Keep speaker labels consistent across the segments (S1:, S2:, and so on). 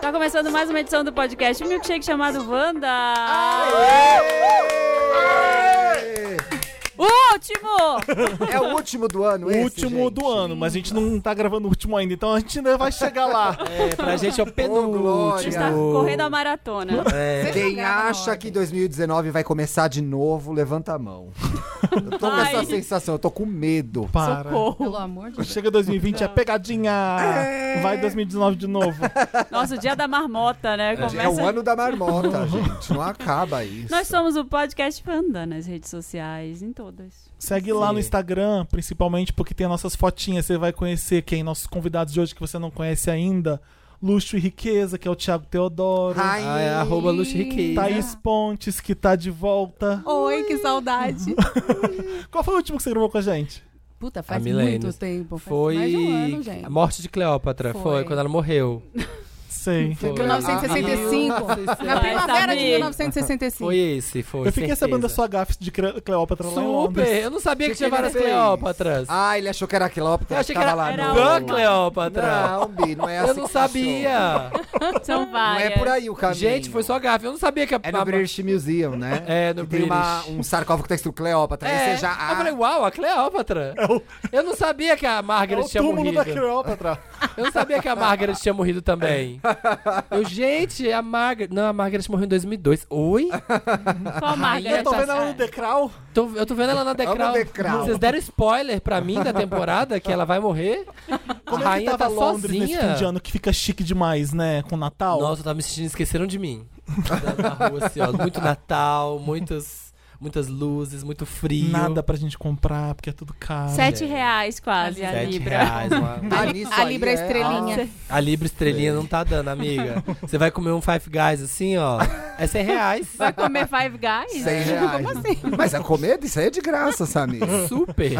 S1: Tá começando mais uma edição do podcast Milkshake chamado Wanda. Uh, Último!
S2: É o último do ano,
S3: O
S2: esse,
S3: último
S2: gente?
S3: do ano, mas a gente não tá gravando o último ainda, então a gente ainda vai chegar lá.
S4: É, pra gente é o
S1: A gente
S2: glória.
S4: penúltimo.
S1: tá correndo a maratona.
S2: É.
S5: Vocês não
S2: Quem
S5: gravam na
S2: acha
S5: ordem.
S2: que 2019 vai começar de novo, levanta a mão. Eu tô com
S1: Ai.
S2: essa sensação, eu tô com medo.
S3: Para.
S5: Pelo amor de Deus.
S3: Chega 2020, é pegadinha.
S4: É.
S3: Vai 2019 de novo.
S1: Nossa, o dia da marmota, né? Começa...
S2: É o ano da marmota, gente. Não acaba isso.
S1: Nós somos o podcast Wanda nas redes sociais, em todas.
S3: Segue lá no Instagram, principalmente porque tem nossas fotinhas. Você vai conhecer quem? Nossos convidados de hoje que você não conhece ainda. Luxo e Riqueza, que é o Thiago Teodoro.
S2: Ai,
S4: Ah, é arroba Lux Riqueza.
S5: Tá
S3: Thaís Pontes, que tá de volta.
S5: Oi, que saudade.
S3: Qual foi o último que você gravou com a gente?
S5: Puta,
S4: A
S5: faz
S4: Milênios.
S5: muito tempo. Faz mais de um ano,
S4: Foi
S5: gente.
S4: a morte de Cleópatra, foi,
S5: Foi.
S4: quando ela morreu.
S3: Sei.
S4: Foi.
S5: 1965. Na
S1: Vai
S5: primavera de
S1: saber.
S5: 1965.
S4: Foi esse, foi.
S3: Eu fiquei
S4: certeza.
S3: sabendo da sua gafe de Cre- Cleópatra lá em Londres.
S4: Super! Eu não sabia que tinha
S2: que ele
S4: várias
S2: fez?
S4: Cleópatras.
S2: Ah, ele achou que era Cleópatra.
S4: Eu achei que
S2: tava
S4: era
S2: lá
S1: era
S2: no-
S4: da é Cleópatra.
S2: Não, Bi, não é assim
S4: Eu não
S2: que funciona.
S4: sabia.
S1: São
S2: Não
S1: várias.
S2: é por aí o caminho.
S4: Gente, foi só gafe. Eu não sabia que a
S2: É no
S4: a-
S2: British Museum, né?
S4: É, no
S2: Que tem uma-
S4: British.
S2: um sarcófago texto Cleópatra.
S4: É,
S2: Aí você já...
S4: Eu falei,
S2: Ah, É
S4: uau, a Cleópatra. Eu não sabia que a
S3: É
S4: Margaret
S3: o
S4: tinha
S3: túmulo
S4: morrido.
S3: da Cleópatra.
S4: Eu não sabia que a Margaret tinha morrido também. Eu, gente, a Margaret. Não, a Margaret morreu em 2002. Oi?
S1: Qual marca?
S3: Eu tô vendo ela no Decral.
S4: Tô- eu tô vendo ela na Decral.
S2: Vamos Decral.
S4: Vocês deram spoiler pra mim da temporada que ela vai morrer?
S3: Como
S4: a
S3: é que
S4: rainha
S3: tava
S4: tá
S3: Londres nesse
S4: sozinha.
S3: fim de ano que fica chique demais, né? Com Natal.
S4: Nossa, eu tava me sentindo, esqueceram de mim. Na na rua, assim, ó. Muito Natal, muitas, muitas luzes, muito frio.
S3: Nada pra gente comprar, porque é tudo caro.
S1: Sete reais quase a
S4: Sete
S1: libra.
S4: reais. uma-
S2: ah, nisso
S5: a
S2: aí
S5: Libra
S2: é-
S5: Estrelinha.
S4: A Libra Estrelinha não tá dando, amiga. Você vai comer um Five Guys assim, ó. É 100 reais.
S1: Vai comer Five Guys? É.
S2: 100 reais.
S5: Como assim?
S2: Mas a comida, isso aí é de graça, Samir.
S4: Super.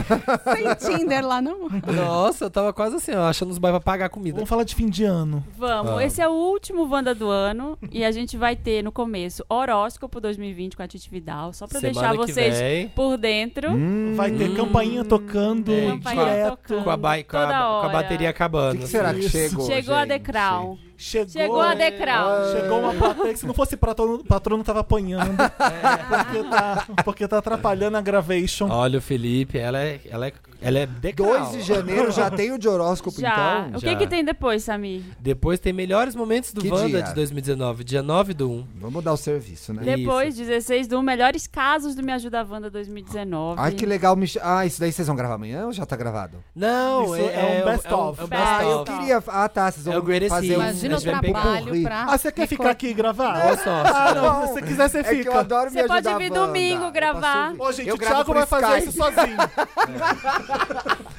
S5: Sem Tinder lá, não?
S4: Nossa, eu tava quase assim, ó, achando os boys pra pagar a comida.
S3: Vamos falar de fim de ano.
S1: Vamos.
S2: Ah.
S4: Vamos.
S1: Esse é o último Wanda do ano e a gente vai ter no começo horóscopo 2020 com a Titi Vidal, só pra
S4: Semana
S1: deixar
S4: que
S1: vocês
S4: vem.
S1: por dentro.
S3: Vai ter
S4: Hum.
S3: campainha tocando
S4: É,
S1: Campainha
S3: direto.
S1: tocando
S4: Com a, ba- com a-
S1: toda
S4: com a
S1: hora.
S4: bateria
S2: O que,
S4: acabando.
S2: que será que
S3: Isso.
S2: chegou,
S1: Chegou a
S2: gente?
S1: The Crown.
S3: Chegou,
S1: Chegou a The Crown.
S3: Chegou uma plateia que se não fosse patrono, patrono tava apanhando. Porque, tá, porque tá atrapalhando a gravation.
S4: assim. Olha o Felipe, ela é, ela é, ela é decal.
S2: 2 de janeiro já tem o de horóscopo,
S1: Já.
S2: então?
S1: o que
S4: já.
S1: que tem depois, Samir?
S4: Depois tem melhores momentos do
S2: Que
S4: Wanda
S2: dia?
S4: de 2019, dia 9 do 1.
S2: Vamos dar o serviço, né?
S4: Isso.
S1: Depois, 16 do Melhores Casos do Me Ajuda Wanda 2019.
S2: Ai, que legal. Mich... Ah, isso daí vocês vão gravar amanhã ou já tá gravado?
S4: Não,
S3: Isso é um best
S4: é um-
S3: of.
S4: É um best
S1: Ah,
S2: Ah, eu
S4: of.
S2: queria... Ah, tá. Vocês vão
S4: É o greatest
S2: fazer
S4: hits.
S2: um...
S5: Imagina o
S4: Mas vai pegar.
S5: trabalho pra...
S3: Ah, você quer ficar aqui e gravar?
S4: Boa sorte.
S3: Ah, não. Se você quiser, você
S2: É que eu
S3: fica.
S2: adoro
S1: Você
S2: me
S1: pode
S2: ajudar,
S1: vir
S2: Wanda.
S1: domingo
S2: Eu posso
S1: gravar.
S2: vir.
S3: Ô, gente,
S2: Eu
S3: o
S2: gravo
S3: Thiago
S2: por
S3: vai fazer
S2: Skype.
S3: isso sozinho.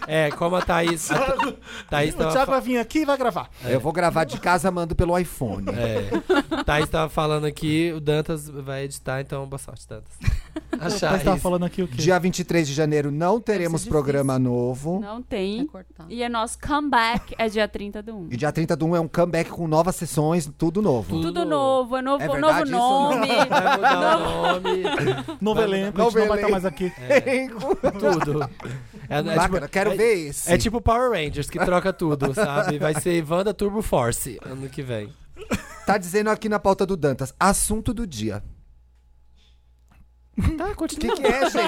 S4: É, como a Thaís. A Tha- Thaís
S3: o
S4: tava
S3: Thiago vai vir aqui e vai gravar.
S2: Eu vou gravar de casa, mando pelo iPhone.
S4: É. Thaís tava falando aqui, o Dantas vai editar, então boa sorte, Dantas. Achar
S3: Mas tava
S4: isso.
S3: falando aqui o quê?
S2: Dia 23 de janeiro não teremos programa novo.
S1: Não tem.
S5: É cortar.
S1: E é nosso comeback é dia 30 do 1.
S2: E dia 30 de um é um comeback com novas sessões, tudo novo.
S4: Tudo
S1: Tudo novo, é novo,
S2: É
S1: novo
S2: verdade isso ou não?
S1: nome.
S4: Vai mudar o nome,
S3: Novo elenco, a gente
S2: Novo
S3: não vai estar
S2: elenco.
S3: mais aqui.
S4: tudo. É, é
S2: Bacana,
S3: tipo,
S2: quero
S4: é,
S2: ver isso.
S4: É tipo Power Rangers, que troca tudo, sabe? Vai ser Wanda Turbo Force ano que vem.
S2: Tá dizendo aqui na pauta do Dantas, assunto do dia.
S4: Tá,
S2: O
S4: continua.
S2: que, que é, gente?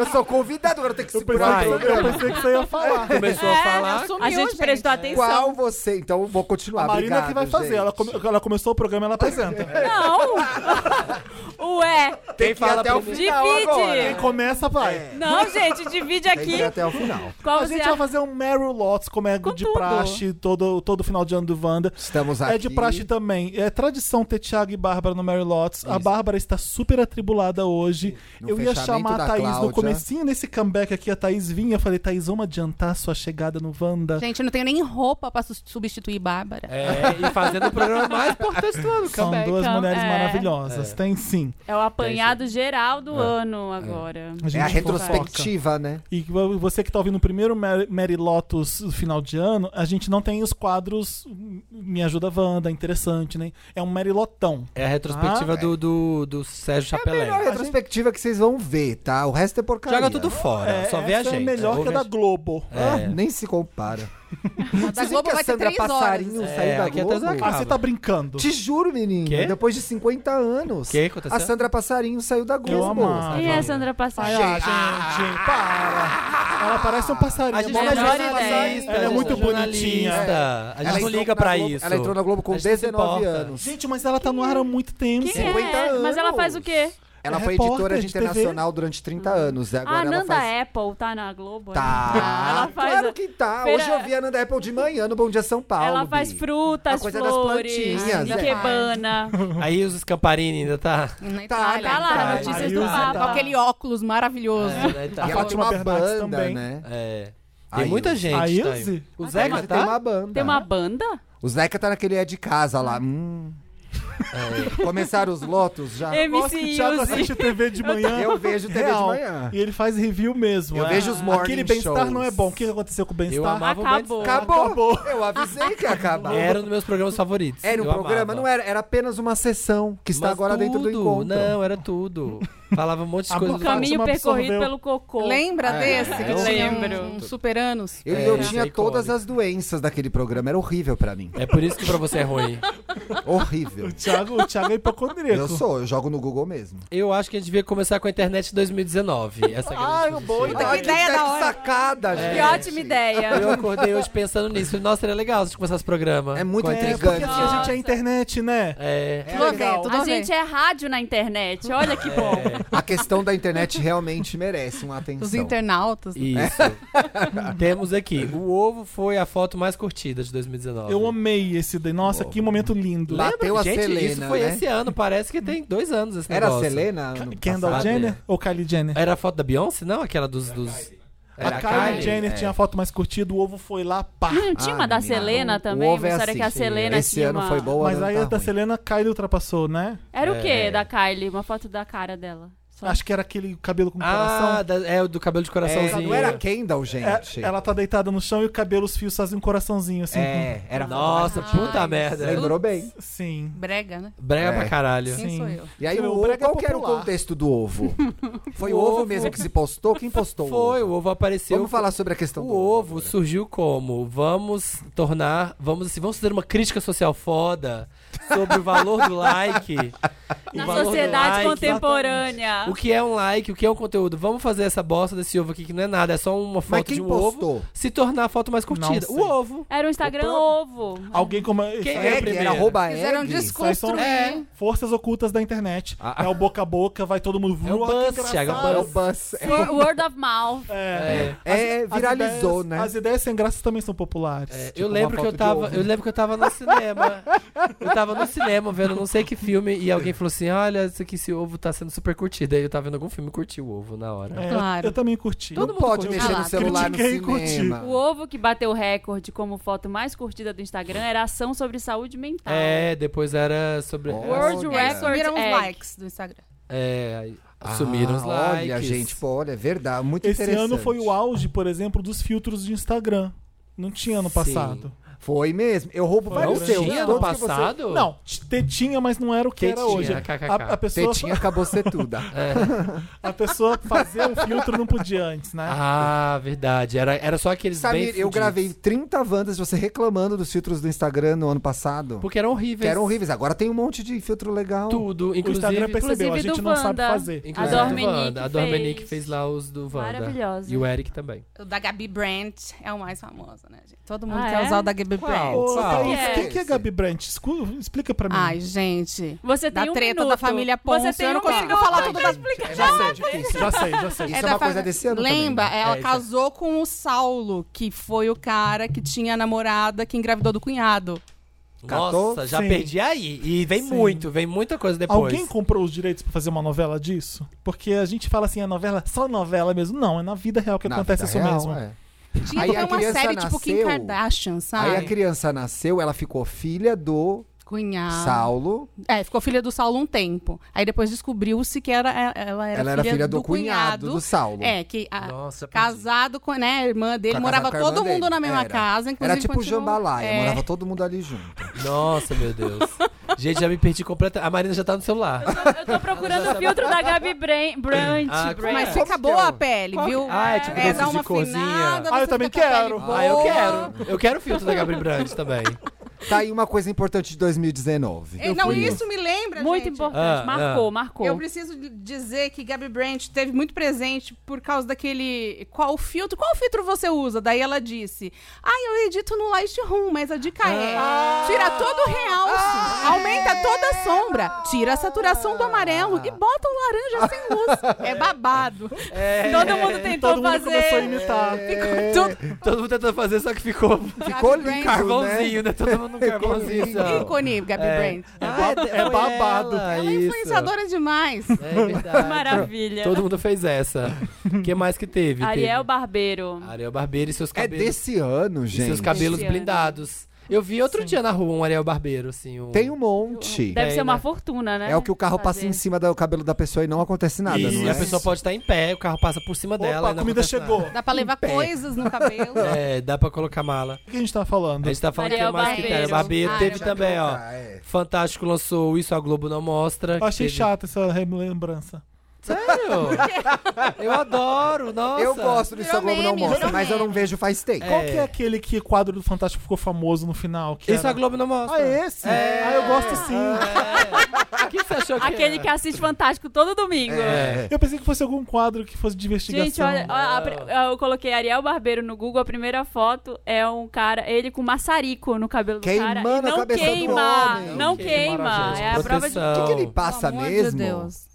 S2: Eu sou convidado, agora eu tenho que
S3: Eu
S2: segurar
S4: Vai.
S3: pensei,
S2: o
S3: que, eu
S2: programa.
S3: pensei que você ia
S2: É.
S3: falar.
S4: Começou a falar.
S5: assumiu,
S1: É. A gente
S5: gente.
S1: prestou atenção.
S2: Qual você? Então eu vou continuar.
S3: um- A Marina
S2: Obrigado,
S3: que vai fazer.
S2: gente.
S3: Ela, come- ela começou o programa, ela apresenta.
S1: Não! Ué!
S2: Tem que ir até o
S1: primeiro.
S2: final
S1: Divide.
S2: agora. né?
S3: Quem começa, vai.
S2: É.
S1: Não, gente, divide
S2: Tem que
S1: aqui.
S2: ir até o final.
S1: Qual
S3: A
S1: você
S3: gente
S1: acha?
S3: vai fazer um Meryl Lots, como é de
S1: é tudo.
S3: praxe, todo, todo final de ano do Wanda.
S2: Estamos aqui.
S3: É de praxe também. É tradição ter Thiago e Bárbara no Mary Lots. A Bárbara está super atribulada hoje.
S2: No
S3: eu ia
S2: fechamento
S3: chamar a
S2: da
S3: Thaís no
S2: Cláudia.
S3: comecinho desse comeback aqui. A Thaís vinha. Eu falei, Thaís, vamos adiantar a sua chegada no Wanda.
S5: Gente, eu não tenho nem roupa pra su- substituir Bárbara.
S4: É, e fazendo o programa mais importante do ano,
S3: São
S4: comeback.
S3: duas
S1: então,
S3: mulheres
S1: é.
S3: maravilhosas. Tem sim.
S1: É o apanhado geral do ano agora.
S2: É a
S3: gente fofoca.
S2: retrospectiva, né?
S3: E vo- você que tá ouvindo o primeiro Mary, Mary Lotus final de ano, a gente não tem os quadros Me Ajuda Wanda, interessante, né? É um merilotão.
S4: É a retrospectiva
S3: Ah,
S4: do, do, do Sérgio Chapelé.
S2: Melhor É retrospectiva que vocês vão ver, tá? O resto é porcaria.
S4: Joga tudo fora,
S3: É,
S4: só vê a
S3: essa
S4: gente.
S3: é melhor que a da Globo.
S2: É,
S4: É.
S2: nem se compara.
S5: A da
S2: Vocês viram
S5: Globo
S2: que
S5: vai
S2: a
S5: ter
S2: Sandra
S5: três
S2: Passarinho
S5: horas.
S4: É,
S2: saiu da
S4: aqui até
S2: Globo?
S4: Zaca.
S3: Ah, você tá brincando.
S2: Te juro, menino.
S4: Quê? Tá
S2: Depois de 50 anos,
S4: O que aconteceu?
S2: a Sandra Passarinho saiu da Globo.
S3: amava.
S1: E é
S2: um
S1: a Sandra Passarinho?
S3: Ah, gente, para. Ela parece um passarinho.
S4: A gente
S1: Bom,
S4: não é
S1: melhor
S4: jornalista.
S1: ideia.
S3: Ela é muito
S4: jornalista.
S3: bonitinha.
S4: A gente não
S2: entrou
S4: liga
S2: na
S4: pra
S2: Globo-
S4: isso.
S2: Ela entrou na Globo com
S4: A gente se
S2: 19
S4: importa.
S2: anos.
S3: Gente, mas ela tá no ar há muito tempo.
S1: Quem
S2: 50
S1: é? Mas ela
S2: anos.
S1: faz o quê?
S2: Ela
S3: É
S2: foi
S3: repórter
S2: editora de
S3: de TV.
S2: internacional durante 30
S4: Hum.
S2: anos. e Agora
S1: a
S2: ela
S1: Ah, Nanda
S2: faz...
S1: Apple tá na Globo?
S2: Tá.
S1: né? Ela faz,
S2: claro que tá.
S1: Feira-
S2: Hoje eu vi a Nanda Apple de manhã no Bom Dia São Paulo.
S1: ela faz
S2: Bi.
S1: frutas,
S2: A coisa das
S1: flores,
S2: plantinhas,
S5: é.
S1: ikebana.
S4: Aí os Scamparini ainda tá.
S5: Na
S2: Tá,
S5: Itália.
S1: Tá lá,
S2: Tá,
S1: notícias
S3: aí
S1: do
S3: usa-
S5: Com
S1: Papa.
S5: aquele óculos maravilhoso.
S4: É, né,
S2: E ela
S4: tá.
S2: tem
S3: Fátima
S2: uma
S3: Bernardes
S2: banda,
S3: também.
S2: né?
S4: É.
S2: Aí,
S4: Tem muita gente.
S3: A
S4: tá aí.
S3: Ilze?
S4: O
S2: Zeca
S4: Zeca
S2: tem
S4: tá?
S2: uma banda.
S1: Tem uma banda?
S2: O Zeca tá naquele é de casa lá. Hum. É, Começaram os lotos já?
S3: Nossa, que o
S1: MC
S3: Thiago
S1: Uzi.
S3: assiste TV de manhã.
S2: Eu vejo TV
S3: Real.
S2: de manhã.
S3: E ele faz review mesmo.
S2: Eu
S3: é.
S2: vejo os morning
S3: Aquele bem-estar
S2: shows.
S3: não é bom. O que aconteceu com o
S4: Eu
S3: bem-estar?
S4: amava
S1: Acabou.
S4: o Bad
S2: Acabou.
S3: Acabou.
S2: Eu avisei que ia acabar.
S4: Era um dos meus programas favoritos.
S2: Era um
S4: Eu
S2: programa,
S4: amava.
S2: não era, era apenas uma sessão que está
S4: Mas
S2: agora dentro do
S4: tudo,
S2: encontro.
S4: Não, era tudo. Falava um monte de
S3: A
S4: coisa
S1: O
S4: do
S3: boca-
S4: Fátima.
S1: caminho
S3: Fátima
S1: percorrido
S3: absorveu.
S1: pelo cocô.
S5: Lembra
S2: É, Então.
S5: desse?
S4: eu
S5: Que tinha
S1: lembro.
S5: um, um super anos?
S2: Eu,
S4: É,
S2: eu
S4: isso é
S2: tinha
S4: icônico.
S2: todas as doenças daquele programa, era horrível pra mim.
S4: É por isso que pra você é ruim.
S2: Horrível.
S3: O Thiago, o Thiago é hipocondríaco.
S2: Eu sou, eu jogo no Google mesmo.
S4: Eu acho que a gente devia começar com a internet em 2019. Essa
S3: Ah,
S4: grande
S3: boa
S2: né?
S4: discussão.
S5: ideia.
S2: que
S5: da hora.
S2: sacada, gente.
S1: Que ótima ideia.
S4: Eu acordei hoje pensando nisso. Falei, Nossa, seria legal se a gente começar esse programa.
S2: É muito
S4: Com a
S3: É,
S2: intrigante.
S3: porque
S4: intriga-
S3: assim, a gente é internet, né?
S4: É.
S2: É
S5: Tudo a
S2: legal.
S5: ver, tudo
S1: A
S5: a ver.
S1: gente é rádio na internet. Olha que bom.
S2: A questão da internet realmente merece uma atenção.
S5: Os internautas.
S4: Isso. Temos aqui. O ovo foi a foto mais curtida de 2019.
S3: Eu amei esse daí. Nossa, que momento lindo.
S2: Lá- Bateu a
S4: gente,
S2: Selena,
S4: Isso foi
S2: né?
S4: esse ano, parece que tem dois anos esse
S2: Era a
S4: negócio.
S2: Selena? tá. ano
S3: Kendall
S2: passado?
S3: Jenner
S4: é.
S3: ou Kylie Jenner?
S4: Era a foto da Beyoncé? Não, aquela dos. dos... Era
S3: a Kylie, Jenner
S2: é.
S3: tinha a foto mais curtida, o ovo foi lá, pá.
S1: Hum, tinha
S2: Ah,
S1: uma da
S2: menina.
S1: Selena
S2: O
S1: também.
S2: ovo
S1: Uma
S2: é
S1: história que a
S2: assim,
S1: Selena
S2: Esse
S1: tinha
S2: ano
S1: uma-
S2: foi boa,
S3: Mas
S2: ano
S3: aí
S2: tá
S3: a da
S2: ruim.
S3: Selena, Kylie ultrapassou, né?
S1: Era o quê
S4: É.
S1: da Kylie? Uma foto da cara dela. Só.
S3: Acho que era aquele cabelo com
S4: Ah,
S3: coração.
S4: da- é o do cabelo de
S2: É,
S4: coraçãozinho.
S2: não era Kendall, gente.
S3: É, ela tá deitada no chão e o cabelo, os fios fazem um coraçãozinho, assim.
S2: É, era
S4: Nossa, puta merda.
S2: Lembrou bem.
S3: Sim.
S5: Brega, né?
S4: Brega
S2: É.
S4: pra caralho.
S5: Quem
S3: Sim.
S5: sou eu?
S2: E aí,
S3: Você
S2: o
S3: vê, o
S2: ovo,
S3: prego é
S2: qual que era o
S3: popular.
S2: contexto do ovo? Foi
S4: O
S2: o ovo,
S4: ovo-
S2: mesmo que se postou? Quem postou
S4: Foi,
S2: o ovo?
S4: o ovo apareceu.
S2: Vamos falar sobre então. a questão
S4: O
S2: do ovo.
S4: ovo surgiu como? Vamos tornar. Vamos assim, vamos fazer uma crítica social foda sobre o valor do like. o
S1: Na
S4: valor do
S1: sociedade
S4: like.
S1: contemporânea.
S4: O que é um like, o que é um conteúdo? Vamos fazer essa bosta desse ovo aqui que não é nada, é só uma
S2: Mas
S4: foto
S2: quem
S4: de um ovo.
S2: postou?
S4: Se tornar a foto mais curtida.
S3: sei.
S4: O ovo.
S1: Era o Instagram
S2: Opa.
S1: ovo.
S3: Alguém como.
S4: Quem
S3: Isso
S4: é
S3: aí
S2: Egg,
S4: primeiro?
S2: era arroba
S5: Fizeram
S2: egg.
S5: desconstruir.
S4: É.
S3: Forças ocultas da internet.
S2: Ah.
S3: É o boca a boca, vai todo mundo.
S4: É o
S3: "Uau, que
S4: buzz,
S3: engraçado."
S4: Thiago, é o
S2: É
S4: buzz.
S2: o bus. É,
S1: Wor- Word of mouth.
S3: É.
S2: é,
S3: As
S2: viralizou,
S3: ideias-
S2: né?
S3: As ideias sem graça também são populares.
S4: É,
S2: Tipo,
S4: eu
S2: uma
S4: lembro que
S2: foto
S4: eu
S2: de
S4: tava,
S2: ovo.
S4: eu lembro que eu tava no cinema. eu tava no cinema vendo não sei que filme e alguém falou assim: "Olha, isso aqui esse ovo tá sendo super curtido". Aí eu tava vendo algum filme e curti o ovo na hora.
S3: É, eu-
S5: Claro.
S3: Eu, também curti.
S2: Não
S4: todo mundo
S2: pode
S4: curtiu.
S2: mexer
S5: Ah,
S2: no celular no
S3: critiquei e curti.
S2: cinema.
S1: O ovo que bateu o recorde como foto mais curtida do Instagram era ação sobre saúde mental.
S4: É, depois era sobre
S2: Olha.
S1: World
S2: Olha.
S5: Eles
S1: Record é.
S5: subiram os
S1: egg.
S5: um likes do Instagram.
S4: é, aí sumiram os
S2: Ah,
S4: likes.
S2: Olha, gente, pô, olha, é verdade. Muito
S3: Esse
S2: interessante.
S3: ano foi o auge, por exemplo, dos filtros de Instagram. Não tinha ano
S4: Sim.
S3: passado.
S2: Foi mesmo. Eu roubo
S3: Foi
S2: vários
S3: o
S2: seus.
S4: tinha
S2: todos
S4: ano
S2: que você-
S4: passado?
S3: Não, t- tinha, mas não era o que era
S4: Tetinha,
S3: hoje.
S4: kkk.
S3: A, a pessoa,
S2: Tetinha acabou ser tudo.
S3: a pessoa fazer o filtro não podia antes, né?
S4: Ah, verdade. Era, era só aqueles bem
S2: Samir, eu
S4: fudidos.
S2: gravei 30 Wandas de você reclamando dos filtros do Instagram no ano passado.
S4: porque eram horríveis.
S2: Que eram horríveis. Agora tem um monte de filtro legal.
S4: tudo,
S3: o Instagram é
S4: inclusive
S3: percebeu, a
S1: inclusive do
S3: gente não sabe
S1: Wanda.
S3: fazer.
S4: Inclusive
S1: A
S4: do
S1: Dormenique
S4: Wanda. A Dormenique
S1: fez.
S4: fez lá os do Wanda.
S1: Maravilhosa.
S4: E o Eric também.
S5: O da Gabi Brandt é o mais famoso, né, gente? Todo mundo
S1: Ah,
S5: quer
S1: é?
S5: usar o da Gabi
S4: Qual?
S5: Brandt.
S3: Ô,
S4: Qual?
S3: Thaís,
S1: É.
S3: quem que é Gabi Brandt? Escu- Explica pra mim.
S5: Ai, gente.
S1: Você tem
S5: Da
S1: um
S5: treta
S1: minuto.
S5: da família
S1: Você
S5: Ponce.
S1: tem
S5: eu não
S1: um
S5: consigo
S1: minuto.
S5: falar tudo das...
S3: já sei, já sei, já sei.
S2: Isso é, uma
S5: da fa-
S2: coisa desse ano
S5: Lembra?
S2: também. né?
S5: Ela
S4: É, isso é.
S5: casou com o Saulo, que foi o cara que tinha a namorada que engravidou do cunhado.
S2: Catou?
S4: Nossa, já
S3: Sim.
S4: perdi aí. E vem
S3: Sim.
S4: muito, vem muita coisa depois.
S3: Alguém comprou os direitos pra fazer uma novela disso? Porque a gente fala assim, é novela, só novela mesmo. Não, é na vida real que
S2: Na
S3: acontece
S2: vida
S3: isso
S2: real,
S3: mesmo.
S2: é.
S5: Tinha
S2: Aí
S5: que
S2: a
S5: ter uma
S2: criança
S5: série tipo Kim
S2: nasceu,
S5: Kardashian,
S2: Aí
S5: sabe?
S2: a criança nasceu, ela ficou filha do
S5: Cunhado.
S2: Saulo.
S5: É, ficou filha do Saulo um tempo. Aí depois descobriu-se que era, é, ela era
S2: ela era
S5: filha,
S2: filha do, cunhado, do Saulo.
S5: É, que a-
S4: Nossa, perdi.
S5: casado com né, a irmã dele,
S2: Pra
S5: morava
S2: casar com a irmã
S5: todo mundo
S2: dele.
S5: na mesma
S2: Era.
S5: casa, inclusive.
S2: Era tipo o
S5: continuou-
S2: Jambalaya,
S5: É.
S2: morava todo mundo ali junto.
S4: Nossa, meu Deus. Gente, já me perdi completamente. A Marina já tá no celular.
S1: Eu tô procurando o filtro da Gabi Bran- Brandt.
S4: Ah,
S1: Brandt.
S5: Mas
S2: Como
S5: fica
S2: que
S5: boa
S2: é?
S5: a pele, viu?
S4: Ah, é tipo
S5: É,
S4: doce
S5: dá uma
S4: de corzinha.
S5: afinada.
S3: Ah, eu
S5: você
S3: também
S5: fica com a pele
S3: quero.
S5: boa.
S4: Ah, eu quero. Eu quero o filtro da Gabi Brandt também.
S2: Tá aí uma coisa importante de 2019.
S5: Ei, É, não, isso me lembra,
S1: Muito
S5: gente.
S1: importante.
S4: Ah,
S1: marcou,
S4: ah.
S1: marcou.
S5: Eu preciso de- dizer que Gabi Brandt teve muito presente por causa daquele. Qual filtro? Qual filtro você usa? Daí ela disse: Ah, eu edito no Lightroom, mas a dica é:
S3: Ah.
S5: tira todo o realce, aumenta toda a sombra, tira a saturação do amarelo e bota um laranja sem luz. É babado.
S1: Todo mundo tentou
S3: É. Todo mundo começou a
S1: fazer.
S3: imitar.
S5: É. Ficou tudo
S4: Todo mundo tentando fazer, só que ficou
S2: Ficou
S5: Gabi
S2: lindo,
S5: Brandt.
S4: carvãozinho, né? Todo mundo no carvãozinho. assim, só.
S5: ícone, Gabi Brandt.
S4: Ah,
S3: ba-
S4: foi
S3: é babado.
S4: Ela,
S5: Ela é
S4: isso.
S5: influenciadora demais.
S4: É verdade.
S1: Maravilha.
S4: Todo mundo fez essa. O que mais que teve?
S1: Ariel Barbeiro.
S4: Teve Ariel Barbeiro e seus
S2: É
S4: cabelos.
S2: desse ano,
S4: e
S2: gente.
S4: seus cabelos
S1: Esse ano.
S4: blindados. Eu vi outro dia na rua um Ariel Barbeiro, assim. Um...
S2: Tem um monte.
S1: Deve
S4: Tem,
S1: ser uma
S4: né?
S1: fortuna, né?
S2: É o que o carro passa
S1: Fazer.
S2: em cima do cabelo da pessoa e não acontece nada,
S4: Isso,
S2: não
S4: e
S2: é?
S4: a pessoa pode estar em pé, o carro passa por cima
S3: Opa,
S4: dela. e
S3: a
S4: não
S3: comida
S4: acontece
S3: chegou.
S4: nada.
S5: Dá pra levar
S2: pé.
S5: coisas no cabelo.
S4: É, dá pra colocar mala.
S3: O que a gente tá
S4: A
S3: falando?
S4: gente tá falando
S1: Ariel
S4: que mais que tem. Ariel
S5: Barbeiro.
S4: Barbeiro
S5: Ah,
S4: teve
S5: Ariel
S4: também, ó.
S2: Ah, é.
S4: Fantástico lançou Isso a Globo não mostra.
S3: Eu achei
S4: Teve-
S3: chata essa lembrança.
S4: Sério? eu adoro, nossa.
S2: Eu gosto disso, a
S5: Virou
S2: Globo não
S5: meme,
S2: mostra,
S5: virou
S2: mas eu não
S5: meme.
S2: vejo faz tempo.
S4: É.
S3: Qual que é aquele que quadro do Fantástico ficou famoso no final? Que
S4: Isso
S3: era-
S4: a Globo não mostra.
S3: Ah, esse?
S4: É.
S3: Ah, eu gosto sim.
S4: É. O que você achou que
S1: Aquele
S4: era?
S1: que assiste Fantástico todo domingo.
S4: É.
S3: Eu pensei que fosse algum quadro que fosse de investigação.
S1: Gente, olha, olha, a pri- eu coloquei Ariel Barbeiro no Google, a primeira foto é um cara, ele com maçarico no cabelo do cara.
S2: Queimando
S1: E
S2: a
S1: não
S2: cabeça do
S1: queima,
S2: homem.
S1: não
S4: Que
S1: queima.
S4: maravilha.
S1: É a prova de.
S4: Proteção.
S2: O que, que ele passa
S5: Pelo amor de
S2: mesmo?
S5: Deus.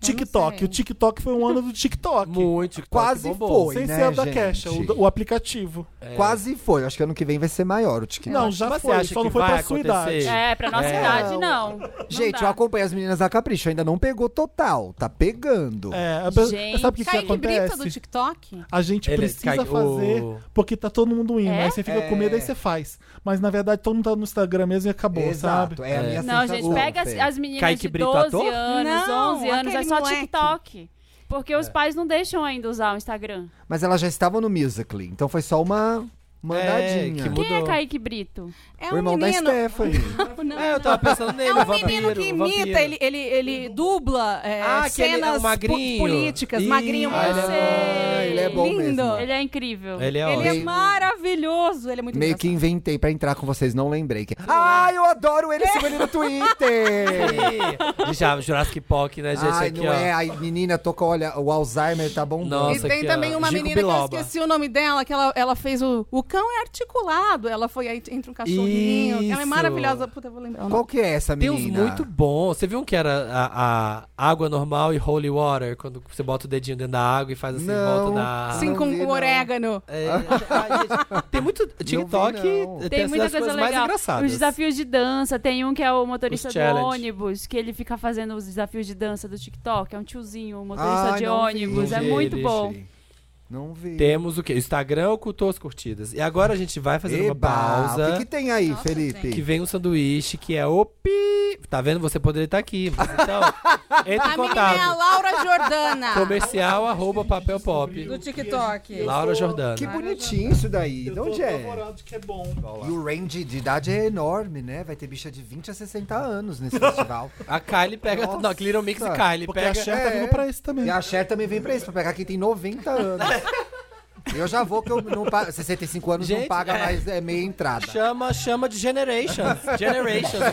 S3: TikTok.
S5: sei.
S3: O TikTok foi um ano do TikTok.
S4: Muito.
S2: Quase
S4: bombou.
S2: foi,
S3: Sem
S2: né,
S3: ser a da
S2: gente?
S3: Kesha, o, o aplicativo.
S4: É.
S2: Quase foi. Acho que ano que vem vai ser maior o TikTok.
S3: Não, já
S4: Mas você
S3: foi,
S4: acha
S3: só
S4: que
S3: não foi
S4: vai
S3: pra sua
S4: acontecer?
S3: idade.
S1: É, pra nossa
S4: É.
S1: idade, não. Não
S2: Gente,
S1: dá.
S2: eu acompanho as meninas da Capricho, ainda não pegou total, tá pegando.
S3: É, a pe-
S1: Gente.
S3: sabe o que, que
S5: Kaique Brito do
S3: acontece?
S5: TikTok?
S3: A gente
S4: Ele-
S3: precisa
S4: Kaique-
S3: fazer
S4: o-
S3: porque tá todo mundo indo.
S1: É?
S3: Aí você fica com medo, aí você faz. Mas na verdade todo mundo tá no Instagram mesmo e acabou,
S2: Exato,
S3: sabe?
S2: é a
S4: É.
S2: minha
S1: Não,
S2: sensação, É.
S1: gente, pega as,
S2: Fê.
S1: as meninas
S4: Kaique
S1: de
S4: Brito,
S1: 12
S4: ator?
S1: anos,
S5: Não,
S1: 11 anos, é
S5: aquele
S1: só
S5: moleque.
S1: TikTok. Porque
S2: É.
S1: os pais não deixam ainda usar o Instagram.
S2: Mas elas já estavam no Musical.ly, então foi só uma mandadinha.
S4: que mu-
S1: Quem é
S4: Mudou.
S1: Kaique Brito?
S5: É
S2: o irmão
S5: um menino.
S2: da Stephanie.
S5: Não,
S4: É, eu tava pensando nele,
S5: É um
S4: vampiro,
S5: menino que
S4: vampiro.
S5: imita, ele, ele, ele dubla é,
S4: Ah, que ele é
S5: cenas
S4: um magrinho.
S5: po- políticas,
S4: Ih,
S5: magrinho,
S4: ah,
S5: mas
S1: ele é
S2: Ah, ele é bom
S5: Lindo.
S2: mesmo.
S1: Ele é incrível.
S4: Ele é
S5: ele é
S4: ótimo.
S5: maravilhoso, ele é muito
S2: Meio que inventei pra entrar com vocês, não lembrei. Que... Ah, eu adoro ele, sigo ele no Twitter!
S4: Ih, Já, Jurassic Park, né, gente?
S2: Ai,
S4: aqui,
S2: não
S4: ó.
S2: é, a menina tocou, olha, o Alzheimer tá bombando.
S5: E
S4: Nossa,
S5: tem
S4: aqui, ó,
S5: também uma
S4: Gico
S5: menina que
S4: Biloba.
S5: eu esqueci o nome dela, que ela, ela fez o. O cão é articulado. Ela foi aí entre um cachorrinho. Ela é
S4: Isso.
S5: maravilhosa. Puta, eu vou lembrar. o nome.
S2: Qual que é essa
S4: Tem
S2: menina?
S4: uns muito bons. Você viu um que era a, a água normal e holy water? Quando você bota o dedinho dentro da água e faz assim,
S2: Não.
S4: volta na...
S5: Sim,
S2: não
S5: com
S2: vi,
S5: o
S2: não.
S5: orégano.
S4: É, ai, gente, tem muito TikTok,
S2: vi, não.
S4: tem,
S1: Tem
S4: as
S1: muita
S4: coisas
S1: coisa
S4: mais
S1: legal.
S4: engraçadas.
S1: Os desafios de dança. Tem um que é o motorista
S4: Os
S1: de
S4: challenge.
S1: ônibus, que ele fica fazendo os desafios de dança do TikTok. É um tiozinho, um motorista
S2: Ai,
S1: de
S2: não vi,
S1: ônibus. É
S4: Ah, gente.
S1: muito bom.
S2: Não vi.
S4: Temos o quê? O Instagram ocultou as curtidas. E agora a gente vai fazer uma
S2: Eba, O
S4: pausa.
S2: que, que tem aí,
S5: Nossa,
S2: Felipe?
S4: Que vem um sanduíche que é o pi. Tá vendo? Você poderia estar aqui. mas então, entre em
S1: Tá
S5: A menina é a
S4: contato.
S5: Laura Jordana.
S4: Comercial arroba papel pop.
S5: Do TikTok.
S4: Laura Jordana.
S2: Que bonitinho isso daí. De onde é?
S3: que é bom.
S2: E o range de idade é enorme, né? Vai ter bicha de 20 a 60 anos nesse festival.
S4: A Kylie pega.
S2: Nossa.
S4: Não, Little Mix e Kylie.
S3: Porque
S4: pega.
S3: a Cher tá
S2: É.
S3: vindo pra esse também.
S2: E a Cher também vem pra isso, pra pegar quem tem 90 anos. Eu já vou que eu não pago. 65 anos não
S4: Gente,
S2: paga
S4: é.
S2: mais é, meia entrada.
S4: Chama, chama de Generations. Generations do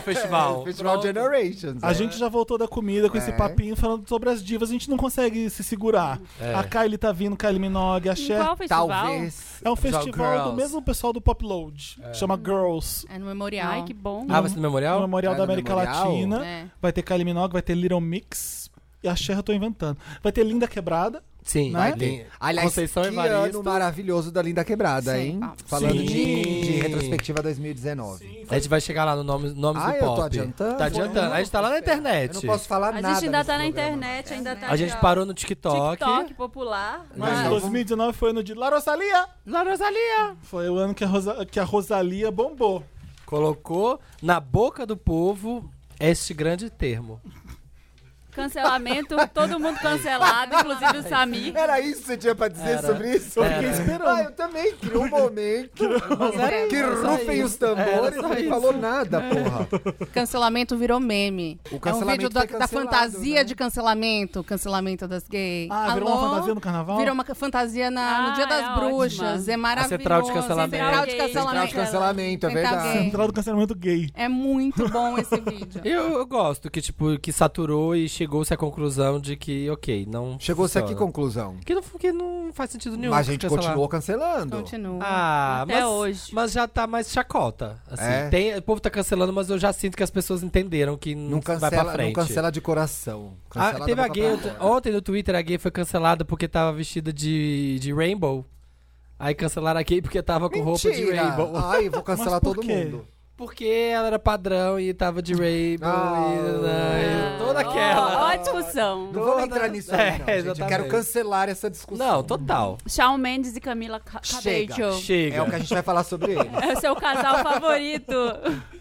S4: festival.
S2: Festival
S4: Pronto.
S2: Generations.
S3: A
S2: é.
S3: gente já voltou da comida com esse
S2: É.
S3: papinho falando sobre as divas, a gente não consegue se segurar.
S4: É.
S3: A Kylie tá vindo, Kylie Minogue, a
S1: Em
S3: Cher.
S1: Qual festival?
S2: Talvez.
S3: É um
S4: Festival
S3: festival do
S4: Girls.
S3: mesmo pessoal do Pop Load.
S2: É.
S3: Chama Girls.
S5: É no memorial.
S1: Ai, que bom.
S4: Ah, vai ser no
S3: No
S4: memorial?
S3: Memorial
S2: Ah,
S3: da
S2: no
S3: América
S2: Memorial?
S3: Latina.
S5: É.
S3: Vai ter Kylie Minogue, vai ter Little Mix. E a Cher eu tô inventando. Vai ter Linda Quebrada.
S4: Sim.
S2: Vai
S4: Né?
S2: ter. Aliás,
S4: Conceição
S2: que
S4: Evaristo.
S2: ano maravilhoso da Linda Quebrada,
S5: Sim.
S2: hein?
S5: Ah,
S2: Falando de,
S4: sim.
S2: de retrospectiva 2019.
S4: A gente vai chegar lá no Nomes, nomes
S2: Ah,
S4: do
S2: eu
S4: Pop.
S2: tô adiantando?
S4: Tá adiantando. A gente tá lá na internet.
S2: Eu não posso falar
S1: A
S2: nada.
S1: gente ainda
S2: nesse
S1: tá na
S2: programa.
S1: internet, ainda tá.
S4: A gente
S1: ali, ó.
S4: parou no TikTok.
S1: TikTok popular.
S3: Mas
S2: Não.
S3: 2019 foi ano de La Rosalia.
S4: La Rosalia.
S3: Foi o ano que a, Rosa- que a Rosalia bombou.
S4: Colocou na boca do povo este grande termo.
S1: Cancelamento, todo mundo cancelado, inclusive o Samir.
S2: Era isso que você tinha pra dizer
S4: Era.
S2: sobre isso?
S4: Eu fiquei um
S2: esperando. Ah, eu também. Criou um momento.
S4: era
S2: que
S4: isso,
S2: rufem
S4: era
S2: os
S4: isso.
S2: tambores.
S4: Era só
S2: Não
S4: isso. É. um
S2: falou nada, porra.
S5: Cancelamento virou meme.
S2: O
S5: É um
S2: cancelamento
S5: vídeo da,
S2: foi
S5: da
S2: cancelado,
S5: fantasia
S2: né?
S5: de cancelamento, cancelamento das gays.
S3: Ah, virou
S5: Alô?
S3: uma fantasia no carnaval?
S5: Virou uma ca- fantasia na- no
S1: Ah,
S5: Dia das
S1: é
S5: Bruxas.
S1: ótima.
S5: É maravilhoso.
S4: central de cancelamento.
S5: Central de
S1: Central
S2: Central
S5: cancelamento.
S2: de cancelamento, é
S5: Tem que tá
S2: verdade.
S3: Central do cancelamento gay.
S5: É muito bom esse vídeo.
S4: Eu, eu gosto que, tipo, que saturou e chegou-se à conclusão de que, ok, não.
S2: Chegou-se aqui
S4: funciona.
S2: à conclusão.
S4: Que não, que não faz sentido nenhum.
S2: Mas a gente
S4: cancelar.
S2: continuou cancelando.
S5: Continua.
S4: Ah,
S1: Até
S4: mas,
S1: hoje.
S4: mas já tá mais chacota. Assim,
S2: É?
S4: Tem- o povo tá cancelando, mas eu já sinto que as pessoas entenderam que não,
S2: Não
S4: vai pra
S2: cancela, não
S4: frente.
S2: cancela de coração.
S4: Ah,
S2: Cancela
S4: teve
S2: da
S4: a
S2: boca
S4: gay.
S2: pra fora.
S4: Ontem no Twitter a gay foi cancelada porque tava vestida de, de Rainbow. Aí cancelaram a gay porque tava com roupa de
S2: Mentira.
S4: Rainbow.
S2: Ai, vou cancelar
S3: Mas por
S2: todo
S3: quê?
S2: mundo.
S4: Porque ela era padrão e tava de Rainbow.
S2: Ah.
S4: e, e toda aquela.
S1: Ó, ó a discussão.
S2: Não vamos entrar nisso aí,
S4: É,
S2: não, gente. Eu
S4: exatamente.
S2: quero cancelar essa discussão.
S4: Não, total.
S1: Shawn Mendes e Camila Ca-
S2: Chega.
S1: Cabello.
S4: Chega.
S2: É o que a gente vai falar sobre ele.
S1: É o seu casal favorito.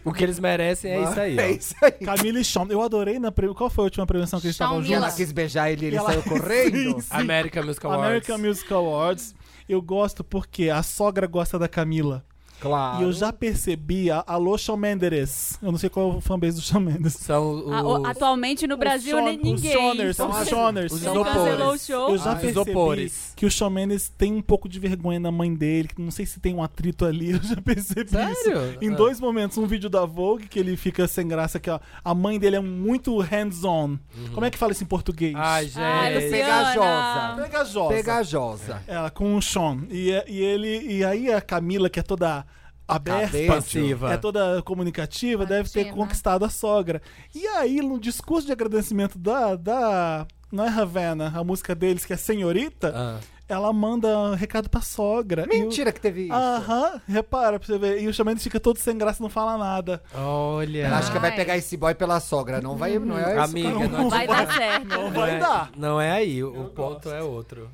S4: O que eles merecem é isso aí. ó.
S2: É isso aí.
S3: Camila e Shawn. Eu adorei na pre... Qual foi a última prevenção que eles estavam
S5: Shawn
S2: E ela
S3: juntos?
S2: quis beijar ele e ele
S3: E ela-
S2: saiu correndo.
S4: American Music Awards.
S3: American Music Awards. Eu gosto porque a sogra gosta da Camila.
S4: Claro.
S3: E eu já percebi a Alô Shawn Mendes. Eu não sei qual é o fanbase do Shawn Mendes.
S4: São os...
S1: A- Ah, o- atualmente no Brasil,
S3: Shawn-
S1: nem ninguém.
S3: Os Shoners, são os Shoners.
S4: os
S1: Não cancelou o
S4: isopores.
S1: show.
S3: Eu já
S4: Ah,
S3: percebi
S4: isopores.
S3: que o Shawn Mendes tem um pouco de vergonha na mãe dele. que Não sei se tem um atrito ali, eu já percebi isso.
S4: Sério?
S3: Em
S2: É.
S4: Ah.
S3: dois momentos, um vídeo da Vogue que ele fica sem graça, que ó, a mãe dele é muito
S2: Uhum.
S3: hands-on. Como é que fala isso em português?
S4: Ai,
S1: Ai,
S4: gente.
S1: Ah, Luciana.
S2: Pegajosa.
S3: Pegajosa.
S2: Pegajosa.
S3: Ela com o Sean. E, é, e ele. E aí a Camila, que é toda aberta.
S2: Cabeça.
S4: Passiva.
S3: É toda comunicativa, deve ter
S5: Imagina.
S3: conquistado a sogra. E aí, no discurso de agradecimento da. da não é Havana, a música deles, que é Senhorita,
S4: Ah.
S3: ela manda um recado pra sogra. E o- Ah.
S2: Mentira que teve isso.
S3: Aham, repara pra você ver. E o chamado fica todo sem graça, não fala nada.
S4: Olha.
S2: Ela acha que vai
S5: Ai.
S2: pegar esse boy pela sogra. Não vai, não é isso.
S4: Amiga, não,
S1: Vai dar certo.
S3: Não
S4: não
S3: vai
S4: é,
S3: dar.
S4: Não é aí, o ponto é outro.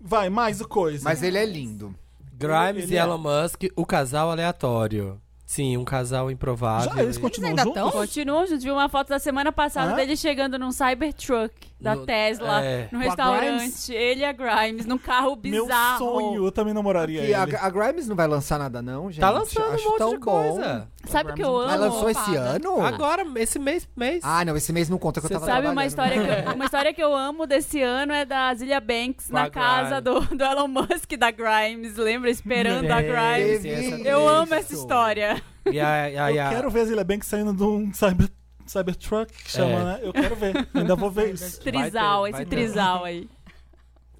S3: Vai, mais o coisa.
S2: Mas ele é lindo.
S4: Grimes
S3: Ele
S4: e
S3: é-
S4: Elon Musk, o casal aleatório. Sim, um casal improvável.
S3: Já eles
S4: E-
S3: continuam
S5: ainda
S3: juntos?
S1: Continuam juntos. Vi uma foto da semana passada
S3: Hã?
S1: dele chegando num Cybertruck da
S4: No-
S1: Tesla,
S4: é.
S1: num
S3: Com a Grimes?
S1: restaurante. Ele e a Grimes, num carro
S3: Meu
S1: bizarro.
S3: sonho, eu também namoraria
S2: E a,
S3: ele.
S2: a Grimes não vai lançar nada, não, gente.
S4: Tá lançando
S2: Acho
S4: um monte
S2: tão
S4: de
S2: bom.
S4: coisa.
S1: Sabe o que eu amo?
S2: Ela lançou esse
S5: Ocupada.
S2: ano?
S4: Agora, esse mês, mês.
S2: Ah, não, esse mês não conta que eu
S4: Você
S2: tava
S1: Sabe uma
S2: trabalhando.
S1: história, que eu, uma história que eu amo desse ano é da Zilia Banks
S4: Com a
S1: na casa do, do Elon Musk da Grimes, lembra? Esperando a
S4: Sim,
S1: Grimes.
S4: sim, essa-
S2: Teve
S1: Eu amo essa
S2: isso.
S1: história.
S4: E a, e a- e
S3: Eu
S4: a-
S3: quero ver a Zilia Banks saindo de um cyber, Cybertruck que chama,
S4: É.
S3: né? Eu quero ver. Ainda vou ver isso.
S4: Vai
S1: Trisal,
S4: ter, vai
S1: esse
S4: ter.
S1: trisal aí.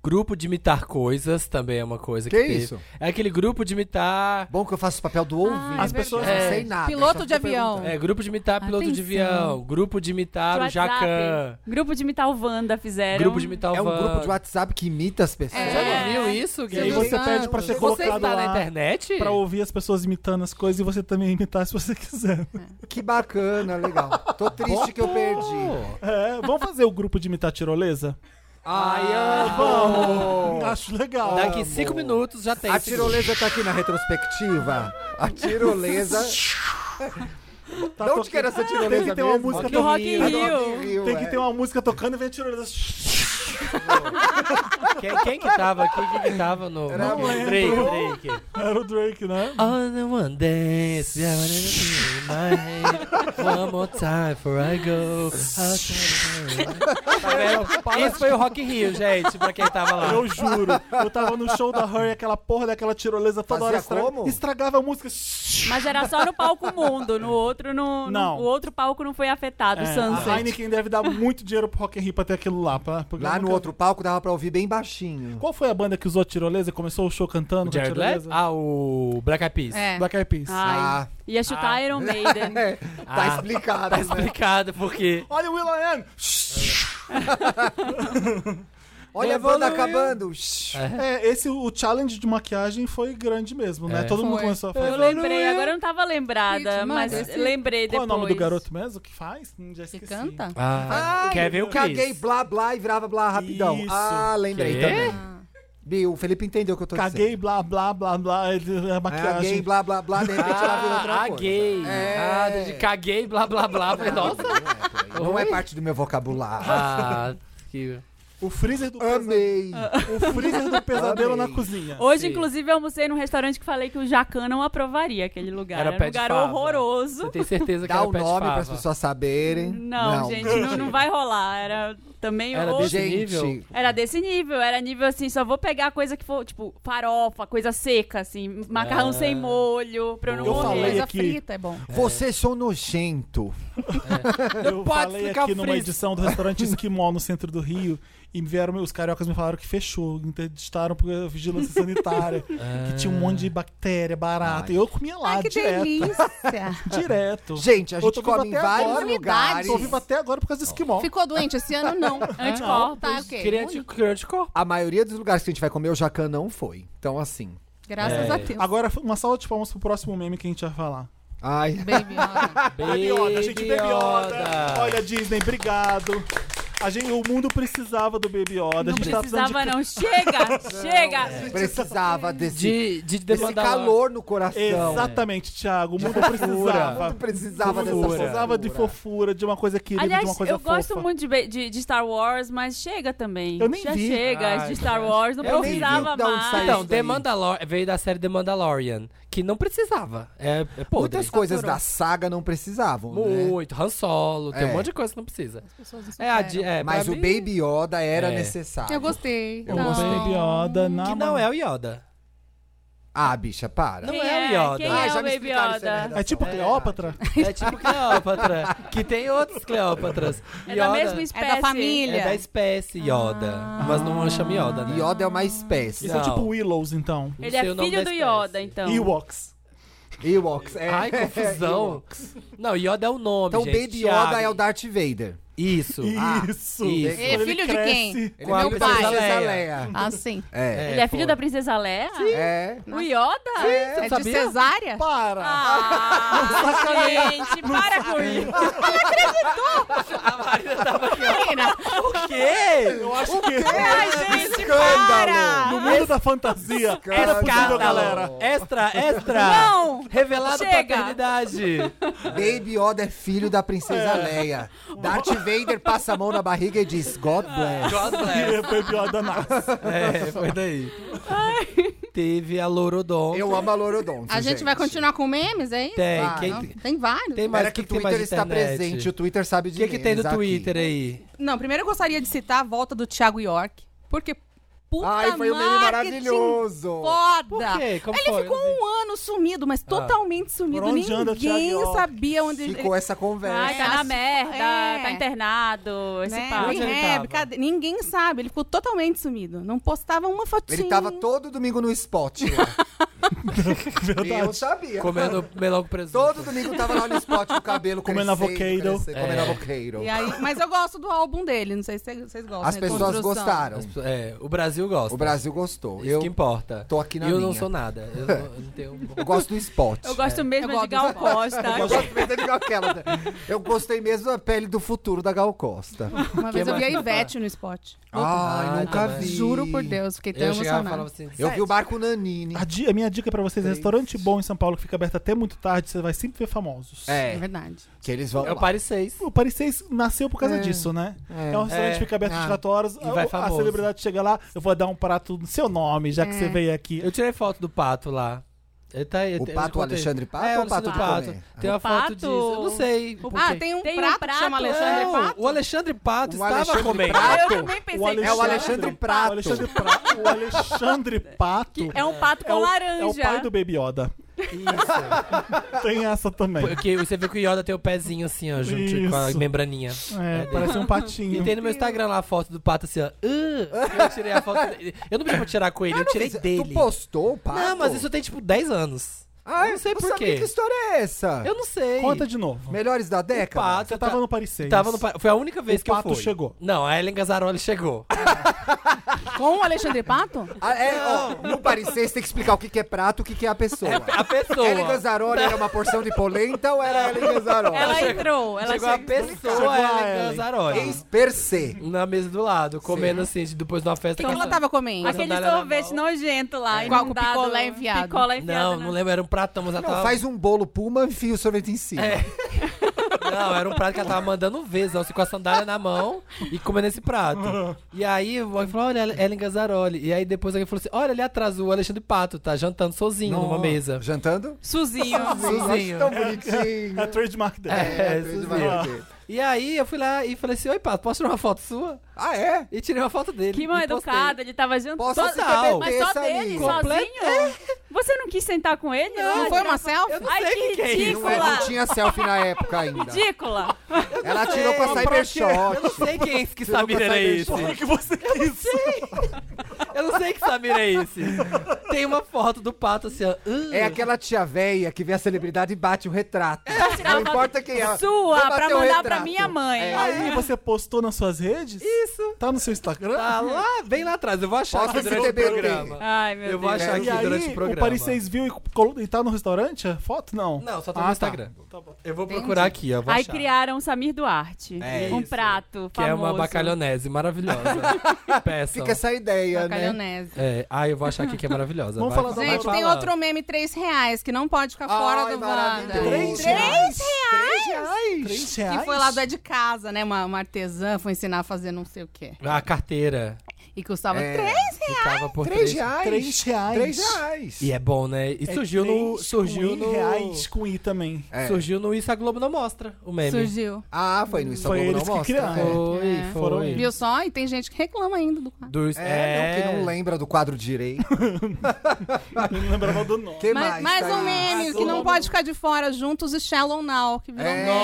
S4: Grupo de imitar coisas também é uma coisa que,
S2: Que
S4: teve.
S2: isso?
S4: É aquele grupo de imitar.
S2: Bom que eu faço o papel do ouvinte.
S3: As pessoas-
S2: Eu não
S4: é.
S2: sei nada.
S5: Piloto
S2: só
S5: de
S2: tô
S5: avião.
S2: perguntando.
S4: É, grupo de imitar piloto de
S1: Atenção.
S4: avião. Grupo de imitar o
S1: WhatsApp.
S4: Jacan.
S1: Grupo de imitar o Wanda fizeram.
S4: Grupo de imitar o
S2: É um
S4: van.
S2: grupo de WhatsApp que imita as pessoas.
S4: Você
S5: É.
S4: não viu isso,
S3: E aí
S4: Gui?
S5: Silvio
S3: você pede pra
S5: Santos.
S3: ser
S4: Você
S3: colocado
S4: está na
S3: lá
S4: internet?
S3: pra ouvir as pessoas imitando as coisas e você também imitar se você quiser.
S2: Que bacana, legal. Tô triste que eu perdi.
S3: É, vamos fazer o grupo de imitar tirolesa?
S4: Ai,
S2: Ah!
S4: amo.
S3: Vamos! Acho legal. Tá
S4: Daqui cinco minutos já tem.
S2: A
S4: esse grupo.
S2: tirolesa tá aqui na retrospectiva. A tirolesa.
S3: Tá
S2: de
S3: tocando-
S2: onde que era essa tirolesa
S3: Tem que ter uma
S2: mesmo?
S3: música
S1: do Rock
S3: tocando.
S1: in Rio.
S3: Tem
S2: é.
S3: que ter uma música tocando e vem a tirolesa.
S4: Quem, quem que tava aqui? Quem que tava no.
S2: Era
S4: no-
S3: lembro.
S4: Drake, Drake.
S3: Era o Drake, né?
S4: On the one dance, yeah, when it's in my head. One more time before I go. outside the door. Tá vendo? Esse foi o Rock in Rio, gente, pra quem tava lá.
S3: Eu juro. Eu tava no show da Hurry, aquela porra daquela tirolesa toda
S2: Fazia
S3: hora estra-
S2: como?
S3: estragava a música.
S1: Mas era só no palco mundo, no outro no, no-
S3: Não.
S1: o outro palco não foi afetado, o
S3: É, a
S1: Sunset.
S3: Heineken deve dar muito dinheiro pro Rock in Rio pra ter aquilo lá. Pra, porque
S2: Lá
S3: eu
S2: no
S3: nunca-
S2: outro palco dava pra ouvir bem baixinho.
S3: Qual foi a banda que usou a tirolesa e começou o show cantando
S4: O
S3: com a
S4: Jared Leto?
S3: tirolesa?
S4: Ah, o Black Eyed Peas.
S5: É.
S3: Black Eyed Peas.
S1: Ai, ia
S3: Ah.
S1: chutar Iron Maiden.
S2: É, Ah, tá
S4: Ah.
S2: explicado.
S4: Tá
S2: né?
S4: explicado porque
S3: Olha o Will.i.am!
S2: Olha a banda
S4: Evoluiu.
S2: acabando.
S3: É, esse, o challenge de maquiagem foi grande mesmo, né?
S4: É.
S3: Todo mundo
S5: Foi.
S3: começou a fazer.
S1: Eu lembrei, agora eu não tava lembrada,
S5: Kid
S1: mas
S5: Manga.
S1: lembrei
S3: Qual
S1: depois.
S3: é o nome do garoto mesmo que faz? Hum, Já
S5: Que
S3: esqueci.
S5: canta?
S4: Ah,
S2: Ai,
S4: quer ver o Chris?
S2: Caguei blá blá e virava blá rapidão.
S3: Isso.
S2: Ah, lembrei
S4: Quê?
S2: também. Bi, o Felipe entendeu o que eu tô
S3: Caguei, blá, blá, blá, blá.
S2: É,
S3: A
S2: dizendo. Caguei. Caguei,
S3: maquiagem.
S2: blá, blá, blá, de repente ela virou tá outra
S4: Ah,
S2: coisa.
S4: gay.
S2: É.
S4: Ah, de caguei, blá, blá, blá. Falei,
S2: Não,
S4: Nossa.
S2: não é por aí. Não é parte do meu vocabulário.
S4: Ah, que...
S3: O freezer do pesadelo.
S2: Amei.
S4: Ah,
S3: O freezer do pesadelo na
S2: Amei.
S3: cozinha.
S1: Hoje,
S4: Sim.
S1: inclusive, eu almocei num restaurante que falei que o Jacan não aprovaria aquele lugar.
S4: Era
S1: Era,
S4: pé
S1: um
S4: de
S1: lugar
S4: fava.
S1: horroroso.
S4: Você tem certeza que
S2: Dá
S4: era
S2: o
S4: pé de
S2: nome
S4: fava.
S2: para as pessoas saberem.
S1: Não, gente, não, não vai rolar. Era também
S4: Era
S1: ou-
S4: desse nível?
S2: Gente,
S1: Era desse nível, era nível assim, só vou pegar coisa que for, tipo, farofa, coisa seca, assim, macarrão
S4: Ah.
S1: sem molho, pra eu não
S3: Eu
S1: morrer.
S3: falei
S5: Coisa
S3: aqui.
S5: frita é bom.
S2: vocês são nojento.
S3: Eu
S4: pode
S3: falei
S4: ficar
S3: aqui numa
S4: freezer.
S3: edição do restaurante Esquimó no centro do Rio e vieram os cariocas me falaram que fechou, interditaram por vigilância sanitária, que tinha um monte de bactéria barata.
S2: Ai.
S3: E eu comia lá
S5: Ai, que
S3: Tá direto,
S5: delícia.
S3: direto.
S2: Gente, a
S3: Eu
S2: gente
S3: tô vivo
S2: come em
S3: até
S2: vários
S3: agora.
S2: lugares.
S3: Tô vivo até agora por causa do Esquimó.
S5: Ficou doente esse ano? Não.
S1: Anticorpos.
S5: Tá, ok.
S4: Queria
S5: Muito.
S4: de, queria de corpo.
S2: A maioria dos lugares que a gente vai comer, o Jacan não foi. Então, assim.
S5: Graças a Deus.
S3: Agora, uma salva de palmas pro próximo meme que a gente vai falar.
S2: Ai.
S5: Baby, olha.
S3: Baby Yoda, gente, Baby Yoda. Olha, Disney, obrigado. A gente, o mundo precisava do Baby Yoda.
S1: Não
S3: a gente tá
S1: precisava,
S3: precisando de...
S1: não. Chega! chega!
S2: Precisava desse,
S4: De, de
S2: desse
S4: demandar-
S2: calor no coração.
S3: Exatamente, Thiago. O mundo
S2: O mundo
S3: precisava.
S2: precisava dessa
S4: Fofura.
S3: Precisava de fofura, de uma coisa querida, de uma
S1: Aliás,
S3: coisa
S1: eu
S3: fofa.
S1: gosto muito de, ba- de- de Star Wars, mas chega também.
S3: Eu nem
S1: Já
S3: vi.
S1: chega
S4: Ai,
S1: de Star
S4: também.
S1: Wars, não
S2: Eu nem vi
S1: precisava
S2: da onde
S1: mais.
S2: saiu.
S4: Então,
S2: isso daí.
S4: The Mandalor... veio da série The Mandalorian, que não precisava. É, é podre.
S2: Muitas coisas
S4: Saturou.
S2: da saga não precisavam, né?
S4: Muito, Han Solo, tem
S2: É.
S4: um monte de coisa que não precisa.
S5: Pessoas
S4: É, a,
S5: insuperam.
S4: di- é,
S2: Mas
S4: pra
S2: o
S4: mim,
S2: Baby Yoda era
S4: É.
S2: necessário.
S5: Eu gostei.
S2: Eu
S5: Não.
S3: O Baby Yoda, não.
S4: Que não é o Yoda.
S2: Ah, bicha, para.
S4: Não
S1: Quem
S4: é o Yoda.
S1: Quem
S2: Ah,
S1: é
S2: já
S1: o
S2: me
S1: Baby
S2: explicaram isso aí na
S1: Yoda?
S2: redação.
S3: É tipo
S2: É
S3: Cleópatra?
S4: É tipo Cleópatra, que tem outros Cleópatras.
S1: É da mesma espécie.
S5: É da família. Ah.
S4: É da espécie Yoda, mas não chama Yoda, né?
S2: Yoda é uma espécie.
S3: Eles são
S4: Não.
S3: tipo Willows, então.
S4: Não
S1: Ele
S4: sei
S1: é
S4: o nome
S1: filho
S4: da
S1: do
S4: espécie.
S1: Yoda, então.
S3: Ewoks.
S2: Ewoks. É.
S4: Ai, confusão. Não, Yoda é o nome,
S2: Então,
S4: gente.
S2: Baby Yoda
S4: Thiago.
S2: é o Darth Vader.
S4: Isso. Ah,
S3: Isso.
S4: isso.
S5: É
S3: Quando ele
S5: filho de
S3: cresce-
S5: quem?
S2: Ele
S4: Com a
S2: é o
S4: princesa
S2: pai.
S4: Leia.
S2: Leia.
S5: Ah, sim.
S2: É.
S1: Ele é filho
S4: pô.
S1: da princesa Leia?
S2: É.
S1: O Yoda?
S5: É, de
S4: sabia?
S5: cesárea?
S3: Para!
S1: Ah, gente, para com isso.
S4: A Marina tava aqui, ó.
S5: Menina,
S4: O quê?
S3: Eu acho que
S1: Ai, gente,
S2: É um Escândalo!
S3: no mundo da fantasia era possível,
S4: Escândalo.
S3: galera.
S4: Extra, extra.
S1: não!
S4: Revelado
S1: Chega.
S4: paternidade.
S2: Baby Yoda é filho da princesa Leia. Darth Vader passa a mão na barriga e diz, God bless.
S4: God bless.
S3: E Baby Yoda nasce.
S4: É, foi daí. Teve a Lorodon.
S2: Eu Ah, amo a Lorodonte,
S5: a gente vai continuar com memes, hein?
S4: Tem,
S2: Vai.
S4: quem-
S5: Não, Tem vários.
S4: tem mais
S2: Era que o
S4: tem mais
S2: Twitter
S4: de
S2: está
S4: internet?
S2: presente, o Twitter sabe
S4: O
S2: de
S4: que, que tem
S2: memes
S4: no
S2: aqui.
S4: Twitter aí?
S5: Não, primeiro eu gostaria de citar a volta do Thiago York, porque puta
S2: Ai, foi um meme
S5: marketing
S2: maravilhoso.
S5: Foda.
S4: Por quê? Como
S5: ele
S4: foi? né,
S5: ficou um ano sumido, mas totalmente sumido.
S3: Por onde anda o Thiago
S5: Ninguém
S3: York?
S5: sabia onde ele né,
S2: Ficou essa
S1: Ai, tá
S2: conversa.
S1: na merda,
S5: É.
S1: tá internado, esse
S5: né?
S1: papo.
S4: Onde ele
S5: Rehab,
S4: tava?
S5: cadê- Ninguém sabe, ele ficou totalmente sumido. Não postava uma fotinha.
S2: Ele tava todo domingo no spot. Eu
S3: Verdade.
S2: sabia.
S4: Comendo melão com presunto.
S2: Todo domingo tava lá no spot com o cabelo
S3: Comendo
S2: crescendo,
S3: avocado.
S2: crescendo, Comendo
S4: É.
S2: avocado.
S5: E aí- mas eu gosto do álbum dele, não sei se vocês gostam.
S2: As
S5: né?
S2: pessoas
S5: Construção.
S2: gostaram.
S4: As- É, o Brasil gosta.
S2: O Brasil gostou.
S4: Isso
S2: Eu,
S4: que importa.
S2: tô aqui na
S4: E eu não
S2: minha.
S4: sou nada. Eu não, eu não tenho...
S2: eu gosto do spot.
S1: Eu gosto mesmo
S5: Eu
S1: de
S5: gosto
S1: Gal
S5: dessa-
S2: Eu
S1: Costa.
S2: gosto mesmo de Gal Costa. né? Eu gostei mesmo da pele do futuro da Gal Costa.
S5: Uma vez
S4: Que
S5: eu vi a
S4: mais?
S5: Ivete no spot.
S2: Ai, nunca
S4: também.
S2: vi.
S5: Juro por Deus, fiquei tão
S4: Eu chegava e falava
S5: emocionada.
S4: assim...
S2: então Eu vi o Marco Nanini.
S4: Ah,
S3: A, di- a minha dica pra vocês é
S2: Três.
S3: restaurante bom em São Paulo que fica aberto até muito tarde, você vai sempre ver famosos.
S5: É
S2: É,
S5: verdade.
S2: que eles vão
S4: É o
S2: lá.
S4: Paris 6.
S3: O Paris 6 nasceu por causa
S2: É.
S3: disso, né?
S2: É.
S3: É, um restaurante
S4: É.
S3: que fica aberto
S2: Ah.
S3: 24 horas.
S4: E vai
S3: a- a,
S4: famoso.
S3: celebridade chega lá, eu vou dar um prato no seu nome, já que
S5: É.
S3: você veio aqui.
S4: Eu tirei foto do Pato lá. Ele tá, ele-
S2: O
S4: eu
S2: Pato
S4: contei.
S2: Alexandre Pato
S4: é,
S2: ou o Pato
S4: Alexandre Pato?
S2: Picolé?
S4: Tem um- uma
S1: O
S4: foto
S1: Pato-
S4: disso. Eu não sei. por
S5: Ah,
S4: quê.
S5: tem um
S1: Tem um
S5: prato, que
S1: prato?
S5: chama Alexandre
S4: Não,
S5: Pato?
S4: O Alexandre Pato
S2: O
S4: estava
S2: Um Alexandre
S4: comendo.
S2: Pato?
S1: Eu também pensei
S2: É o Alexandre Prato.
S3: O Alexandre Prato. O Alexandre Pato
S1: É um pato com
S3: é o-
S1: laranja.
S3: é o pai do Baby Yoda.
S4: Isso.
S3: Tem essa também.
S4: Porque você vê que o Yoda tem o pezinho assim, ó, junto com a
S3: Isso.
S4: membraninha.
S3: É, parece um
S4: E
S3: patinho.
S4: tem no meu Instagram lá a foto do Pato assim, ó. "Ugh", eu tirei a foto dele. Eu não pedi pra tirar com ele, eu,
S2: não
S4: tirei
S2: fiz-
S4: dele.
S2: Tu postou o Pato?
S4: Não, mas isso tem tipo 10 anos.
S2: Ai,
S4: eu não sei
S2: eu
S4: por
S2: sabia
S4: quê.
S2: que história é essa?
S4: Eu não sei.
S3: Conta de novo.
S2: Melhores da década?
S4: Pato,
S3: Você tava no Paris 6.
S4: Tava no pa- Foi a única vez
S3: O
S4: que eu
S3: Pato
S4: fui.
S3: chegou.
S4: Não, a Ellen Gazzaroli chegou.
S5: Com o Alexandre Pato?
S2: Ah, é, ó, no parecer, você tem que explicar o que, que é prato e o que, que é a pessoa.
S4: A pessoa.
S2: Ellen Ganzaroli era uma porção de polenta ou era Ellen Ganzaroli?
S1: Ela
S4: é
S1: entrou, ela
S4: Chegou a
S1: chegou.
S2: Chegou
S4: pessoa,
S2: a
S4: ela
S2: Ellen.
S4: Ganzaroli.
S2: Ex-per se.
S4: Na mesa do lado, comendo assim, depois de uma festa.
S5: O que ela
S4: casando.
S5: tava comendo?
S4: Aqui-
S1: Aquele
S4: sandália na
S1: sorvete
S4: mão.
S1: nojento lá,
S5: É. Com
S1: inundado.
S5: picolé enfiado.
S1: Picolé enfiado.
S4: Não,
S1: né?
S4: não lembro, era um pratão, mas ela
S2: Não,
S4: tava...
S2: faz um bolo puma e enfia o sorvete em cima.
S4: É. Não, era um prato que ela tava mandando vezes, assim, com a sandália na mão e comendo esse prato. E aí, alguém falou, olha, Ellen Gazzaroli. E aí, depois alguém falou assim, olha ali atrás, o Alexandre Pato tá jantando sozinho numa
S2: Nossa.
S4: mesa.
S2: Jantando?
S1: Suzinho.
S4: Sozinho.
S2: Tão bonitinho.
S3: É a trademark dela.
S4: É.
S2: É,
S4: isso
S2: tudo
S4: aí.
S2: maravilhoso.
S4: E aí, eu fui lá e falei assim, oi, Pato, posso tirar uma foto sua?
S2: Ah, é?
S4: E tirei uma foto dele.
S1: Que mal
S4: e postei.
S1: educado, ele tava jantando.
S2: Posso
S1: Só-
S2: se beber
S4: Total.
S1: Mas só
S2: essa
S1: dele,
S2: língua.
S1: sozinho?
S4: É,
S1: Você não quis sentar com ele?
S5: Não foi uma selfie?
S1: Ai, que
S2: Não, é,
S1: ridícula.
S2: não tinha selfie na época ainda.
S1: Ridícula.
S2: Ela tirou É, pra
S4: Eu não
S2: Cybershot.
S4: sei quem é esse que
S2: Tirou
S4: Samir
S2: pra
S4: era
S2: sair
S4: esse.
S2: bem.
S3: O que você quis?
S4: Eu não sei que Samir é esse. Tem uma foto do Pato assim, ó. "Ah,
S2: É aquela tia véia que vê a celebridade e bate o retrato.
S1: tirar
S2: Não
S1: uma
S2: importa quem é.
S1: Sua,
S2: Vou
S1: pra
S4: um
S2: bater o
S1: mandar pra
S2: retrato.
S1: minha mãe.
S4: É.
S1: É.
S3: Aí você postou nas suas redes?
S4: Isso.
S3: Tá no seu Instagram?
S4: Tá lá, bem lá atrás. Eu vou achar
S2: Posso
S4: aqui durante o
S2: receber o
S4: programa.
S1: Ai, meu
S4: Eu vou
S1: Deus.
S4: achar Tá aqui
S3: E aí,
S4: durante o
S3: o
S4: programa.
S3: Paris 6 viu e, colo- e tá no restaurante? a Foto? Não.
S4: Não, só tá
S3: Ah,
S4: no Instagram. Eu vou
S5: Entendi.
S4: procurar aqui, ó. Vou
S1: Aí
S4: achar.
S1: criaram o Samir Duarte.
S4: É
S1: um
S4: isso.
S1: prato
S4: Que
S1: famoso.
S4: é uma bacalhonese maravilhosa. Peça.
S2: Fica assim. essa ideia, né?
S5: Bacalhonese.
S4: É, ah, eu vou achar aqui que é maravilhosa.
S3: Vamos
S4: Vai,
S3: falar da
S4: vai
S5: Gente,
S3: Vai
S5: tem
S4: falar.
S5: outro meme, 3 reais, que não pode ficar fora
S2: Ai,
S5: do Wanda.
S2: maravilhoso.
S5: Três
S2: reais? Três reais?
S3: Três
S5: Que
S3: reais?
S5: foi lá do É de Casa, né? Uma, uma artesã foi ensinar a fazer não sei o quê.
S4: A carteira.
S5: E custava
S2: É.
S5: 3
S4: Ficava por
S2: Três
S4: três
S2: reais?
S3: Três reais.
S2: Três reais.
S4: E é bom, né? E
S3: É
S4: surgiu no.
S3: três
S4: Surgiu
S3: com
S4: no.
S3: I reais com I também.
S2: É.
S4: Surgiu no Isso a Globo não mostra o meme.
S5: surgiu.
S2: Ah, foi no Isso a
S3: Foi
S2: Globo
S3: eles
S2: não
S3: que
S2: mostra.
S3: criaram.
S4: Foi,
S5: É.
S4: foi.
S3: Foram eles.
S5: Viu só? E tem gente que reclama ainda do quadro.
S4: Dos-
S2: É, não, que não lembra do quadro direito.
S3: Eu não lembrava do nome.
S2: Que
S5: Mas,
S2: mais? tá
S5: mais um
S2: Thaís?
S5: meme que não pode ficar de fora juntos e Shallow Now, que virou
S2: É.
S5: um meme.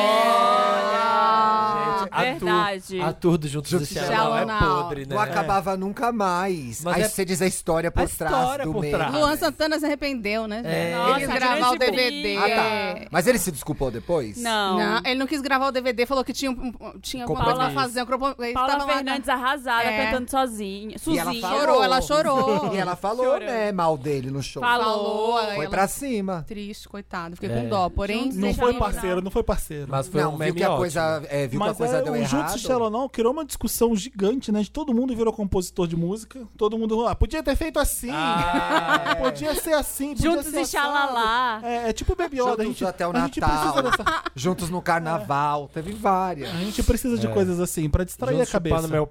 S4: Gente, a
S1: Verdade.
S4: Tur, a Tur do Juntos
S2: Juntos
S4: do
S2: e
S4: Shallow é
S5: Shallow.
S4: podre, né?
S2: Não acabava nunca mais.
S4: Mas
S2: Aí
S4: é-
S2: você diz a história por
S4: A
S2: trás
S4: história
S2: do Ah,
S4: por
S2: meio.
S4: trás.
S5: Luan Santana se arrependeu, né? gente?
S4: É.
S5: Ele quis
S1: Nossa,
S5: gravar o
S1: grande
S5: DVD.
S2: Ah,
S1: briga.
S5: É.
S2: tá. Mas ele se desculpou depois?
S1: Não.
S5: Não, ele não quis gravar o DVD, falou que tinha, um- um- tinha alguma coisa pra
S4: Compromisso.
S5: fazer. Um compromisso. Ele
S1: Paula
S5: tava lá,
S1: Fernandes arrasada,
S5: É.
S1: cantando sozinha.
S2: E ela
S1: Suzinha.
S2: falou.
S5: Chorou, ela chorou.
S2: E ela falou,
S1: Chorando.
S2: né, mal dele no show.
S1: Falou.
S5: falou.
S2: Foi
S5: ela-
S2: pra cima.
S5: Triste, coitado. Fiquei
S4: É.
S5: com dó. Porém,
S3: Não
S1: Deixa
S3: foi
S1: eu
S3: parceiro, não foi parceiro.
S4: Mas foi
S2: Não, viu
S4: um meme
S2: que a
S4: ótimo. um
S2: coisa, é, viu que a
S3: Mas
S2: coisa
S3: é,
S2: deu
S3: o Juntos
S2: errado.
S3: e Shallow Now criou uma discussão gigante, né? De todo mundo virou compositor de música. Todo mundo, ah, podia ter feito assim.
S2: é.
S4: Ah,
S3: Podia ser assim, podia
S1: Juntos
S3: ser
S1: e
S3: assado.
S1: xalalá.
S3: É, é tipo Baby Yoda. A
S2: Juntos
S3: gente,
S2: até o
S3: a gente
S2: Natal.
S3: precisa dessa...
S2: Juntos no carnaval. Teve várias.
S3: A gente precisa de
S4: É.
S3: coisas assim, pra distrair
S4: Juntos
S3: a cabeça.
S4: chupando meu...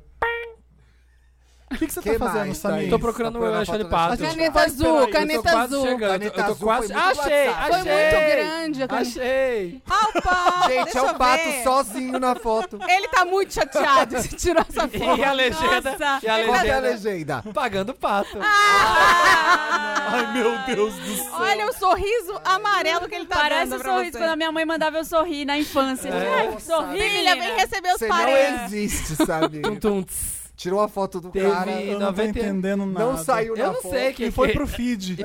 S3: O que, que você
S2: Que
S3: tá fazendo,
S2: mais,
S3: Samir?
S2: Thaís?
S4: Tô procurando
S2: Tá
S4: o Alexandre
S2: procurando a foto
S4: Pato.
S2: da
S5: Caneta
S3: espera
S5: azul,
S3: aí,
S4: Eu tô
S5: caneta
S4: quase
S5: azul.
S4: chegando,
S2: Caneta
S4: eu tô
S2: azul
S4: quase...
S2: foi muito
S4: achei,
S2: WhatsApp.
S4: achei!
S5: Foi muito grande a caneta.
S4: Achei!
S5: Ah, pá,
S2: Gente,
S5: deixa
S2: é o
S5: eu
S2: pato
S5: ver.
S2: sozinho na foto.
S5: Ele tá muito chateado se tirou essa
S4: E a
S5: foto.
S4: legenda...
S1: Nossa.
S2: Qual que
S4: E a
S2: é a
S4: legenda...
S2: legenda?
S4: Pagando pato.
S5: Ah.
S1: Ah!
S3: Ai, meu Deus do céu.
S5: Olha o sorriso amarelo que ele tá
S1: Parece
S5: dando
S1: o
S5: pra
S1: sorriso
S5: você.
S1: quando a minha mãe mandava eu sorrir na infância.
S4: É.
S1: Ai, sorri,
S5: Filha, vem
S1: menina.
S5: receber os
S2: Você não
S5: parentes.
S2: existe, sabe?
S4: Tum, tum, tss.
S2: Tirou a foto do
S4: Teve-
S2: cara,
S3: Eu não tô
S4: 90
S3: entendendo nada.
S2: não saiu na
S4: Eu não
S2: foto.
S4: sei
S3: E
S4: quem
S3: foi pro feed.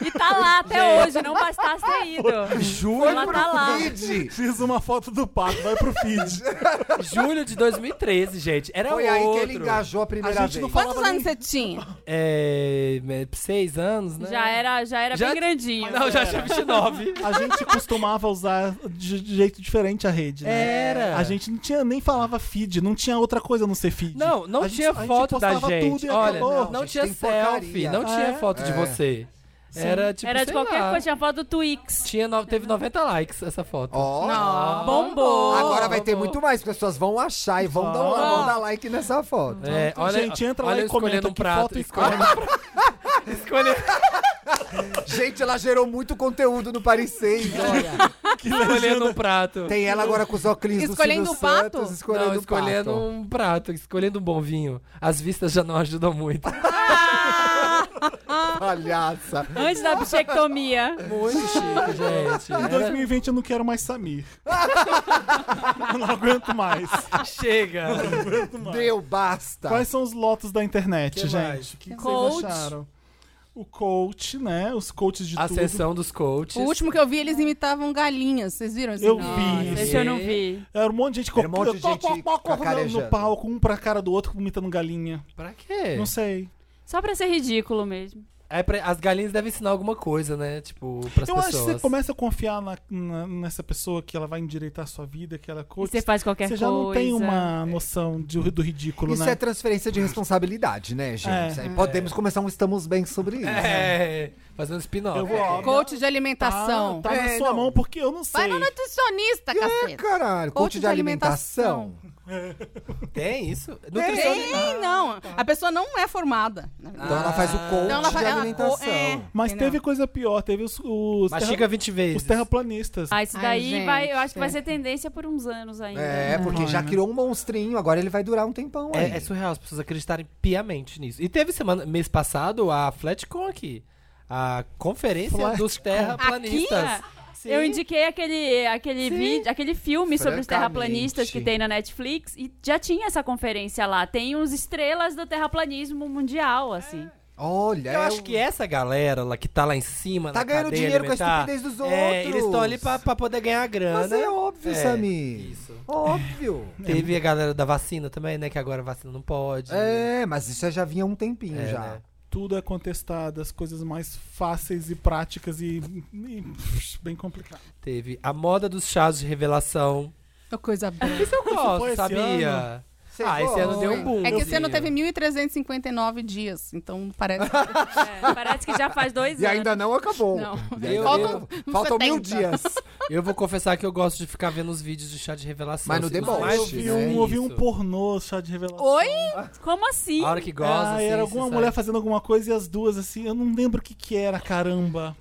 S1: E tá lá até hoje, não bastasse ter ido.
S4: Julho,
S1: Ela tá lá.
S2: Feed.
S3: Fiz uma foto do pato, vai pro feed.
S4: julho de 2013, gente. Era
S2: Foi aí
S4: outro.
S2: que ele engajou a primeira
S3: A gente não
S2: vez.
S5: Quantos
S3: falava
S5: anos
S3: nem-
S5: você tinha?
S4: É, é, seis anos, né?
S1: Já era, já era
S4: Já-
S1: bem grandinho.
S4: Ah, Não, já tinha 29.
S3: A gente costumava usar de de jeito diferente a rede, né?
S4: Era.
S3: A gente não tinha, nem falava feed, não tinha outra coisa a não ser feed.
S4: Não,
S3: A
S4: não
S3: gente-
S4: tinha
S3: a gente
S4: foto da
S3: postava
S4: gente.
S3: tudo e
S4: Olha,
S3: acabou.
S4: não, não
S2: Gente,
S4: tinha
S2: tem
S4: selfie,
S2: porcaria.
S4: não tinha
S3: É.
S4: foto de
S2: É.
S4: você. Era tipo,
S1: Era de
S4: sei
S1: qualquer
S4: lá,
S1: coisa, tinha foto do Twix.
S4: Tinha no- teve 90 likes essa foto.
S2: Ó,
S4: Ah,
S1: Bombou.
S2: agora vai ter muito mais, porque as pessoas vão achar e vão, dar, vão dar like nessa foto.
S4: É, olha,
S3: Então, gente, entra
S4: olha
S3: lá
S4: eu
S3: e comenta
S4: escolhendo um
S3: que
S4: prato.
S3: foto e
S4: escolhendo um prato. Escolhendo-
S2: Gente, ela gerou muito conteúdo no Paris 6, olha.
S3: né,
S4: escolhendo um prato.
S2: Tem ela agora com os óculos do
S5: Escolhendo
S2: Silvio
S5: o pato?
S2: Santos, escolhendo,
S4: Não,
S2: o pato.
S4: escolhendo um prato, escolhendo um bom vinho. As vistas já não ajudam muito.
S2: Palhaça.
S1: Ah! Antes da bichectomia.
S4: Muito chique, gente.
S3: Em
S4: Era-
S3: 2020 eu não quero mais Samir. eu não aguento mais.
S4: Chega.
S2: Deu, basta. Tá.
S3: é Quais são os lotos da internet,
S4: Que
S3: gente?
S4: mais?
S3: O que, que
S1: Coach.
S3: vocês acharam? o coach, né? Os coaches de tudo.
S4: Ascensão dos coaches.
S5: O último que eu vi, eles imitavam galinhas. Vocês viram esse
S3: Eu
S5: vídeo?
S3: vi
S1: Nossa,
S3: isso.
S1: esse eu não vi.
S3: Era um monte de gente
S2: Era um monte de
S3: Pó,
S2: gente
S3: pó, pó, pó,
S2: cacarejando.
S3: no palco, um pra cara do outro, imitando galinha.
S4: Pra quê?
S3: Não sei.
S1: Só pra ser ridículo mesmo.
S4: É pra- as galinhas devem ensinar alguma coisa, né? Tipo, pras
S3: eu
S4: pessoas.
S3: acho que você começa a confiar na- na- nessa pessoa que ela vai endireitar a sua vida, que ela é
S1: E
S3: coach.
S1: você faz qualquer
S3: Você
S1: coisa.
S3: já não tem uma noção de- do ridículo,
S2: Isso
S3: né?
S2: é transferência de responsabilidade, né, gente?
S3: É.
S2: Aí podemos começar um Estamos Bem sobre isso.
S4: É,
S2: assim.
S4: fazendo spin-off.
S3: Eu vou, ó,
S5: Coach de alimentação.
S3: Tá, tá na
S2: É,
S3: sua
S2: não.
S3: mão porque eu não sei.
S5: Vai no nutricionista,
S2: É,
S5: caceta.
S2: caralho. Coach, de, alimentação.
S4: Tem isso? Nutricionista.
S5: Tem, não. A pessoa não é formada. na verdade.
S2: Então ela faz o coach
S5: Então ela
S2: de
S5: faz- ela-
S2: alimentação.
S5: é.
S3: Mas
S5: Entendeu?
S3: teve coisa pior, teve os, os, terra-
S4: Mastiga 20 vezes.
S3: os terraplanistas.
S1: Ah, isso
S5: Ai,
S1: daí
S5: gente,
S1: vai, eu acho que vai
S5: é.
S1: ser tendência por uns anos ainda.
S2: É, porque já criou um monstrinho, agora ele vai durar um tempão aí.
S4: É, é surreal as pessoas acreditarem piamente nisso. E teve semana, mês passado a Flatcon aqui. A conferência dos terraplanistas.
S1: Aqui? Eu indiquei aquele, aquele
S4: Sim.
S1: vídeo, aquele filme sobre os
S2: Francamente.
S1: terraplanistas que tem na Netflix e já tinha essa conferência lá. Tem uns estrelas do terraplanismo mundial, assim.
S2: Olha,
S4: Eu acho que é. essa galera lá que tá lá em cima
S2: É Tá
S4: na
S2: ganhando
S4: cadeia
S2: dinheiro com a
S4: alimentar,
S2: estupidez dos
S4: É,
S2: outros.
S4: eles estão ali pra, pra poder ganhar grana.
S2: Mas é óbvio,
S4: É,
S2: Samir.
S4: isso.
S2: Óbvio.
S4: Teve a galera da vacina também, né? Que agora a vacina não pode.
S2: É, mas isso já vinha há um tempinho
S4: É,
S2: já.
S4: né?
S3: Tudo é contestado, as coisas mais fáceis e práticas e, e, pff, bem complicado.
S4: Teve a moda dos chás de revelação.
S5: Ô, É Coisa boa.
S4: Isso eu
S3: foi
S4: gosto,
S3: esse
S4: sabia?
S3: ano?
S4: Ah, esse ano deu um
S2: Foi.
S4: boom.
S5: É que
S4: eu
S5: esse ano
S4: vi.
S5: teve 1.359 dias, então parece.
S1: É, parece que já faz dois
S2: E
S1: anos.
S2: ainda não acabou.
S5: Não.
S2: E ainda
S4: Eu-
S2: faltam
S5: eu-
S2: faltam mil
S5: 70.
S2: dias.
S4: Eu vou confessar que eu gosto de ficar vendo os vídeos de chá de revelação.
S2: Mas no
S4: assim, os
S2: deboche,
S4: mais
S3: eu vi,
S2: né?
S4: difíceis.
S3: um, eu vi um
S4: Isso.
S3: pornô, chá de revelação.
S5: Oi?
S1: Como assim?
S4: A hora que gosta,
S3: Ah,
S4: assim,
S3: era
S4: você
S3: alguma
S4: sabe.
S3: mulher fazendo alguma coisa e as duas assim, eu não lembro o que que era, caramba.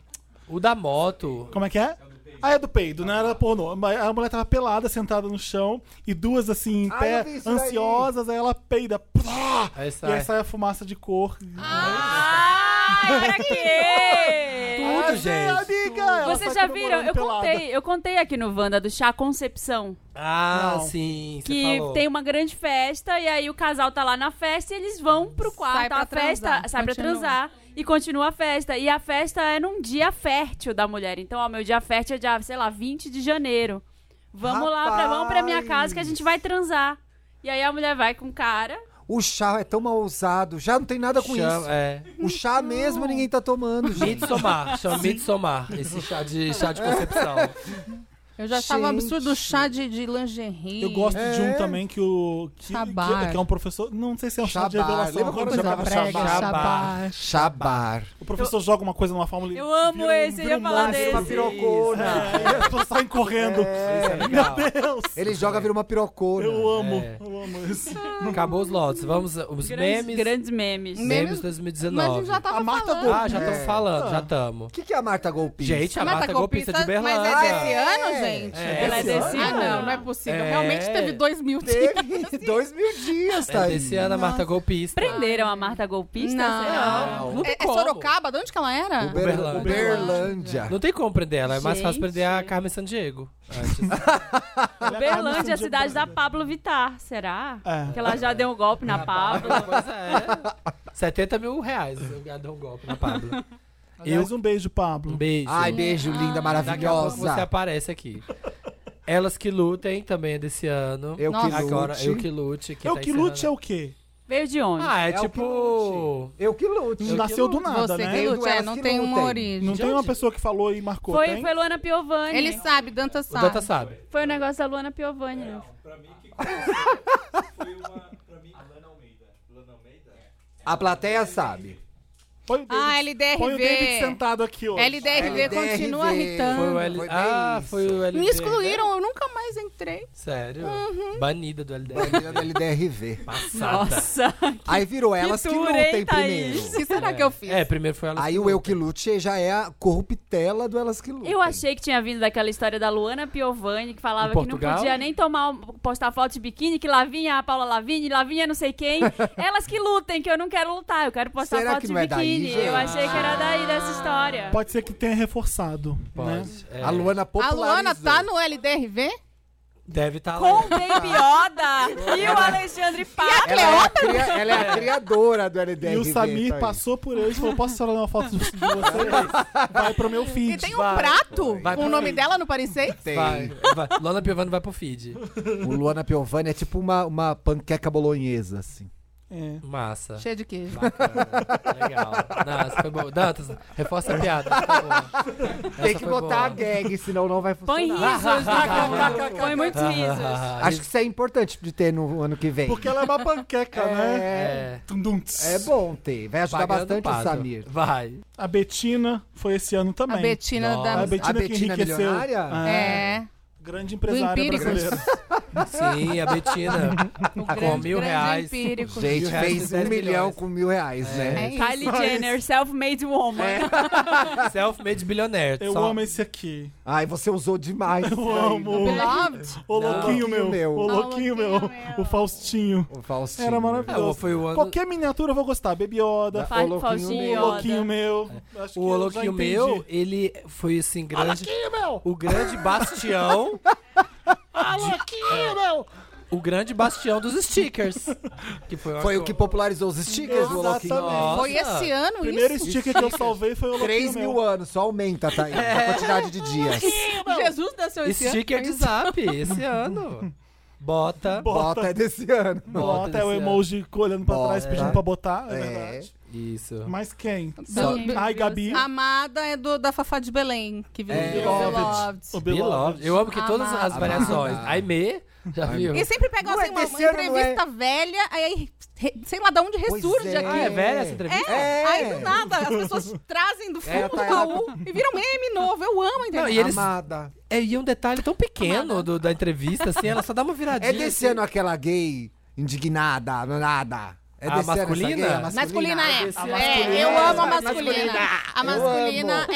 S4: O da moto.
S3: Como é que é? Ah, é do peido, não era pornô. Mas A mulher tava pelada, sentada no chão, e duas assim, em
S2: Ah,
S3: pé,
S2: eu vi isso daí.
S3: ansiosas, aí ela peida. plá, e
S4: Aí
S3: aí
S4: sai.
S3: sai a fumaça de cor.
S1: Ai, pra quê?
S4: Tudo,
S3: Ai,
S4: gente.
S3: amiga, ela tá
S1: Vocês
S3: sai
S1: já viram?
S3: comemorando
S1: Eu
S3: pelada.
S1: contei, eu contei aqui no Wanda do Chá Concepção.
S4: Ah,
S3: Não.
S4: sim. você
S1: que
S4: falou.
S1: tem uma grande festa e aí o casal tá lá na festa e eles vão pro quarto,
S5: pra
S1: a festa
S5: transar,
S1: sai pra
S5: continua.
S1: transar e continua a festa. E a festa é num dia fértil da mulher. Então, ó, meu dia fértil é dia, sei lá, 20 de janeiro. Vamos lá, pra, vamos pra minha casa que a gente vai transar. E aí a mulher vai com o cara.
S2: O chá é tão mal usado, já não tem nada com
S4: Chama- É.
S2: isso. O chá mesmo ninguém tá tomando, gente.
S4: Mitsomar, chama Mitsomar, esse chá de, chá de concepção.
S3: É.
S5: Eu já achava um
S2: Gente.
S5: absurdo o chá de, de lingerie.
S3: Eu gosto de um
S2: É.
S3: também que o. Que,
S5: Chabar.
S3: que- que é um professor. Não sei se é um chá de
S2: Chabar.
S3: revelação.
S2: Lembra
S3: Agora
S2: quando
S3: já
S2: jogava
S3: tava
S2: prega,
S3: chabar.
S5: Jabá.
S2: Chabar.
S3: O professor joga uma coisa numa fórmula e.
S1: Eu amo
S3: vira um-
S1: esse, eu
S3: vira
S1: ia
S3: um
S1: falar
S3: monstro.
S1: desse. É.
S2: Uma pirocona.
S3: É, e as pessoas saem correndo. Meu Deus!
S2: Ele joga, vira uma pirocona.
S3: Eu amo,
S4: É.
S3: eu amo isso.
S4: Acabou os lotes, vamos
S1: Grandes
S4: os memes,
S1: memes. grandes memes.
S4: memes
S5: Me- Memes- Mas a
S4: 2019.
S5: gente já tava
S3: A Marta
S5: falando.
S3: Golpista.
S4: Ah, já estamos
S2: É.
S4: falando, já
S2: O
S4: estamos.
S2: que, que é a Marta Golpista?
S4: Gente, a
S5: Mata
S4: Marta golpista de
S5: Mas
S4: Berlândia.
S5: é desse ano, gente?
S4: É.
S1: Ela é desse
S5: Ah,
S1: ano?
S5: não, não é possível.
S4: É.
S5: Realmente teve dois mil dias.
S2: Teve dois mil dias,
S4: É
S2: tá aí.
S4: desse ano a Marta golpista.
S1: Prenderam a Marta golpista?
S5: Não.
S1: será?
S4: Não, não tem
S5: É, é
S4: como.
S5: Sorocaba? De onde que ela era?
S2: Uber-
S4: Uberlândia.
S2: Uberlândia.
S4: Não tem como prender ela, é mais fácil
S1: Gente.
S4: prender a Carmen Sandiego.
S1: Uberlândia, é a cidade da Pablo Vittar, será?
S3: É.
S1: Que ela já deu um golpe na Pablo.
S4: Pois é. 70 mil reais, eu dou um golpe na Pablo.
S3: Aliás, um beijo, Pablo.
S4: Um beijo.
S2: Ai, beijo, linda,
S4: Daqui a pouco você
S2: maravilhosa.
S4: aparece aqui. Elas que lutem também é desse ano.
S2: Eu que
S5: Nossa.
S2: lute.
S4: Agora, eu que lute. Que
S3: eu
S4: tá
S3: que lute é
S4: encerrando.
S3: o quê?
S1: Veio de onde?
S4: Ah, é,
S2: É o que
S4: tipo.
S2: Eu É que lute.
S4: Eu
S3: Nasceu do nada,
S5: Você
S3: né?
S5: que
S2: Eu
S5: lute,
S2: duelo
S5: é,
S2: que
S5: não tem
S2: não
S5: uma
S2: tem.
S5: origem.
S3: Não
S4: De
S3: tem uma
S4: onde?
S3: pessoa que falou e marcou,
S1: Foi,
S3: tem?
S1: foi Luana Piovani.
S5: Ele sabe, Danta
S4: O
S5: sabe.
S4: Danta sabe.
S1: Foi o negócio da Luana Piovani. né?
S2: A plateia sabe.
S3: Põe o
S5: Ah,
S3: David-
S5: LDRV.
S3: Põe o David sentado aqui hoje.
S5: LDRV continua
S2: LDRV.
S4: Foi
S5: irritando.
S4: o L...
S2: Foi bem
S4: ah,
S2: isso.
S4: foi o LD.
S5: Me excluíram, eu nunca mais entrei.
S4: Sério?
S2: Uhum.
S4: Banida do LD.
S2: Bandeira do LDRV.
S1: Nossa.
S2: Aí virou elas que,
S1: dura,
S2: lutem
S1: hein, Thaís?
S2: primeiro.
S5: O que será
S4: É.
S5: que eu fiz?
S4: É, primeiro foi elas
S2: Aí o eu que lute já é a corruptela do elas que lutem.
S1: Eu achei que tinha vindo daquela história da Luana Piovani, que
S4: Em
S1: falava que não
S4: Portugal?
S1: podia nem tomar, um, postar foto de biquíni, que lá vinha a Paula Lavigne, lá vinha não sei quem. Elas que lutem, que eu não quero lutar, eu quero postar
S2: Será
S1: foto
S2: que
S1: de
S2: não é daí,
S1: biquíni.
S2: gente?
S1: eu achei que era daí dessa história.
S3: Pode ser que tenha reforçado, né?
S4: Pode. É.
S2: A Luana
S5: A tá
S2: popularizou.
S5: Luana tá no LDRV?
S4: Deve estar
S1: Com
S4: lá.
S1: o Baby Yoda e o Alexandre Pato.
S2: Ela é, a cria- ela é a criadora do LDR.
S3: E o Samir passou por ele e falou: Posso tirar uma foto de você? Vai pro meu
S5: E
S3: feed.
S5: tem um
S4: vai,
S5: prato
S4: vai
S5: com
S4: pra
S5: o nome
S4: mim.
S5: dela no Parecer?
S2: Tem.
S4: Vai, vai. Lona Piovani vai pro feed.
S2: O Luana Piovani é tipo uma, uma panqueca bolonhesa, assim.
S3: É.
S4: Massa.
S5: Cheia de queijo.
S4: Bacana. Legal. Nossa, foi bom. Dantas, reforça a piada. por favor.
S2: Tem
S4: Essa
S2: que
S4: foi
S2: botar a
S4: boa.
S2: gag, senão não vai funcionar.
S1: Põe risos, Dudu. Põe muitos risos.
S2: Acho que isso é importante de ter no ano que vem.
S3: Porque ela é uma panqueca, né?
S2: é,
S4: É.
S3: Tum, dum, tss.
S2: é bom ter. Vai ajudar
S4: Pagando
S2: bastante o
S4: pato.
S2: Samir.
S4: Vai.
S3: A Betina foi esse ano também.
S5: A Betina
S4: Nossa. Tá
S5: da.
S3: A Betina,
S2: A
S3: que
S2: Betina
S3: enriqueceu.
S2: milionária?
S5: É.
S3: Grande empresária
S5: Empíricos.
S3: brasileira.
S4: Sim, a Betina.
S2: Um
S5: O
S4: Com
S5: grande,
S4: mil
S5: grande
S4: reais.
S5: empírico.
S2: Gente,
S4: Mil reais e
S2: fez um
S4: dez
S2: milhão
S4: milhões.
S2: com mil reais,
S5: É
S2: né?
S5: isso.
S1: Kylie Jenner, self-made woman.
S4: Self-made bilionaire.
S3: Eu
S4: Só-
S3: amo esse aqui.
S2: Ai, você usou demais.
S3: Eu
S2: isso aí,
S3: amo.
S5: Beloved.
S3: Ô,
S4: Não.
S3: louquinho meu.
S2: Meu.
S3: Ô,
S2: Ah,
S3: louquinho
S5: louquinho
S3: meu.
S5: meu.
S3: O Faustinho.
S2: O Faustinho.
S3: Era
S4: É, o-
S3: maravilhoso.
S4: foi o ano.
S3: Qualquer miniatura eu vou gostar. Baby Yoda,
S1: Fa-
S2: o louquinho
S1: Faustinho
S2: meu.
S3: o
S1: Yoda.
S3: louquinho meu. Acho que
S4: O
S3: eu já
S4: Oloquinho
S3: entendi.
S4: meu, ele foi assim grande. O grande bastião. é. O grande bastião dos stickers. Que foi, uma
S2: Foi o
S4: co-
S2: que popularizou os stickers do Oloquinho.
S3: Exatamente.
S2: Nossa.
S5: Foi esse ano
S3: Primeiro
S5: isso?
S3: sticker que eu salvei foi o louquinho
S2: 3
S3: meu.
S2: mil anos, só aumenta, tá aí,
S4: É.
S2: a quantidade de dias.
S5: Jesus nasceu esse ano.
S4: Sticker é de zap esse ano. Bota.
S2: Bota é desse ano.
S3: Bota é o
S4: desse
S3: emoji olhando pra trás,
S2: Bota.
S3: pedindo pra botar, é,
S2: É.
S3: verdade.
S4: Isso.
S3: Mas quem?
S5: Só-
S3: Ai, Gabi.
S5: Amada é do, da Fafá de Belém, que virou
S2: É.
S5: Beloved.
S3: O
S4: Beloved. Eu amo que todas
S5: Amada.
S4: as variações.
S2: Amada.
S4: Aimee, já viu?
S5: E sempre pegam
S2: Não é
S5: assim, uma, uma
S2: desse ano, não é?
S5: entrevista velha, aí, aí, re- sei lá de onde
S2: Pois
S5: ressurge
S2: é.
S5: aqui.
S4: Ah, é velha essa entrevista?
S2: É.
S5: Aí do nada, as pessoas trazem do fundo
S2: É,
S5: do
S2: tá ela-
S5: baú e viram meme novo. Eu amo a
S4: Não,
S5: internet.
S4: e eles-
S2: Amada.
S4: É, e um detalhe tão pequeno do- da entrevista, assim, ela só dá uma viradinha.
S2: É desse
S4: assim.
S2: ano aquela gay indignada, nada. É
S4: A
S2: desse ano essa
S4: masculina?
S2: gay, a
S5: Masculina é.
S4: Esse ano.
S5: é.
S4: Masculina.
S5: Eu amo a
S2: Masculina.
S5: masculina. A masculina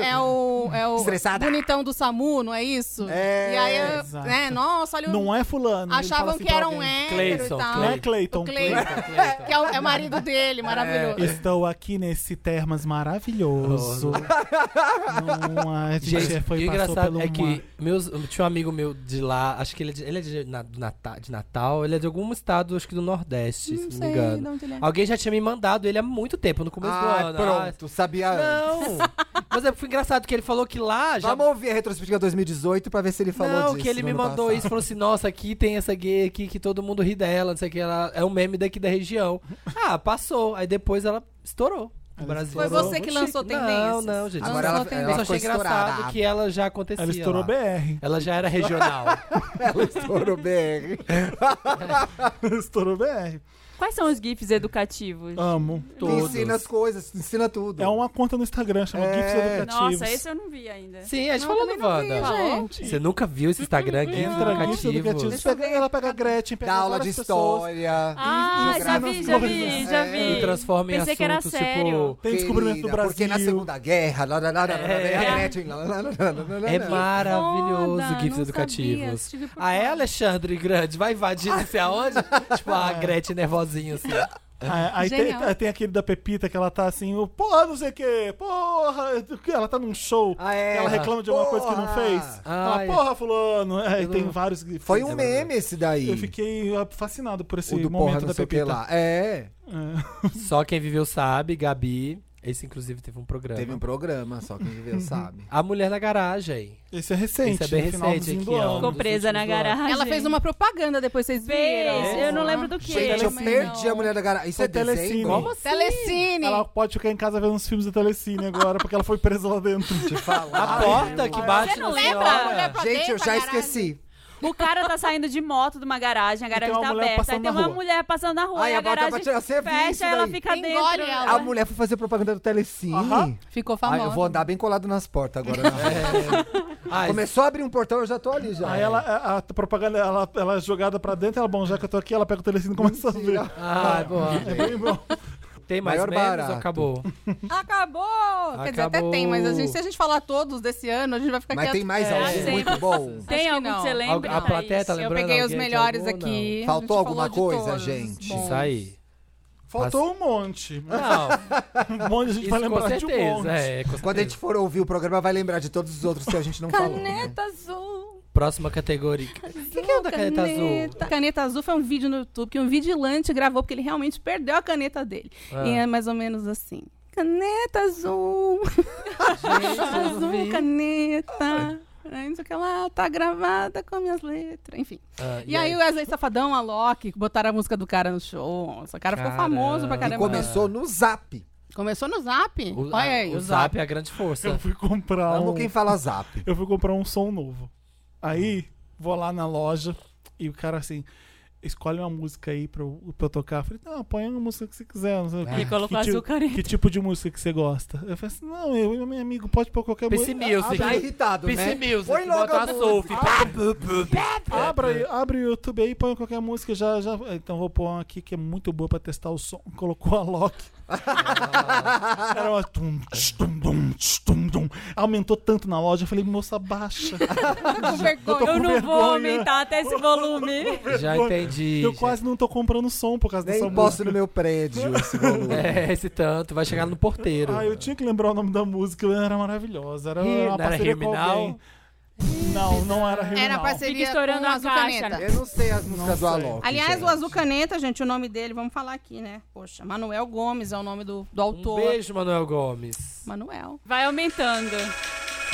S5: é, é o. É o
S2: Estressada.
S5: bonitão do Samu, não é isso?
S2: É,
S5: E aí, eu-
S3: exato.
S5: né? Nossa, olha o.
S3: Não é fulano. ele fala
S5: Achavam
S3: assim
S5: que
S3: pra
S5: era um
S3: alguém.
S5: hétero
S4: Clayson,
S5: e tal.
S3: Não é Clayton.
S5: O Clayton, que é o, é o marido dele, maravilhoso.
S3: Estou aqui nesse termas maravilhoso. Não, a gente,
S4: Gente,
S3: foi
S4: e o
S3: passou
S4: engraçado
S3: pelo
S4: é que meus, tinha um amigo meu de lá, acho que ele é de, ele é de, na- do Natal, de Natal, ele é de algum estado, acho que do Nordeste, se não me engano.
S5: de onde ele é.
S4: Alguém já tinha me mandado ele há muito tempo, no começo do
S2: Ah,
S4: ano.
S2: pronto, sabia
S4: Ah,
S2: antes.
S4: não! Mas é, foi engraçado que ele falou que lá já.
S2: Vamos ouvir a retrospectiva 2018 pra ver se ele falou
S4: não,
S2: disso.
S4: que ele
S2: no
S4: me
S2: ano
S4: mandou
S2: passado.
S4: isso, falou assim: nossa, aqui tem essa gay aqui que todo mundo ri dela, não sei o que, ela é um meme daqui da região. Ah, passou. Aí depois ela estourou. O
S3: Ela
S4: Brasil.
S5: Foi
S4: estourou.
S5: você que
S4: Muito
S5: lançou
S4: chique. Não,
S5: tendências. Ah,
S4: não, gente.
S2: Agora ela,
S5: Eu
S4: Eu só
S2: ela ficou
S4: achei engraçado
S2: estourada.
S4: que ela já acontecia.
S3: Ela estourou
S4: lá.
S3: BR.
S4: Ela já era regional.
S2: Ela estourou BR.
S3: estourou BR.
S1: Quais são os GIFs educativos?
S3: Amo.
S4: Todos.
S2: Ensina as coisas, ensina tudo.
S3: É uma conta no Instagram, chama
S2: É.
S3: GIFs Educativos.
S1: Nossa, esse eu não vi ainda.
S4: Sim, a gente
S5: Não,
S4: falou
S5: também
S4: no
S5: não vi,
S4: Wanda.
S5: gente.
S4: Você nunca viu esse Instagram aqui?
S3: Entra GIFs Educativos.
S5: Deixa eu
S3: Pega-
S5: ver.
S3: ela pega a Gretchen, pega
S2: Dá aula de
S3: várias pessoas.
S2: história.
S1: Ah,
S2: e
S1: já
S2: geografia.
S1: vi, já vi, já
S4: E
S1: vi.
S4: transforma em
S1: Pensei que era
S4: assuntos
S1: sério.
S4: tipo.
S3: Tem descobrimento do
S2: Querida,
S3: Brasil.
S2: Porque na Segunda Guerra, lá, lá, lá, lá, lá, lá,
S4: É.
S2: lá, lá, Gretchen, lá, lá, lá, lá, lá, lá,
S4: É
S2: lá.
S4: maravilhoso,
S5: Foda,
S4: GIFs
S5: não
S4: educativos.
S5: sabia, estive por
S4: Ah, é,
S5: fora.
S4: Alexandre Grande? Vai invadir não sei aonde? tipo, a Gretchen nervosinha, assim.
S3: Ah, Aí tem,
S5: Genial.
S3: tem aquele da Pepita que ela tá assim, o porra, não sei o quê, porra. Ela tá num show.
S2: Ah, é.
S3: Ela reclama de alguma coisa que não
S2: Porra.
S3: fez.
S4: Ah,
S3: Ela,
S4: é.
S3: porra, fulano. É, e
S4: Eu
S3: tem
S4: não-
S3: vários GIFs.
S2: Foi um meme esse daí.
S3: Eu fiquei fascinado por esse
S2: o do porra,
S3: momento
S2: não
S3: da
S2: sei o que
S3: Pepita.
S2: lá. É,
S3: É.
S4: Só quem viveu sabe, Gabi. Esse, inclusive, teve um
S3: É.
S4: programa.
S2: teve um programa, só quem
S3: Uhum.
S2: viveu sabe.
S4: A Mulher na Garagem.
S3: Esse é recente,
S4: Esse é bem
S3: no finalzinho
S4: recente
S3: do
S4: aqui, ó.
S1: Ficou
S3: ano.
S4: dos
S1: presa na
S4: últimos anos.
S1: garagem.
S5: Ela fez uma propaganda depois, vocês viram?
S1: Fez, eu não lembro do que.
S2: Gente, eu
S1: mas
S2: perdi
S1: não.
S2: a mulher da garagem. Isso
S3: Foi
S2: é
S3: Telecine.
S2: desenho?
S3: Como
S4: assim?
S5: Telecine.
S3: Ela pode ficar em casa vendo uns filmes da Telecine agora, porque ela foi presa lá dentro.
S2: Te
S4: A
S2: falar.
S4: porta que bate
S1: Você não
S4: na
S1: lembra?
S4: senhora.
S5: Mulher pra
S2: Gente,
S5: dentro,
S2: eu já
S5: pra caralho.
S2: esqueci.
S1: O cara tá saindo de moto de uma garagem, a garagem
S3: tem uma
S1: tá
S3: mulher
S1: aberta.
S3: passando
S1: Aí tem
S3: na
S1: uma
S3: rua.
S1: mulher passando na rua.
S2: Ai,
S1: e a
S2: a porta
S1: garagem
S2: pra tirar, você viu isso
S1: fecha, ela
S2: daí?
S1: fica
S5: Engole
S1: dentro.
S5: ela.
S2: A mulher foi fazer propaganda do Telecine.
S3: Aham. É,
S5: Ficou
S2: Ai, eu
S5: famosa.
S2: vou andar bem colado nas portas agora. né?
S4: Ah,
S2: Começou a abrir um portão, eu já tô ali já.
S3: Aí ela, a, a propaganda, ela, ela é jogada pra dentro, ela, bom, já que eu tô aqui, ela pega o telecine e começa a ver.
S4: Ah,
S3: É
S4: boa.
S3: bem bom.
S4: Tem mais
S2: Maior
S4: memes
S2: barato.
S4: ou acabou?
S5: Acabou! Quer dizer, até
S4: Acabou.
S5: tem, mas a gente, se a gente falar todos desse ano, a gente vai ficar
S2: Mas
S5: quieto.
S2: tem mais
S5: É.
S2: algum
S1: Sim.
S2: muito bom?
S5: Acho
S1: Tem
S5: que
S1: algum que
S5: não.
S1: você lembra?
S4: A plateia tá
S1: Thaís?
S5: Eu
S4: lembrando
S5: peguei os
S4: alguém de
S5: melhores
S4: algum? Não.
S5: aqui. a
S2: Faltou
S5: gente
S2: alguma
S5: falou de
S2: coisa,
S5: todos.
S2: gente?
S5: Bom.
S4: Isso aí.
S3: Faltou um monte.
S4: Não,
S3: Um monte, a gente
S4: Ah, isso
S3: vai
S4: com
S3: lembrar de um monte.
S4: certeza. é, com
S2: Quando a
S4: certeza.
S2: gente for ouvir o programa, vai lembrar de todos os outros que a gente não falou. né?
S5: Caneta azul.
S4: Próxima categoria. O que, que é o da caneta azul?
S5: A um caneta azul foi um vídeo no YouTube que um vigilante gravou porque ele realmente perdeu a caneta dele.
S4: Ah.
S5: E é mais ou menos assim. Caneta azul, azul, caneta. Aí não sei o que lá, tá gravada com minhas letras. Enfim.
S4: Ah,
S5: E aí o Wesley Safadão, a Loki, botaram a música do cara no show. Esse cara ficou
S4: Caramba.
S5: famoso pra
S4: E
S5: caramba.
S2: Começou no zap.
S3: Então,
S5: Começou no Zap.
S4: o,
S5: Olha aí,
S4: o, zap, é a grande força.
S3: Eu fui comprar
S2: Amo
S3: um,
S2: quem fala zap.
S3: eu fui comprar um som novo. Aí, vou lá na loja e o cara assim, escolhe uma música aí pra eu, pra eu tocar. Eu falei, não, põe uma música que você quiser. Não sei o
S4: É.
S1: Ele
S3: que,
S1: colocou
S3: que, ti-
S1: azul caneta.
S3: que tipo de música que você gosta? Eu falei assim, não, eu e meu amigo, pode pôr qualquer
S4: PC
S3: música.
S4: Music.
S2: Tá irritado, né?
S4: PC Music.
S2: Põe logo
S4: Bota
S2: a
S4: a
S2: música.
S4: Sophie. É,
S3: Abra, aí- abre o YouTube aí, põe qualquer música. Já, já. Então vou pôr uma aqui que é muito boa pra testar o som. Colocou a Loki. Era uma tum, tch, tum, dum, tch, tum, dum. Aumentou tanto na loja, eu falei, moça, baixa.
S5: com vergonha.
S1: Eu não vou
S3: vergonha.
S1: aumentar até esse volume.
S4: Já entendi.
S3: Eu quase não tô comprando som por causa dessa
S2: Nem
S3: música.
S2: posso no meu prédio esse volume.
S4: É, esse tanto. Vai chegar no porteiro.
S3: Ah, eu tinha que lembrar o nome da música, era maravilhosa. Era
S4: Ih,
S3: uma
S4: não era
S3: parceria com
S4: Herminal?
S3: alguém. Não, não era Herminal.
S5: Era parceria
S1: Fica estourando
S5: com
S1: a
S5: Azul
S1: caixa.
S5: Caneta.
S2: Eu não sei as músicas do
S3: sei.
S2: Alok.
S5: Aliás, o
S2: gente.
S5: Azul Caneta, gente, o nome dele, vamos falar aqui, né? Poxa, Manuel Gomes é o nome do, do
S4: Um
S5: autor.
S4: beijo, Manuel Gomes.
S5: Manuel.
S1: Vai aumentando.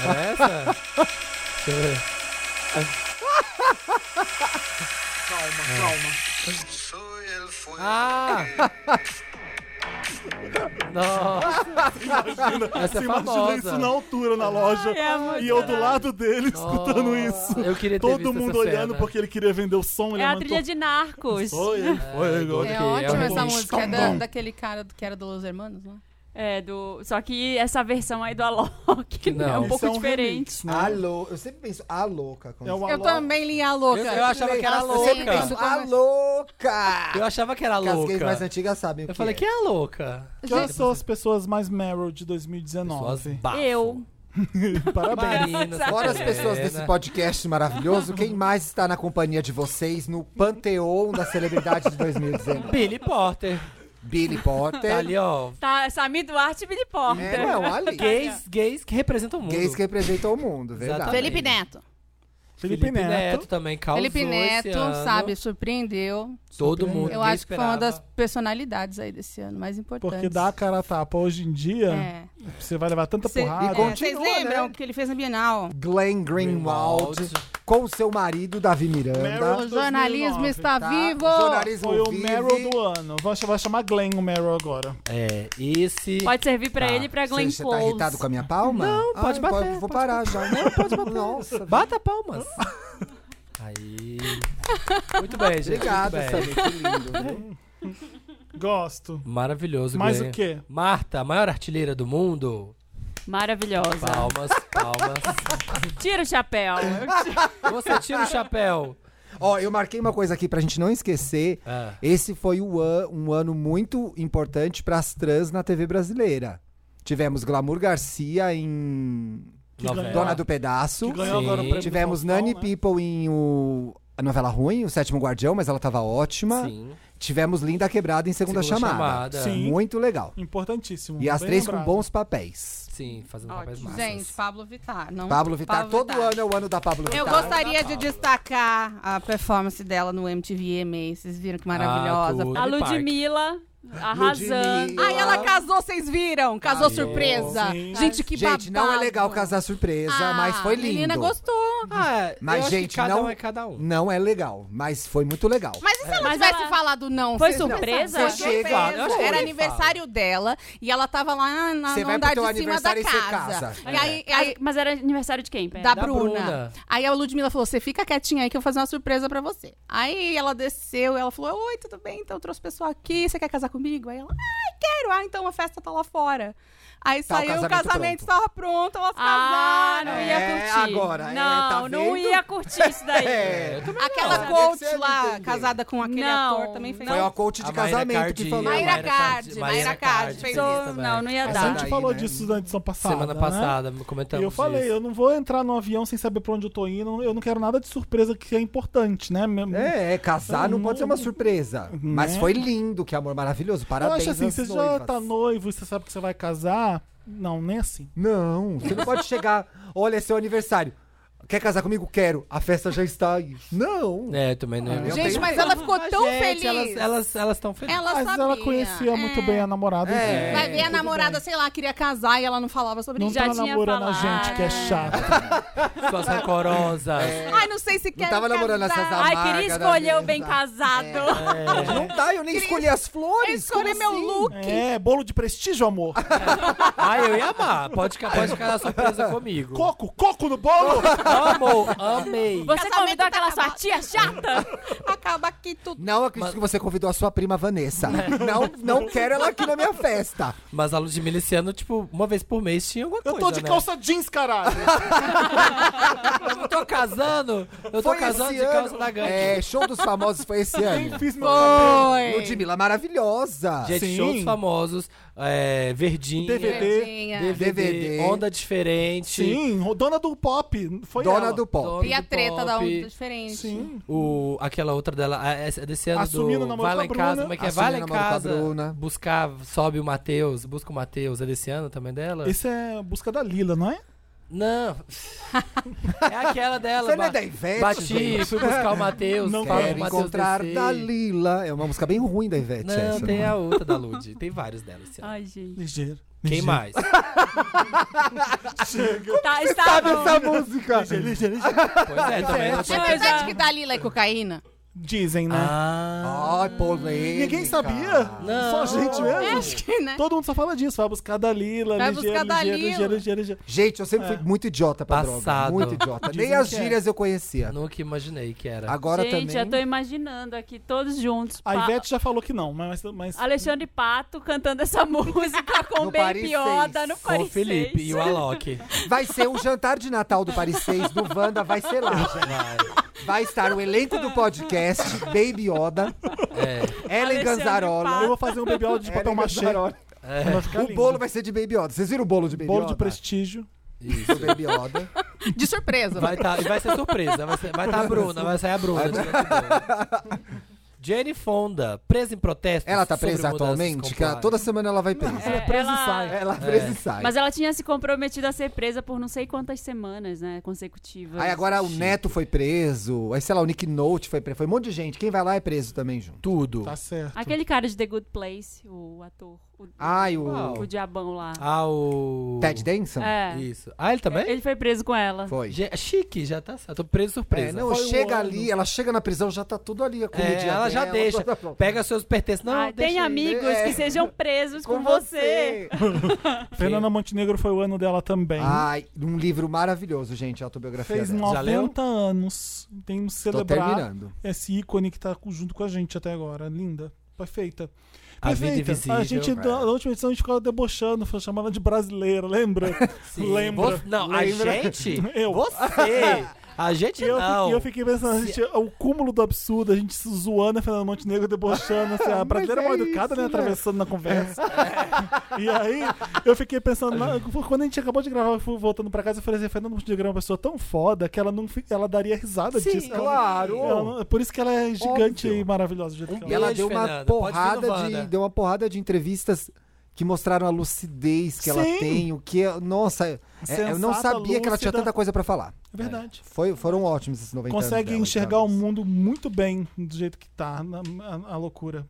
S4: Era É essa? Deixa eu ver. Calma, calma. Ah! Nossa! essa é
S3: Você imagina
S4: famosa.
S3: isso na altura na loja.
S1: Ai, é muito
S3: e eu do lado dele escutando isso.
S4: Eu queria ter visto
S3: Todo
S4: essa
S3: mundo olhando
S4: cena.
S3: porque ele queria vender o som. Ele
S1: É a
S3: aumentou.
S1: trilha de Narcos.
S3: Foi, ele foi, agora.
S4: Ok,
S5: é
S4: é
S5: ótima
S4: o
S5: essa
S4: Rubens
S5: música, é da-
S3: Tombão.
S5: daquele cara do- que era do Los Hermanos, né?
S1: É, do. Só que essa versão aí do Alok né, é
S4: Não.
S1: um pouco
S3: Isso é um
S1: diferente.
S3: remix, né?
S2: Alô, eu sempre penso, a louca. quando
S3: É o
S5: Eu
S3: Alok.
S5: também li a louca.
S4: Eu, eu achava que era
S5: Nossa,
S2: Eu sempre
S5: Sim,
S4: louca.
S5: isso.
S2: penso, a louca.
S4: Eu achava que era
S2: Porque As gays mais
S4: louca.
S2: antigas sabem o
S4: Eu
S2: que
S4: falei,
S2: é.
S4: que é louca?
S3: Quem são as pessoas mais Meryl de 2019?
S4: bafo.
S1: Eu.
S3: Parabéns.
S4: Marina,
S2: Fora as pessoas desse podcast maravilhoso, quem mais está na companhia de vocês no panteão da celebridade de 2019?
S4: Billy Porter.
S2: Billy
S4: Tá
S2: Porter.
S4: ali, ó.
S1: Tá, Samir Duarte e Billy
S2: É,
S1: Porter.
S2: não, ali.
S4: Gays, gays que representam o mundo.
S2: Gays que representam o mundo, verdade.
S4: Exatamente.
S5: Felipe Neto.
S3: Felipe, Neto.
S4: também causou
S5: Felipe
S4: esse
S5: Neto,
S4: ano.
S5: sabe, surpreendeu.
S4: Todo mundo.
S5: Eu
S4: ninguém
S5: acho que foi uma das
S4: esperava.
S5: personalidades aí desse ano, mais importantes.
S3: Porque dá a cara a tapa. Hoje em dia,
S5: É.
S3: você vai levar tanta
S5: Cê-
S3: porrada.
S5: é,
S2: continua,
S5: Vocês
S2: né?
S5: lembram que ele fez na Bienal?
S2: Glenn Greenwald, com seu marido, Davi
S3: Meryl.
S2: Miranda.
S5: O jornalismo
S3: 2009,
S5: está
S2: tá?
S5: vivo!
S2: O jornalismo
S3: Foi o
S2: vive.
S3: Meryl do ano. Vai chamar, vai chamar Glenn o Meryl agora.
S4: É, esse.
S1: Pode servir pra
S4: Tá.
S1: ele e pra
S2: Você,
S1: Glenn
S2: você tá
S1: Close.
S2: irritado com a minha palma?
S4: Não, pode
S2: Ai,
S4: bater,
S2: vou
S4: pode
S2: parar já. Não, pode bater. Nossa,
S4: Bata palmas. Aí. Muito bem, gente.
S2: obrigado,
S4: muito
S2: Samir,
S4: bem.
S2: que lindo. né? viu?
S3: Gosto.
S4: Maravilhoso,
S3: Mais
S4: Glenn.
S3: o quê?
S4: Marta, a maior artilheira do mundo.
S1: Maravilhosa.
S4: Palmas, palmas.
S1: Tira o chapéu.
S4: Você tira o chapéu.
S2: Ó, eu marquei uma coisa aqui pra gente não esquecer.
S4: Ah,
S2: Esse foi o an- um ano muito importante pras trans na TV brasileira. Tivemos Glamour Garcia em
S4: novela.
S2: Dona do Pedaço.
S3: Que ganhou
S4: Sim.
S3: agora o prêmio
S2: Tivemos
S3: do
S2: Nani
S3: Faustão, né?
S2: People em o... a novela ruim, O Sétimo Guardião, mas ela tava ótima.
S4: Sim.
S2: Tivemos Linda Quebrada em Segunda,
S4: Segunda
S2: chamada.
S4: chamada.
S3: Sim.
S2: Muito legal.
S3: Importantíssimo.
S2: E as
S3: bem
S2: três
S3: lembrado.
S2: com bons papéis.
S4: Sim, fazendo papéis
S1: Ótimo.
S4: massas.
S5: Gente, Pablo Vittar. Não,
S2: Pablo Vittar, todo
S5: Vittar.
S2: ano é o ano da Pablo Vittar.
S5: Eu gostaria de destacar a performance dela no MTV EMA. Vocês viram que maravilhosa.
S4: tudo.
S5: Ah,
S1: A Ludmilla arrasando.
S2: Ludmilla.
S5: Ai, ela casou, vocês viram? Casou
S4: Casou,
S5: surpresa.
S3: sim.
S5: Gente, que babado.
S2: Gente, não é legal casar surpresa,
S5: Ah,
S2: mas foi
S5: A
S2: lindo.
S5: menina gostou.
S4: Ah,
S2: Mas,
S4: eu acho que
S2: gente,
S4: cada
S2: não-
S4: um é cada um.
S2: Não é legal, mas foi muito legal.
S5: Mas e se ela
S1: Mas
S5: tivesse
S1: ela-
S5: falado não?
S1: Foi
S5: Vocês-
S1: surpresa?
S5: Foi
S2: Você chega-
S5: surpresa.
S4: Foi.
S5: Era aniversário dela e ela tava lá "Ah, na,
S2: Você
S5: no
S2: vai pro
S5: andar
S2: teu
S5: de cima da
S2: aniversário e você
S5: casa.
S2: casa.
S5: E aí,
S1: Ah,
S5: aí-
S1: Mas era aniversário de quem? Pera.
S5: da,
S4: Da
S5: Bruna.
S4: Bruna.
S5: Aí a Ludmilla falou: você fica quietinha aí que eu vou fazer uma surpresa pra você. Aí ela desceu, ela falou: Oi, tudo bem? Então eu trouxe o pessoal aqui, você quer casar comigo? Aí ela, ai, quero! Ah, então a festa tá lá fora. Aí
S2: Tá, o
S5: saiu, o
S2: casamento
S5: casamento
S2: pronto.
S5: tava pronto, elas
S1: Ah,
S5: casaram.
S1: não
S2: É,
S1: ia curtir.
S2: agora, é,
S1: não,
S2: tá
S1: não
S2: vendo?
S1: ia curtir isso
S2: É,
S1: daí.
S5: é, Aquela
S2: Não, tem que
S5: coach
S2: ser
S5: lá,
S2: entender.
S5: casada com aquele
S1: Não,
S5: ator, também fez.
S2: Foi a coach de
S4: A Mayra
S2: casamento
S4: Cardi.
S2: que falou.
S5: Mayra
S4: Mayra Cardi,
S5: Cardi,
S4: Mayra
S5: Mayra
S4: Cardi
S5: Cardi fez
S4: fez
S1: Sou-
S4: isso
S1: não,
S4: também.
S1: não ia
S2: Essa
S3: A
S1: dar.
S3: gente
S2: daí,
S3: falou
S2: né?
S3: disso na edição passada.
S4: Semana
S3: né?
S4: passada,
S3: E
S4: comentamos
S3: eu falei,
S4: disso.
S3: eu não vou entrar no avião sem saber pra onde eu tô indo. Eu não quero nada de surpresa que é importante, né? Mesmo-
S2: É, é, casar não pode ser
S5: Uhum.
S2: uma surpresa. Mas foi lindo, que amor maravilhoso.
S3: Uhum. eu
S2: Parabéns
S3: acho assim,
S2: às
S3: você já
S2: noivas.
S3: tá noivo, você sabe que você vai casar. Não, nem assim.
S2: Não, você não pode chegar, olha, é seu aniversário. Quer casar comigo? Quero. A festa já está aí. Não.
S4: É, também não.
S2: Eu
S5: Gente,
S2: tenho-
S5: mas ela ficou tão
S4: Gente,
S5: feliz.
S4: Elas estão elas, tão felizes.
S5: Ela
S3: Mas
S5: sabia.
S3: ela conhecia muito
S5: É.
S3: bem a namorada.
S2: É.
S3: e
S5: Vai ver a
S3: tudo
S5: namorada,
S3: bem.
S5: sei lá, queria casar e ela não falava sobre
S3: Não
S5: isso.
S1: Já
S3: tá
S1: tinha
S3: namorando a
S1: falado.
S3: gente que é chata.
S4: Suas rancorosas.
S5: Ai, não sei se quer.
S2: Não tava namorando essas
S5: casar.
S1: Ai,
S2: Amarga
S1: queria
S2: da É.
S1: escolher o
S2: mesa.
S1: bem casado.
S2: Não dá, eu nem escolhi as
S5: Eu
S2: flores.
S5: escolhi
S2: como
S5: meu
S2: assim?
S5: look.
S3: É, bolo de prestígio, amor.
S4: Ah, eu ia amar. Pode, ficar- pode ficar surpresa comigo.
S3: Coco, coco no bolo!
S4: Amo, amei.
S1: Você
S5: Casamento
S1: convidou
S5: tá
S1: aquela sua
S5: acabado.
S1: tia chata?
S5: Acaba aqui tudo.
S2: Não acredito que você convidou a sua prima Vanessa. não, não quero ela aqui na minha festa.
S4: Mas a Ludmilla esse ano, tipo, uma vez por mês tinha alguma
S3: Eu
S4: coisa.
S3: tô de
S4: né?
S3: calça jeans, caralho!
S4: Eu tô casando. Eu tô
S2: Foi
S4: casando
S2: esse
S4: de calça
S2: ano.
S4: da gangue.
S2: É, show dos famosos foi esse ano.
S3: Fiz meu cabelo.
S5: Foi.
S2: Ludmilla maravilhosa.
S4: Gente,
S3: Sim.
S4: shows famosos. É, Verdinha.
S3: DVD.
S5: Tadinha.
S4: DVD,
S2: DVD.
S4: Onda Diferente.
S3: Sim, dona do pop. Foi
S2: Dona
S3: ela.
S2: do pop.
S4: Dona
S5: E a
S4: do
S5: treta
S4: Pop.
S5: da onda diferente.
S3: Sim.
S4: O, aquela outra dela, a- essa é desse ano
S3: Assumindo o
S4: do
S3: namoro
S4: Vai lá em
S3: com a Bruna.
S4: casa, como é que é?
S2: Assumindo
S4: Vai lá
S2: o
S4: em
S2: namoro com a
S4: casa,
S2: Bruna.
S4: buscar, sobe o Matheus, busca o Matheus, é desse ano também dela?
S3: Esse é busca da Lila, não é?
S4: Não. é aquela dela.
S2: Você não é
S4: ba-
S2: da Ivete,
S4: Bati,
S2: gente?
S4: fui buscar o Matheus,
S3: Não
S4: fala
S2: Quero
S4: pro Matheus
S2: encontrar
S4: descer.
S2: Dalila. É uma música bem ruim da Ivete
S4: Não,
S2: essa. é?
S4: tem a outra da Lud, tem vários dela esse ano.
S1: Ai, gente.
S3: Ligeiro.
S4: Quem
S3: Ligeiro.
S4: mais?
S1: Tá, está
S2: Sabe
S1: bom.
S2: essa música?
S3: Ligeiro, ligeiro, ligeiro.
S4: Pois é, também não
S5: É
S4: tinha-
S5: verdade
S1: Coisa.
S5: que Dalila é cocaína?
S3: Dizem, né?
S4: Ah,
S2: Ai, polêmica.
S3: Ninguém sabia?
S4: Não.
S3: Só a gente
S5: É,
S3: mesmo?
S5: acho que, né?
S3: Todo mundo só fala disso. Vai buscar da Lila,
S5: Vai
S3: ligeiro,
S5: buscar da
S3: ligeiro,
S5: Lila.
S3: ligeiro, ligeiro, ligeiro.
S2: Gente, eu sempre fui muito idiota pra droga.
S4: É. Passado.
S2: Muito idiota. Nem
S3: Dizem
S2: as
S3: que é.
S2: gírias eu conhecia.
S4: nunca imaginei que era.
S2: Agora
S1: gente,
S2: também.
S1: eu tô imaginando aqui, todos juntos.
S3: A
S1: Pa-
S3: Ivete já falou que não, mas... mas...
S1: Alexandre Pato cantando essa música com
S2: No
S1: o Ben
S2: Paris
S1: Pioda
S2: seis.
S1: no
S4: Com o
S1: Paris
S4: Felipe
S1: seis.
S4: e o Alok.
S2: Vai ser o jantar de Natal do Paris 6 do Wanda, vai ser lá. gente. Vai estar o elenco do podcast, Baby Yoda,
S4: É,
S2: Ellen
S1: Alexandre
S2: Ganzarola.
S3: Eu vou fazer um baby áudio de papel
S2: Ellen
S3: machê.
S2: Ganzarola.
S4: é,
S3: Vai ficar
S2: O
S3: lindo.
S2: bolo vai ser de Baby Yoda. Vocês viram o bolo de Baby
S3: Bolo
S2: Yoda?
S3: de prestígio.
S4: isso.
S2: Do Baby Yoda.
S5: De surpresa.
S4: Vai tá, e vai ser surpresa. Vai, ser, vai tá a Bruna, vai sair a Bruna. de Black Mirror. Jenny Fonda, presa em protesto.
S2: Ela tá presa atualmente? Que ela- toda semana ela vai presa.
S1: É, ela...
S2: Ela presa e sai.
S1: Mas ela tinha se comprometido a ser presa por não sei quantas semanas, né? Consecutivas.
S2: Aí agora o Neto foi preso, aí sei lá, o Nick Note foi preso, foi um monte de gente. Quem vai lá é preso também junto.
S4: Tudo.
S3: Tá certo.
S1: Aquele cara de The Good Place, o ator. O,
S2: Ai, o
S1: o diabão lá.
S4: Ah, o...
S2: Ted Danson?
S1: é.
S4: Isso. Ah, ele também?
S1: Ele foi preso com ela.
S2: Foi.
S4: Ge- Chique, já tá certo. Tô preso surpresa.
S2: É, não,
S3: Foi um
S2: chega
S3: ano.
S2: ali, ela chega na prisão, já tá tudo ali, a
S4: É,
S2: comidinha
S4: ela já
S2: dela, tá
S4: deixa.
S2: toda pronta.
S4: Pega seus pertences. Não,
S1: Ah, tem
S4: deixa aí.
S1: amigos
S2: É.
S1: que sejam presos com, você.
S3: Fernanda Montenegro foi o ano dela também.
S2: Ai, um livro maravilhoso, gente, a autobiografia
S3: Fez
S2: dela.
S4: Já leu?
S3: 90 anos. Temos que
S2: Tô
S3: celebrar
S2: terminando.
S3: esse ícone que tá co- junto com a gente até agora. Linda. Perfeita.
S4: A vida é
S3: Perfeita.
S4: invisível,
S3: A gente,
S4: velho.
S3: da, na última edição, a gente ficava debochando, foi chamada de brasileira, lembra?
S4: Sim.
S3: Lembra.
S4: Vo- Não,
S3: Lembra?
S4: a gente?
S3: Eu.
S4: Você. A gente
S3: E eu,
S4: não.
S3: fiquei, eu fiquei pensando, a gente, o cúmulo do absurdo, a gente se zoando, a Fernanda Montenegro debochando, assim, a brasileira
S2: Mas é
S3: mal educada,
S2: isso, né?
S3: né?
S2: É.
S3: Atravessando na conversa. E aí, eu fiquei pensando, na- quando a gente acabou de gravar, eu fui voltando pra casa, eu falei assim, a Fernanda Montenegro é uma pessoa tão foda que ela não fi- ela daria risada
S4: Sim,
S3: disso. Ela-
S2: Claro!
S3: ela não- por isso que ela é gigante
S2: Óbvio. Um
S3: e maravilhosa do jeito que
S2: E
S3: ela é.
S2: ela
S4: Beijo,
S2: deu uma
S4: Fernanda. Pode vir no
S2: porrada de
S4: Wanda.
S2: deu uma porrada de entrevistas que mostraram a lucidez que ela
S3: Sim.
S2: tem, o que é- nossa, é- eu não
S3: Sensata,
S2: sabia que ela tinha
S3: lúcida.
S2: tanta coisa pra falar.
S3: É verdade.
S2: Foi, foram ótimos esses 90 anos
S3: Consegue
S2: dela,
S3: enxergar
S2: então.
S3: o mundo muito bem do jeito que tá, na, a, a loucura.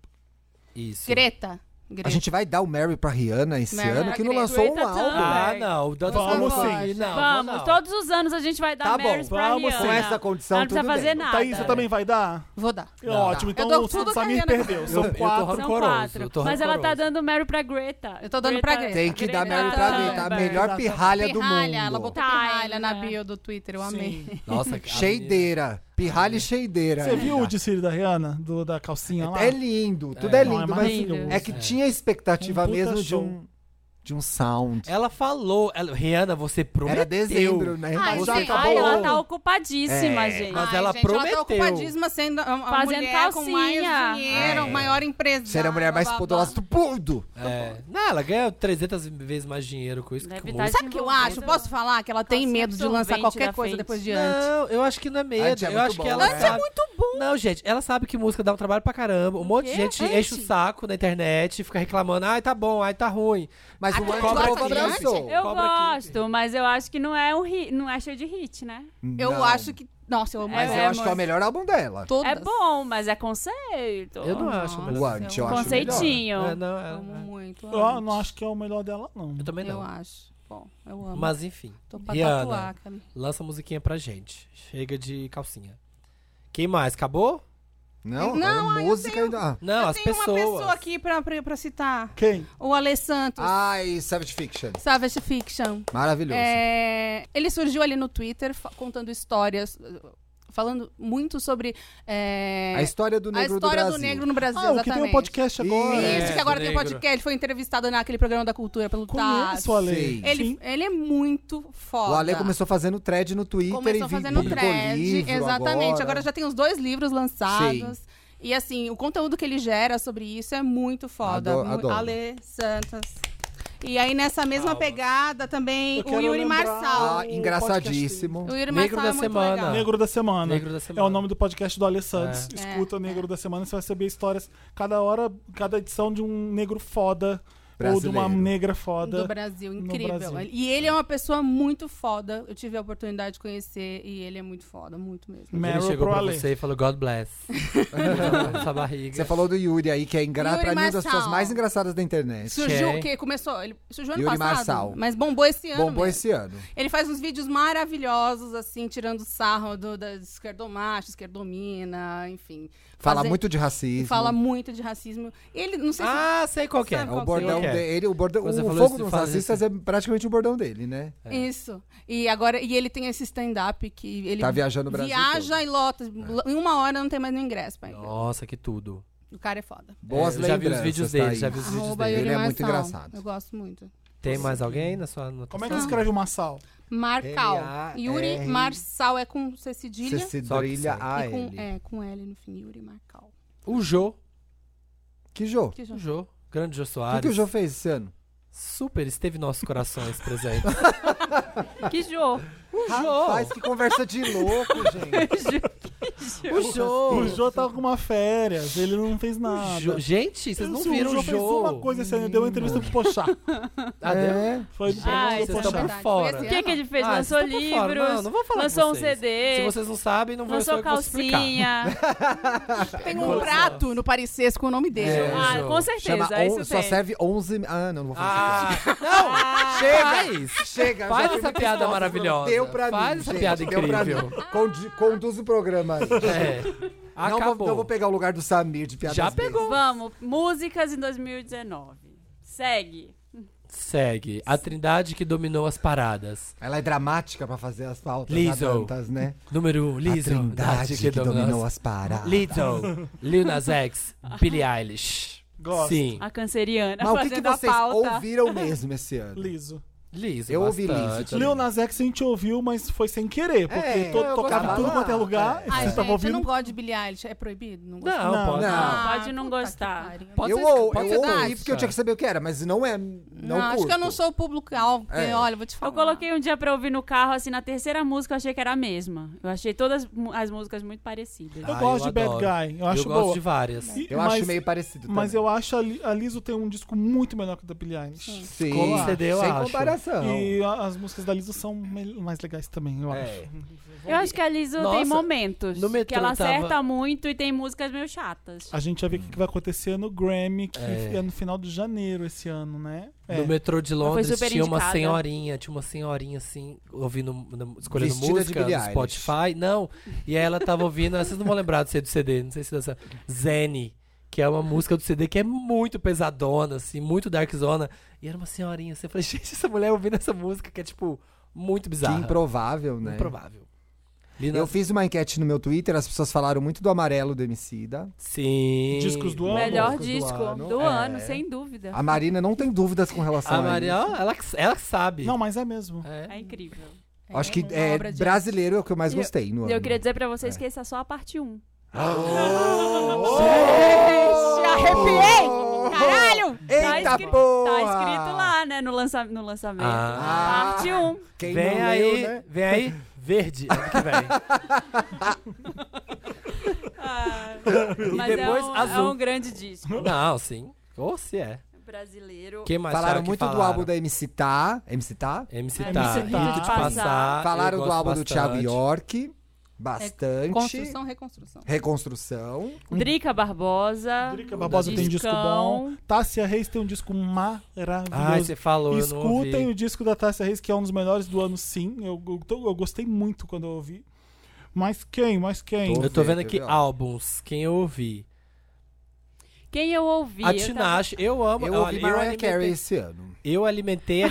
S4: Isso.
S5: Greta. Greta.
S2: A gente vai dar o Mary pra Rihanna esse
S5: Mary
S2: ano,
S5: pra
S2: que não
S5: Greta
S2: lançou um
S1: Thunberg.
S2: álbum.
S4: Ah, não. O Dantas
S3: Vamos
S4: falou
S5: sim.
S4: assim, Não,
S1: vamos,
S4: não.
S1: todos os anos a gente vai dar
S2: Tá bom,
S1: Marys pra
S3: vamos,
S1: Rihanna.
S2: Com essa condição,
S1: Ela não precisa
S2: tudo
S1: fazer
S2: bem.
S1: nada.
S3: Thaís, você
S2: né?
S3: também vai dar?
S5: Vou dar.
S2: Não.
S3: Ótimo, então
S5: dou
S3: o
S5: tudo que a
S3: Samir
S5: Rihanna-
S3: perdeu. São
S4: Eu- eu tô
S3: quatro.
S1: São
S4: Rancoroso, eu tô
S1: quatro. Mas ela tá
S4: rancoroso.
S1: dando Mary pra Greta.
S5: Eu tô dando pra Greta.
S2: Tem que dar Mary pra
S1: Greta
S2: Greta, a
S1: Thunberg.
S2: melhor pirralha do mundo.
S5: Pirralha, ela botou
S1: Tá,
S5: pirralha na
S1: né?
S5: bio do Twitter, eu amei.
S3: Sim.
S4: Nossa, que
S2: Cheideira. Pirralha e cheideira.
S3: Você viu o
S2: ainda.
S3: desfile da Rihanna? Do, da calcinha lá?
S2: É lindo, tudo é,
S3: Não,
S4: né?
S2: lindo, mas
S1: maravilhoso.
S2: é que tinha expectativa
S3: Um puta
S2: mesmo de
S3: show. É,
S2: um, de um sound.
S4: Ela falou, ela- Rihanna, você prometeu.
S2: Era dezembro, né?
S5: Ai,
S2: Mas-
S4: Você
S5: gente,
S1: Ai, ela
S4: acabou.
S1: tá ocupadíssima, gente.
S4: É, Mas ela
S5: gente,
S4: prometeu.
S5: Ela tá ocupadíssima sendo a, a
S1: Fazendo
S5: mulher com
S1: calcinha.
S5: mais dinheiro,
S4: É.
S5: maior empresa.
S2: Você era a mulher mais poderosa do mundo.
S4: É.
S2: Tá
S4: Não, ela ganha 300 vezes mais dinheiro com isso que
S1: Deve
S4: com
S1: tá
S4: música.
S5: Sabe o que eu acho? Posso falar que ela tem
S1: Calcinha
S5: medo de lançar
S1: absorvente
S5: qualquer
S1: na
S5: coisa
S1: frente.
S5: depois de antes.
S4: Não, eu acho que não é medo.
S2: Antes é
S4: eu
S2: muito
S4: acho que
S2: bom,
S4: ela
S2: né?
S5: Antes é muito
S1: bom.
S4: Não, gente, ela sabe que música dá um trabalho pra caramba. Um monte de
S1: quê?
S4: gente
S1: Gente.
S4: enche o saco na internet, fica reclamando, ai, tá bom, ai, tá ruim.
S2: Mas
S5: Aqui
S2: o ano
S5: gosta
S2: novo
S5: de arte?
S2: abraçou.
S1: Eu
S4: Cobra
S1: gosto, mas eu acho que não é um hit, não é cheio de hit, né?
S5: Eu
S2: Não,
S5: acho que. Nossa, eu amo
S2: Mas
S5: essa.
S1: É,
S2: eu acho que é
S1: mas-
S2: o melhor álbum dela.
S5: todas.
S1: É bom, mas é conceito.
S4: Eu não acho.
S5: Nossa,
S4: mas-
S2: O Ant, eu
S5: eu
S2: acho
S5: amo.
S2: melhor.
S1: Conceitinho.
S4: É, não,
S5: Eu
S4: é,
S5: amo muito.
S3: Eu
S5: amo.
S3: não acho que é o melhor dela, não.
S4: eu também
S5: Eu
S4: não.
S5: acho. Bom, eu amo.
S4: Mas enfim,
S5: Tô pra
S4: Rihanna.
S5: tatuar, Camila.
S4: lança a musiquinha pra gente. Chega de calcinha. Quem mais? Acabou?
S2: Não,
S5: Não,
S2: a
S5: ai, eu
S2: música
S5: tenho-
S2: ainda.
S4: Não,
S5: eu
S4: as
S5: tenho
S4: pessoas.
S5: uma pessoa aqui pra, pra, pra citar.
S3: Quem?
S5: O Ale Santos.
S2: Ah, ai, Savage Fiction.
S5: Savage Fiction.
S2: Maravilhoso.
S5: É, ele surgiu ali no Twitter fa- contando histórias, falando muito sobre é,
S2: a história do
S5: a
S2: negro
S5: história
S2: do
S5: do,
S2: Brasil.
S5: negro no Brasil.
S3: Ah, o que tem
S5: exatamente.
S3: um podcast agora.
S2: Ih,
S5: Isso,
S4: É,
S5: que agora
S4: do
S5: tem o
S4: negro.
S5: podcast. Ele foi entrevistado naquele programa da cultura pelo Taz.
S3: Conheço a lei.
S2: Sim.
S5: tá Ele, ele é muito foda.
S2: O Ale começou fazendo thread no Twitter
S5: Começou
S2: e vi-
S5: fazendo
S2: publicou
S5: thread,
S2: livro
S5: exatamente. Agora.
S2: Agora
S5: já tem os dois livros lançados. E assim, o conteúdo que ele gera sobre isso é muito foda.
S2: Adoro-
S5: Mu-
S2: adoro.
S5: Ale Santos. E aí, nessa mesma
S4: Palmas.
S5: pegada também,
S3: Eu
S5: o
S3: quero
S5: Yuri
S3: lembrar-
S5: Marçal.
S2: Ah, engraçadíssimo.
S5: O Yuri
S4: Negro
S5: Marçal
S4: da
S5: é muito
S4: semana.
S5: legal.
S3: Negro da Semana.
S4: Negro da
S3: É
S4: Semana.
S3: o nome do podcast do Ale Santos.
S5: É.
S3: Escuta
S5: É,
S3: Negro da Semana, você vai saber histórias. Cada hora, cada edição de um negro foda. Ou de uma
S2: Brasileiro.
S3: negra
S5: do
S3: foda.
S5: Brasil,
S3: no
S5: incrível.
S3: Brasil.
S5: E ele é uma pessoa muito foda. Eu tive a oportunidade de conhecer e ele é muito foda, muito mesmo.
S4: Ele
S3: Meryl
S4: chegou
S3: pro
S4: pra
S3: Ale.
S4: você e falou, God bless. Essa barriga.
S2: Você falou do Yuri aí, que é engra...
S5: Yuri
S2: pra mim uma das
S5: Marçal.
S2: pessoas mais engraçadas da internet.
S5: Surgiu
S4: Sim.
S5: o quê? Começou. Ele surgiu ano
S2: Yuri
S5: passado.
S2: Marçal.
S5: Mas bombou esse ano.
S2: Bombou
S5: mesmo.
S2: esse ano.
S5: Ele faz uns vídeos maravilhosos, assim, tirando sarro do, da esquerdomacho, esquerdomina, enfim.
S2: Fala
S5: Fazer-
S2: muito de racismo.
S5: Fala muito de racismo. Ele,
S2: assim,
S5: não sei
S4: Ah, sei qual que é.
S5: Sabe
S2: É o
S5: qual
S2: bordão
S4: que é?
S2: dele. O, bordão,
S4: Você
S2: o
S4: falou
S2: fogo
S4: isso,
S2: dos
S4: faz
S2: racistas é praticamente o bordão dele, né?
S5: se... Isso. E agora... E ele tem esse stand-up que ele...
S2: Tá viajando o Brasil
S5: Viaja e lota. Em uma hora não tem mais nenhum ingresso pra ele.
S4: Nossa, que tudo.
S5: O cara é foda.
S2: Boas
S4: É, eu já vi os
S2: lembranças,
S4: vídeos
S2: tá
S4: dele,
S2: aí.
S4: já vi os vídeos
S5: Arroba
S4: dele.
S5: Yuri
S2: Ele é muito
S5: Marçal.
S2: engraçado.
S5: Eu gosto muito.
S4: Tem mais alguém na sua anotação?
S5: Ah.
S3: Como é que escreve o Massal?
S5: Marcal.
S4: M-A-R.
S2: é
S5: Yuri Marçal é com C cedilha
S2: Você se brilha
S4: Só que
S2: a
S5: e com,
S2: ele.
S5: é, com L no fim. Yuri Marcal.
S4: O Jô.
S2: Que Jô? O
S5: Que jo-
S4: O Jô. Grande Jô
S2: que,
S4: Soares.
S2: que o Jô fez esse ano?
S4: Super esteve em nossos corações presente.
S1: Que Jô.
S4: O
S2: Rapaz, que conversa de louco, gente.
S4: O Jô.
S3: O Jô tava com uma férias, ele não fez nada.
S4: O Jô. Gente, vocês não
S3: Isso,
S4: viram o
S3: Jô. fez uma
S4: Jô.
S3: coisa esse ano, ele deu uma entrevista pro Pochá.
S4: Ah, deu?
S2: É.
S3: Foi no
S1: Ah,
S3: programa do
S1: isso é
S3: Pochá.
S4: tão
S5: Verdade, foi
S4: fora.
S5: esse
S1: O que,
S5: ano?
S1: que ele fez?
S4: Ah,
S1: lançou
S4: vocês estão por fora.
S1: livros,
S4: Não, não vou falar com
S1: lançou um
S4: vocês.
S1: CD,
S4: Se vocês não sabem, não vou eu sou
S1: lançou
S4: eu que vou explicar.
S1: calcinha.
S2: é
S5: Tem um prato no Paris Sexto com o nome dele.
S4: É.
S1: ah,
S4: Jô.
S1: com certeza,
S2: Chama
S1: isso
S2: on,
S1: tem.
S2: só serve 11... Ah, não, não vou fazer
S4: Ah,
S2: isso.
S4: não! Chega!
S2: Chega,
S4: Faz
S2: já fui
S4: essa
S2: muito
S4: piada
S2: exposta,
S4: maravilhosa.
S2: Deu pra
S4: Faz
S2: mim,
S4: essa
S2: gente,
S4: piada
S2: deu pra
S4: incrível.
S2: mim. Condi- conduz o programa aí.
S4: É.
S2: Não vou,
S4: Acabou.
S2: não vou pegar o lugar do Samir de piada.
S4: Já pegou.
S1: Vamos, músicas em 2019. Segue.
S4: Segue. A trindade que dominou as paradas.
S2: Ela é dramática pra fazer as pautas
S4: Lizzo.
S2: tantas, né?
S4: Número 1,
S2: A
S4: Lizzo.
S2: trindade que dominou as paradas.
S4: Lizzo. Lil Nas X. Billie Eilish.
S3: Gosto.
S4: Sim.
S1: A canceriana
S5: Tá
S2: Mas o que, que
S1: fazendo
S2: vocês
S1: a pauta.
S2: ouviram mesmo esse ano?
S3: Liso.
S4: Lizzo.
S2: Eu ouvi
S4: bastante.
S2: Lizzo.
S3: Lil Nas X a gente ouviu, mas foi sem querer, porque
S2: É,
S3: to-
S2: eu
S3: tocava
S2: gostava.
S3: em tudo quanto é lugar,
S2: É.
S5: Ai,
S3: você
S5: Ah, gente,
S3: tava
S5: eu
S3: ouvindo.
S5: não gosto de Billie Eilish. É proibido? Não gosto. Ah,
S4: Não,
S3: Não,
S4: pode.
S2: não.
S1: Pode não
S5: puta que
S1: gostar.
S5: pariu.
S4: Pode
S2: eu
S4: ser-
S2: ou,
S4: pode ser
S2: eu ouvi
S4: verdade.
S2: porque eu tinha que saber o que era, mas não é. Não,
S5: Não, Ah, acho
S2: curto.
S5: que eu não sou o público-alvo, porque,
S2: É.
S5: olha, vou te falar.
S1: Eu coloquei um dia pra ouvir no carro, assim, na terceira música eu achei que era a mesma. Eu achei todas mu- as músicas muito parecidas.
S3: Eu
S4: Ah,
S3: gosto de
S4: eu
S3: Bad
S4: adoro.
S3: Guy, eu
S4: Eu
S3: acho
S4: gosto
S3: boa.
S4: de várias.
S3: E-
S2: Eu
S3: mas-
S2: acho meio parecido.
S3: Mas
S2: também.
S3: eu acho a, Li- a Liso tem um disco muito melhor que o da Billie Eilish.
S2: Sim,
S4: Com o CD eu
S2: sem
S4: acho.
S2: comparação.
S3: E a- as músicas da Liso são me- mais legais também, eu acho.
S2: É.
S1: Eu acho que a Liso
S4: Nossa,
S1: tem momentos
S4: no metrô
S1: que ela
S4: tava-
S1: acerta muito e tem músicas meio chatas.
S3: A gente vai ver o que que vai acontecer no Grammy, que
S4: É.
S3: é, no final de janeiro esse ano, né? É.
S4: No metrô de Londres
S1: super
S4: tinha uma
S1: indicada.
S4: senhorinha, tinha uma senhorinha assim, ouvindo, na- escolhendo
S2: Vestida de
S4: música
S2: Billie
S4: no
S2: Eilish.
S4: Spotify. Não, e aí ela tava ouvindo, vocês não vão lembrar do CD, do CD não sei se dessa. Zene, que é uma música do CD que é muito pesadona, assim, muito dark zona. E era uma senhorinha assim, eu falei, gente, essa mulher ouvindo essa música que é tipo muito
S2: Que
S4: bizarra.
S2: improvável, né?
S4: Improvável. Lina-
S2: Eu fiz uma enquete no meu Twitter, as pessoas falaram muito do amarelo do Emicida.
S4: Sim.
S3: Discos do ano.
S1: Melhor
S2: música do
S1: disco do ano,
S2: ano, é.
S1: sem dúvida.
S2: A Marina não tem dúvidas com relação
S4: A
S2: a,
S4: Maria,
S2: isso.
S4: ela, que- ela que sabe.
S3: Não, mas é mesmo.
S1: É
S4: É.
S1: incrível.
S2: Acho que
S5: uma
S2: é,
S5: obra de
S2: brasileiro é o que eu mais
S1: E eu-
S2: gostei no
S1: E
S2: ano.
S1: eu queria dizer pra vocês que essa é só a parte 1.
S5: Gente, arrepiei! Caralho!
S2: Oh! Eita
S1: tá, escri-
S2: porra!
S1: tá escrito lá, né, no, lança- no lançamento.
S4: Ah.
S1: Parte 1.
S2: Quem
S4: vem
S2: não né?
S4: aí,
S2: leu, né?
S4: vem aí, verde, ano que vem.
S1: Ah. Mas
S4: depois,
S1: é, um,
S4: azul.
S1: é um grande disco
S4: Não, sim. Ou se é.
S1: brasileiro.
S4: Quem mais será
S2: Falaram
S4: que
S2: muito do
S4: falaram?
S2: álbum da MC Tá. MC Tá?
S4: MC
S1: É,
S4: Tá,
S1: MC
S4: Rito
S3: Tá.
S4: de Passar.
S2: Falaram
S4: Ah, eu
S2: do
S4: gosto
S2: álbum do Thiago
S4: bastante.
S2: York. Bastante.
S5: Construção, reconstrução.
S2: Reconstrução.
S4: Hum.
S1: Drica Barbosa.
S3: Drica Barbosa tem disco
S1: Discão.
S3: bom. Tássia Reis tem um disco
S4: Ai,
S3: maravilhoso.
S4: você falou, eu não ouvi.
S3: Escutem o disco da Tássia Reis, que é um dos melhores do ano, sim. Eu, eu tô- eu gostei muito quando eu ouvi. Mas quem? Mas quem?
S2: Tô.
S4: Eu tô
S2: Vê,
S4: vendo aqui
S2: entendeu?
S4: álbuns, quem eu ouvi.
S1: Quem eu ouvi?
S4: A
S1: Eu
S4: Tinashe, eu amo.
S2: Eu
S4: olha,
S2: ouvi Mariah
S4: alimentei-
S2: Carey esse ano.
S4: Eu alimentei a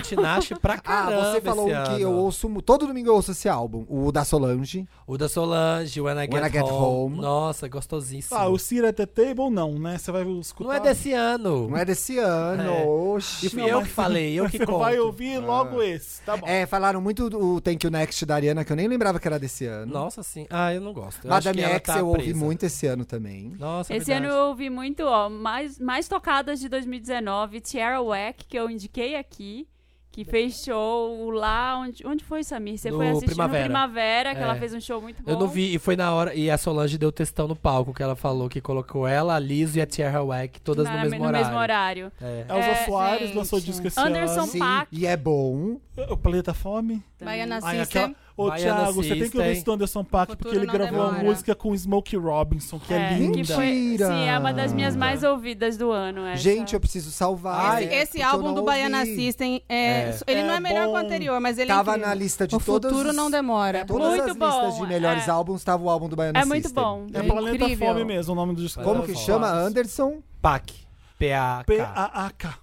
S4: Tinashe pra
S2: Ah,
S4: caramba
S2: você falou
S4: esse
S2: um que
S4: ano.
S2: eu ouço. mu- Todo domingo eu ouço esse álbum. O da Solange.
S4: O da Solange, o When I Get,
S2: When I Get
S4: home.
S2: Home.
S4: Nossa, gostosíssimo.
S3: Ah, o Cira at the Table, não, né? Você vai escutar.
S4: Não é desse ano.
S2: Não é desse ano.
S4: É.
S2: Oxi.
S4: E fui eu que falei, eu que
S3: Você
S4: conto.
S3: vai ouvir logo esse, tá bom.
S2: É, falaram muito do Thank You Next da Ariana, que eu nem lembrava que era desse ano.
S4: Nossa, sim. Ah, eu não gosto. Eu acho
S2: Madame
S4: que ela
S2: X
S4: tá
S2: eu ouvi
S4: presa.
S2: muito esse ano também.
S4: Nossa, é
S1: Esse ano eu ouvi muito, ó, mais, mais tocadas de 2019, Tierra Whack, que eu indiquei aqui, que fez show lá onde, onde foi, Samir? Você
S4: No
S1: foi assistir
S4: Primavera.
S1: no Primavera, que
S4: É.
S1: ela fez um show muito bom.
S4: Eu não vi, e foi na hora. E a Solange deu textão no palco que ela falou que colocou ela, a Liz e a Tierra Wack, todas
S1: Na-
S4: no mesmo horário.
S1: horário.
S4: É.
S3: Elza
S1: É,
S3: Soares
S5: gente.
S3: lançou disco esse
S1: Anderson
S3: ano.
S1: Sim. Paak.
S2: E é bom.
S3: O Planeta Fome.
S5: Baiana
S3: Ai,
S5: System.
S3: aquela- Ô,
S4: Baiana
S3: Thiago, você tem que ouvir
S4: System.
S3: isso do Anderson Paak, porque
S5: Futuro
S3: ele
S5: não
S3: gravou a
S5: demora.
S3: música com o Smokey Robinson, que é,
S1: É,
S3: lindo.
S1: que foi,
S2: Mentira!
S1: sim, é uma das minhas mais ouvidas do ano. Essa.
S2: Gente, eu preciso salvar.
S4: Ai,
S2: né?
S5: Esse
S2: Porque eu
S5: álbum
S2: não
S5: do Baiana
S2: ouvi.
S5: System, é,
S4: É.
S5: ele
S3: É
S5: não é melhor
S3: bom.
S5: que o anterior, mas ele é
S2: Tava
S5: incrível.
S2: na lista de É,
S5: O
S2: todas.
S5: futuro não demora.
S2: Todas
S1: Muito
S2: as listas
S1: bom,
S2: de melhores
S1: é.
S2: álbuns estava o álbum do Baiana
S1: é muito
S2: System.
S1: bom.
S3: É Planeta
S5: Incrível.
S3: Fome mesmo o nome do disco.
S2: Como que
S4: Olha só.
S2: chama? Anderson?
S4: PAC. PAK.
S3: P-A-A-K.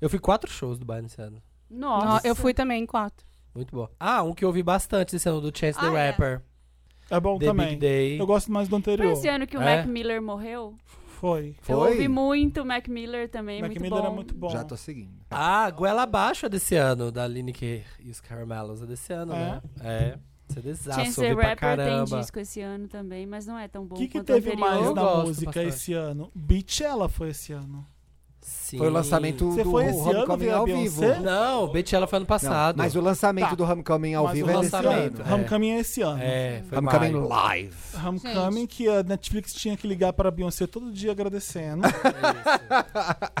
S4: Eu fui quatro shows do Bayern esse ano.
S1: Nossa.
S5: Ó, Eu fui também em quatro.
S4: Muito bom. Ah, um que eu ouvi bastante esse ano, do Chance the
S5: Ah, é.
S4: Rapper.
S3: É bom
S4: The
S3: também.
S4: Big Day.
S3: Eu gosto mais do
S1: Foi
S3: anterior.
S1: esse ano que o
S4: É?
S1: Mac Miller morreu?
S3: Foi.
S1: Eu
S2: Foi?
S1: ouvi muito o Mac Miller também,
S3: Mac
S1: muito
S3: Miller
S1: bom.
S3: era muito bom.
S2: Já tô seguindo.
S4: Ah, Goela Abaixo é desse ano, da Lineker e os Caramelos. É desse ano,
S3: É?
S4: né? É. Isso
S1: Chance
S4: é desastre,
S1: the
S4: ouvi pra
S1: Rapper tem
S4: caramba.
S1: disco esse ano também, mas não é tão bom
S3: O que, que
S1: quanto o
S3: teve
S1: anterior.
S3: mais
S4: Eu
S3: na
S4: gosto
S3: música
S4: bastante.
S3: esse ano? Beachella foi esse ano.
S4: Sim.
S2: Foi o lançamento
S3: Você
S2: do
S3: foi esse ano
S2: Homecoming
S3: ver a
S2: ao vivo.
S3: Beyoncé?
S4: Não, Betiela foi ano
S2: Não,
S4: passado.
S2: mas o lançamento
S3: Tá.
S2: do Homecoming ao
S3: Mas
S2: vivo
S3: o
S2: é desse
S3: lançamento-
S2: ano.
S4: ano, é.
S3: Homecoming é esse ano.
S4: É, foi
S2: Homecoming
S4: maio.
S2: live.
S3: Homecoming que a Netflix tinha que ligar para a Beyoncé todo dia agradecendo.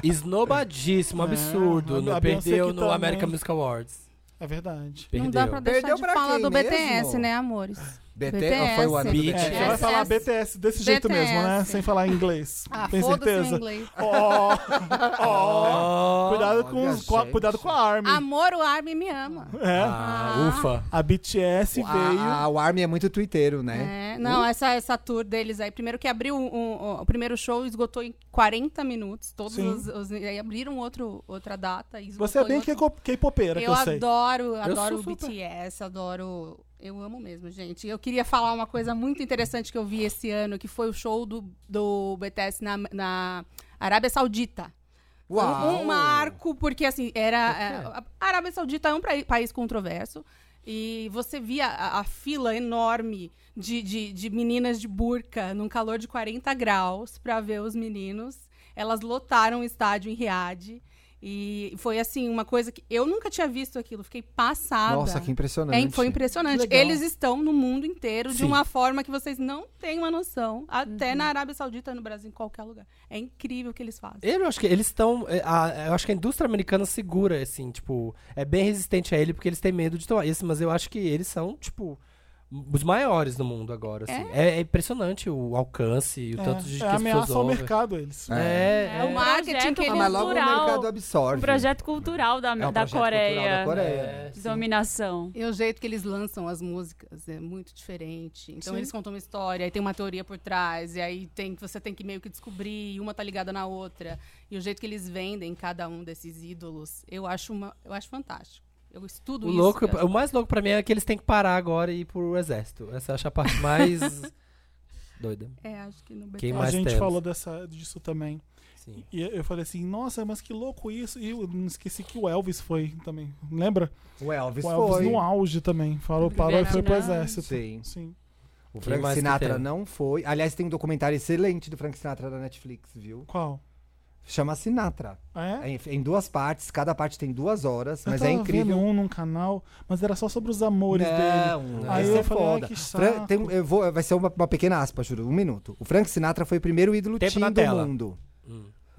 S4: Esnobadíssimo, absurdo.
S3: É, a
S4: não
S3: Beyoncé
S4: perdeu
S3: que
S4: no
S3: também.
S4: American Music Awards.
S3: é verdade.
S4: Perdeu.
S5: Não dá pra deixar
S2: Perdeu
S5: de
S2: pra
S5: falar
S2: quem
S5: do
S2: mesmo?
S5: BTS, né, amores?
S2: BT,
S5: BTS.
S2: ah, Foi o ano do
S4: É,
S3: É, você
S2: BTS.
S3: vai
S5: BTS.
S3: falar BTS desse jeito
S5: BTS.
S3: mesmo, né? Sem falar em inglês.
S5: Ah,
S3: Tem
S5: foda-se o
S3: certeza?
S5: inglês.
S3: Ó, ó.
S4: Ó,
S3: Cuidado com,
S2: olha,
S3: os- com a-
S2: gente.
S3: cuidado com a Army.
S5: Amor, o Armin me ama.
S3: É.
S4: Ah, ufa.
S3: A BTS veio.
S2: A, a, o Army é muito twitteiro, né?
S3: Hum?
S5: É, não, essa, essa tour deles aí, primeiro que abriu um- um- o primeiro show, esgotou em 40 minutos, todos
S3: Sim.
S5: os, os- aí abriram outro, outra data. e
S3: Você é
S5: esgotou
S3: bem
S5: em outro-
S3: K-pop- K-popeira, que eu,
S5: Eu
S3: sei.
S5: adoro, adoro
S4: sou
S5: o
S4: super.
S5: BTS, adoro. Eu amo mesmo, gente. Eu queria falar uma coisa muito interessante que eu vi esse ano, que foi o show do, do BTS na, na Arábia Saudita. Foi Um, um marco, porque assim, era. é, a Arábia Saudita é um pra- país controverso. E você via a, a fila enorme de, de, de meninas de burca num calor de 40 graus pra ver os meninos. Elas lotaram o estádio em Riad. E foi assim, uma coisa que eu nunca tinha visto aquilo, fiquei passada.
S2: Nossa, que impressionante.
S5: É, foi impressionante.
S3: Que legal.
S5: Eles estão no mundo inteiro de
S4: Sim.
S5: uma forma que vocês não têm uma noção. Até
S3: Uhum.
S5: na Arábia Saudita, no Brasil, em qualquer lugar. É incrível o que eles fazem.
S4: Eu acho que eles estão. é, a- Eu acho que a indústria americana segura, assim, tipo, é bem resistente a ele porque eles têm medo de tomar isso, mas eu acho que eles são, tipo, os maiores no mundo agora, assim. É, é impressionante o alcance e o tanto de gente
S3: é, é
S4: que as pessoas
S3: ameaça ao
S4: ouvem.
S3: mercado eles.
S4: É,
S1: É um
S4: é.
S5: marketing
S1: projeto
S5: que eles-
S2: Ah, mas logo o mercado
S1: cultural.
S2: absorve.
S1: Um projeto cultural da,
S2: É um
S1: da,
S2: projeto
S1: Coreia,
S2: cultural da Coreia.
S4: É,
S1: de
S4: sim.
S1: Dominação.
S5: E o jeito que eles lançam as músicas é muito diferente. Então
S3: Sim.
S5: eles contam uma história, aí tem uma teoria por trás, e aí tem você tem que meio que descobrir, e uma tá ligada na outra. E o jeito que eles vendem cada um desses ídolos, eu acho uma, eu acho fantástico. Eu estudo
S4: O,
S5: isso.
S4: louco,
S5: eu acho-
S4: o mais louco pra mim é que eles têm que parar agora e ir pro exército. Essa eu acho a parte mais doida.
S5: É, acho que no
S4: Quem
S5: BTS.
S4: mais
S3: a gente
S4: temos?
S3: falou dessa, disso também.
S4: Sim.
S3: E eu falei assim, nossa, mas que louco isso. E eu não esqueci que o Elvis foi também. Lembra?
S2: O Elvis
S3: o Elvis
S2: foi.
S3: no auge também. Falou, parou e foi pro
S1: Vietnã.
S3: exército.
S2: Sim.
S3: Sim.
S2: O
S4: Quem mais
S2: Frank
S4: que
S2: Sinatra
S4: tem?
S2: não foi. Aliás, tem um documentário excelente do Frank Sinatra da Netflix, viu?
S3: Qual?
S2: Chama Sinatra. É
S3: É?
S2: em- em duas partes, cada parte tem duas horas,
S3: Eu
S2: mas
S3: tava
S2: é
S3: vendo
S2: incrível.
S3: um num canal, mas era só sobre os amores
S4: Não,
S3: dele.
S4: não.
S3: Aí
S2: Esse
S3: eu
S2: é
S3: falei,
S2: foda.
S3: Ai, que
S2: Fran-
S3: saco.
S2: tem um- eu vou, vai ser uma, uma pequena aspa, juro, um minuto. O Frank Sinatra foi o primeiro ídolo
S4: Tempo
S2: teen
S4: na
S2: do
S4: tela.
S2: mundo.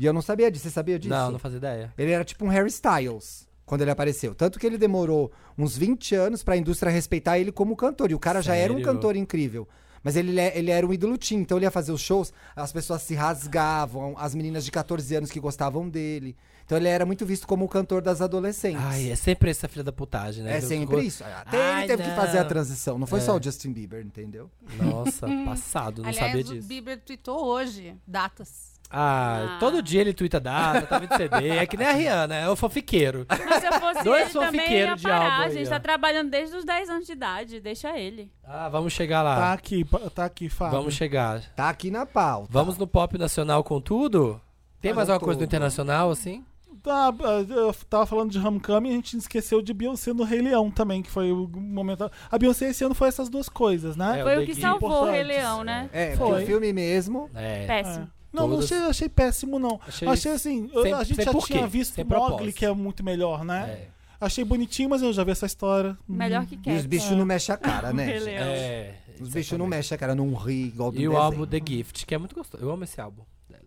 S2: E eu não sabia disso, você sabia disso?
S4: Hum. Não, não fazia ideia.
S2: Ele era tipo um Harry Styles quando ele apareceu. Tanto que ele demorou uns 20 anos pra indústria respeitar ele como cantor. E o cara já era um
S4: Sério?
S2: cantor incrível. Mas ele, é- ele era um ídolo teen, então ele ia fazer os shows, as pessoas se rasgavam, as meninas de 14 anos que gostavam dele. Então ele era muito visto como o cantor das adolescentes.
S4: Ai, é sempre essa filha da putagem, né?
S2: É
S4: Eu-
S2: sempre isso. Até ele
S4: Ai,
S2: teve que
S4: não. É.
S2: fazer a transição. Não foi só o Justin Bieber, entendeu?
S4: Nossa, passado, não
S5: Aliás,
S4: sabia
S5: o
S4: disso.
S5: Bieber tweetou hoje datas.
S4: Ah,
S1: Ah.
S4: todo dia ele tuita data, tava de CD. É que nem a Rihanna, é o fanfiqueiro.
S1: Mas se eu fosse
S4: Dois
S1: ele também, eu ia
S4: fanfiqueiros de
S1: parar.
S4: álbum
S1: A
S4: aí,
S1: gente
S4: ó.
S1: tá trabalhando desde os 10 anos de idade, deixa ele.
S4: Ah, vamos chegar lá.
S3: Tá aqui, pa- tá aqui, Fábio.
S4: Vamos chegar.
S2: Tá aqui na pauta.
S4: Vamos no pop nacional com tudo? Tem
S2: Tá
S4: mais
S3: um
S2: com
S4: alguma coisa do
S2: tudo.
S4: internacional, assim?
S3: Tá, eu tava falando de Homecoming e a gente esqueceu de Beyoncé no Rei Leão também, que foi o momento. A Beyoncé esse ano foi essas duas coisas, né?
S4: É,
S1: Foi
S4: o
S1: o que
S4: Degui-
S1: salvou o Rei
S3: Importantes.
S1: Leão, né?
S2: É,
S3: Foi.
S2: porque o filme mesmo.
S4: É.
S1: Péssimo.
S3: Não, não
S4: Todas.
S3: achei, achei péssimo, não.
S4: Achei
S3: Achei, assim, eu-
S4: sem-
S3: a gente
S4: sem
S3: já
S4: porquê,
S3: tinha visto
S4: sem
S3: o Mogli,
S4: propósito.
S3: que é muito melhor, né?
S4: É.
S3: Achei bonitinho, mas eu já vi essa história.
S1: Uhum. Melhor que
S2: E os
S1: quer.
S2: bichos não mexem a cara, né?
S1: Rei
S2: gente?
S1: Leão.
S4: É.
S2: Os bichos não mexem a cara, não ri igual do
S4: E o
S2: desenho.
S4: álbum The Gift, que é muito gostoso. Eu amo esse álbum dela.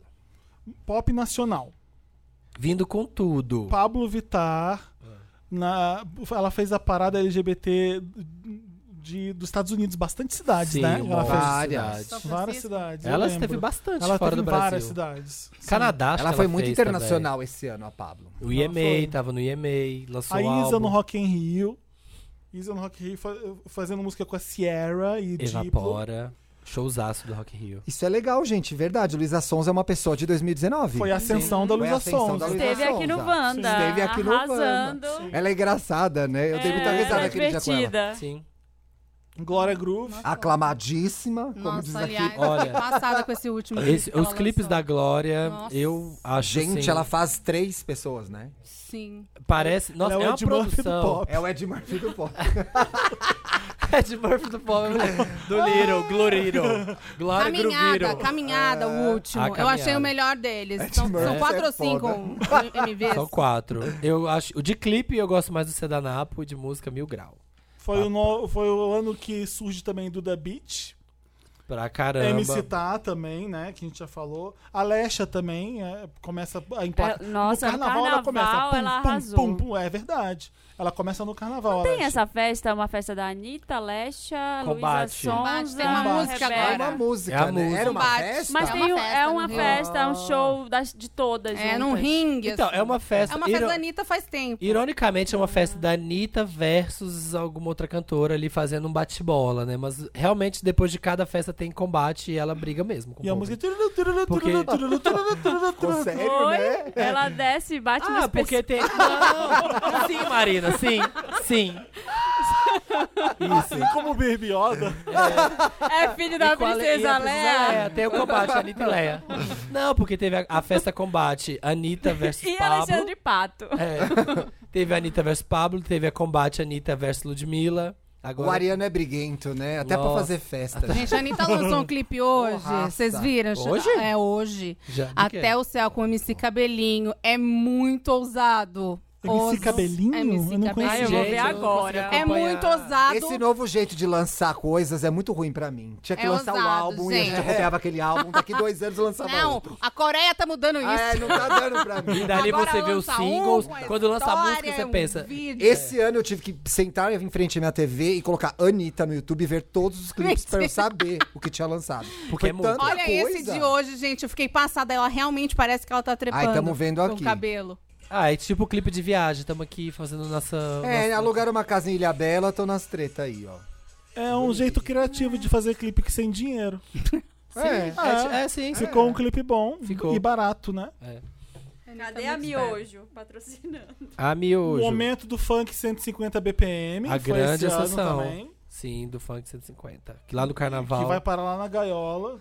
S3: Pop nacional.
S4: Vindo com tudo.
S3: Pablo Vittar,
S4: É.
S3: na, ela fez a parada LGBT de, dos Estados Unidos, bastante cidades,
S4: Sim,
S3: né?
S4: um
S3: Ela
S4: monte de
S3: fez
S2: várias.
S4: cidades.
S3: várias
S5: Francisco.
S3: cidades. eu
S4: Ela
S3: lembro.
S4: esteve bastante
S3: Ela
S4: fora
S3: teve
S4: do
S3: em
S4: Brasil.
S3: várias cidades. Sim.
S4: Canadá, acho
S2: Ela
S4: que
S2: foi muito
S4: fez
S2: internacional esse ano, a Pablo.
S4: também. O IMA,
S3: Ela foi.
S4: tava no IMA, lançou
S3: A
S4: o álbum.
S3: Isa no Rock in Rio. Isa no Rock in Rio fa- fazendo música com a Sierra e tipo, Diplo.
S4: Evapora. Showzaço do Rock in Rio.
S2: Isso é legal, gente, verdade. Luísa Sons é uma pessoa de 2019.
S3: Foi a ascensão da
S2: Foi a
S3: Luísa
S2: ascensão
S3: Sons.
S2: da Luísa
S1: Esteve aqui no
S2: Sonza.
S1: Wanda,
S2: Esteve aqui no
S1: arrasando.
S2: Ela é engraçada, né? Eu dei muita
S1: É,
S2: risada
S1: era
S2: aquele dia com ela.
S3: É.
S1: divertida.
S4: Sim.
S3: Glória Groove.
S2: Aclamadíssima, como diz
S5: Nossa,
S2: aqui.
S5: aliás,
S4: olha.
S5: fiquei passada com esse último.
S4: Esse-
S5: clipe que
S4: os
S5: ela
S4: clipes da
S5: lançou.
S4: Glória,
S5: Nossa.
S4: eu acho
S2: Gente,
S4: assim,
S2: ela faz três pessoas, né?
S5: Sim.
S4: parece... Nossa,
S3: Ela é
S4: é,
S3: o
S4: uma
S3: Ed Murphy do
S4: produção.
S3: pop.
S2: É o Ed Murphy do pop.
S4: Ed Murphy do pop. né? do Little, Gloriro. Glória
S5: Caminhada,
S4: Gruviro.
S5: caminhada, o último.
S4: Ah,
S5: Eu
S4: caminhada.
S5: achei o melhor deles.
S2: Ed
S5: Então,
S2: Murphy
S5: são quatro
S2: é
S5: ou cinco MVs.
S4: São quatro. Eu acho... O de clipe eu gosto mais do Sedanapo e de música Mil Grau. Tá.
S3: Foi o, no- foi o ano que surge também Duda Beach.
S4: Pra caramba.
S3: MC Tá também, né? Que a gente já falou. Alexa também é, começa a impactar.
S1: É, nossa,
S3: no
S1: no
S3: carnaval, ela começa.
S1: carnaval ela arrasou.
S3: pum. É verdade. Ela começa no carnaval.
S1: Tem
S3: Alexa.
S1: essa festa, uma festa da Anitta, Lecha, Luísa
S4: Combate.
S1: Sonza,
S5: Tem uma música
S1: Rebeca.
S2: É
S5: agora.
S2: uma música,
S4: É a
S2: né?
S4: música.
S2: Era uma
S5: Combate.
S2: festa?
S1: Mas
S5: É
S1: tem
S5: uma
S1: um-
S5: festa
S1: é
S5: no
S1: uma
S5: Rio.
S1: festa, é um show das, de todas.
S5: É,
S1: juntas.
S5: num ringue.
S4: Então,
S5: assim.
S4: é uma festa...
S5: É uma festa
S4: iro-
S5: da Anitta faz tempo.
S4: Ironicamente, é uma festa da Anitta versus alguma outra cantora ali fazendo um bate-bola, né? Mas realmente, depois de cada festa tem combate e ela briga mesmo. Com
S3: E
S4: o
S3: a
S4: povo.
S3: música.
S4: Porque-
S2: Ficou sério,
S1: Oi?
S2: né?
S1: Ela desce e bate
S4: Ah,
S1: nos
S4: porque tem. Não! Sim, Marina, sim. Sim.
S3: Assim como Berbioda.
S1: É filho
S4: E
S1: da
S4: com a Le- e
S1: princesa
S4: a é
S1: Leia.
S4: Tem o combate, Anitta e Leia. Não, porque teve a, a festa combate Anitta versus
S1: E
S4: Pablo.
S1: Alexandre Pato.
S4: É. Teve a Anitta versus Pablo, teve a combate Anitta versus Ludmilla.
S2: O
S4: Agora,
S2: Ariano é briguento, né? Até pra
S4: Nossa.
S2: fazer festa.
S5: Gente, a Anitta lançou um clipe hoje.
S2: Porraça.
S5: Vocês viram?
S4: tá. Hoje?
S5: É, hoje.
S4: já, do quê?
S5: Até o céu com o MC Cabelinho. É muito ousado.
S3: MC Cabelinho?
S5: MC
S3: Eu não conheço.
S1: Ah, eu
S5: Cabelinho.
S1: vou
S4: É. Gente,
S1: ver
S4: eu não consigo
S1: agora.
S5: É
S4: acompanhar.
S5: muito ousado.
S2: Esse novo jeito de lançar coisas é muito ruim pra mim. Tinha que
S5: É
S2: lançar o
S5: ousado,
S2: álbum e a gente
S5: gente.
S2: acompanhava aquele álbum. Daqui dois anos lançava
S5: Não,
S2: outro.
S5: a Coreia tá mudando isso.
S2: Ah, é, não tá dando pra mim.
S4: E dali
S5: Agora
S4: você vê os
S5: lança um
S4: singles.
S5: com
S4: quando lança a música,
S5: história,
S4: você
S5: um
S4: pensa.
S5: vídeo.
S2: Esse ano eu tive que sentar em frente à minha TV e colocar Anitta no YouTube e ver todos os clipes pra eu saber o que tinha lançado.
S4: Porque é
S2: Foi
S4: muito.
S2: tanta
S5: Olha esse
S2: coisa.
S5: de hoje, gente. Eu fiquei passada. Ela realmente parece que ela tá trepando.
S2: Ai, tamo vendo
S5: Com
S2: aqui.
S5: o cabelo.
S4: Ah, é tipo clipe de viagem. Tamo aqui fazendo nossa.
S2: É,
S4: nossa-
S2: alugaram uma casa em Ilha Bela, tô nas treta aí, ó.
S3: É um jeito criativo de fazer clipe que sem dinheiro.
S2: É.
S5: ah.
S4: É, é, sim.
S3: Ficou um clipe bom
S4: Ficou.
S3: e barato, né?
S1: Cadê a Miojo patrocinando?
S4: A
S3: O
S4: Miojo.
S3: momento do funk 150 BPM.
S4: A
S3: foi
S4: grande
S3: esse ano
S4: ascensão.
S3: também.
S4: Sim, do Funk 150. Que lá no carnaval.
S3: Que vai parar lá na gaiola.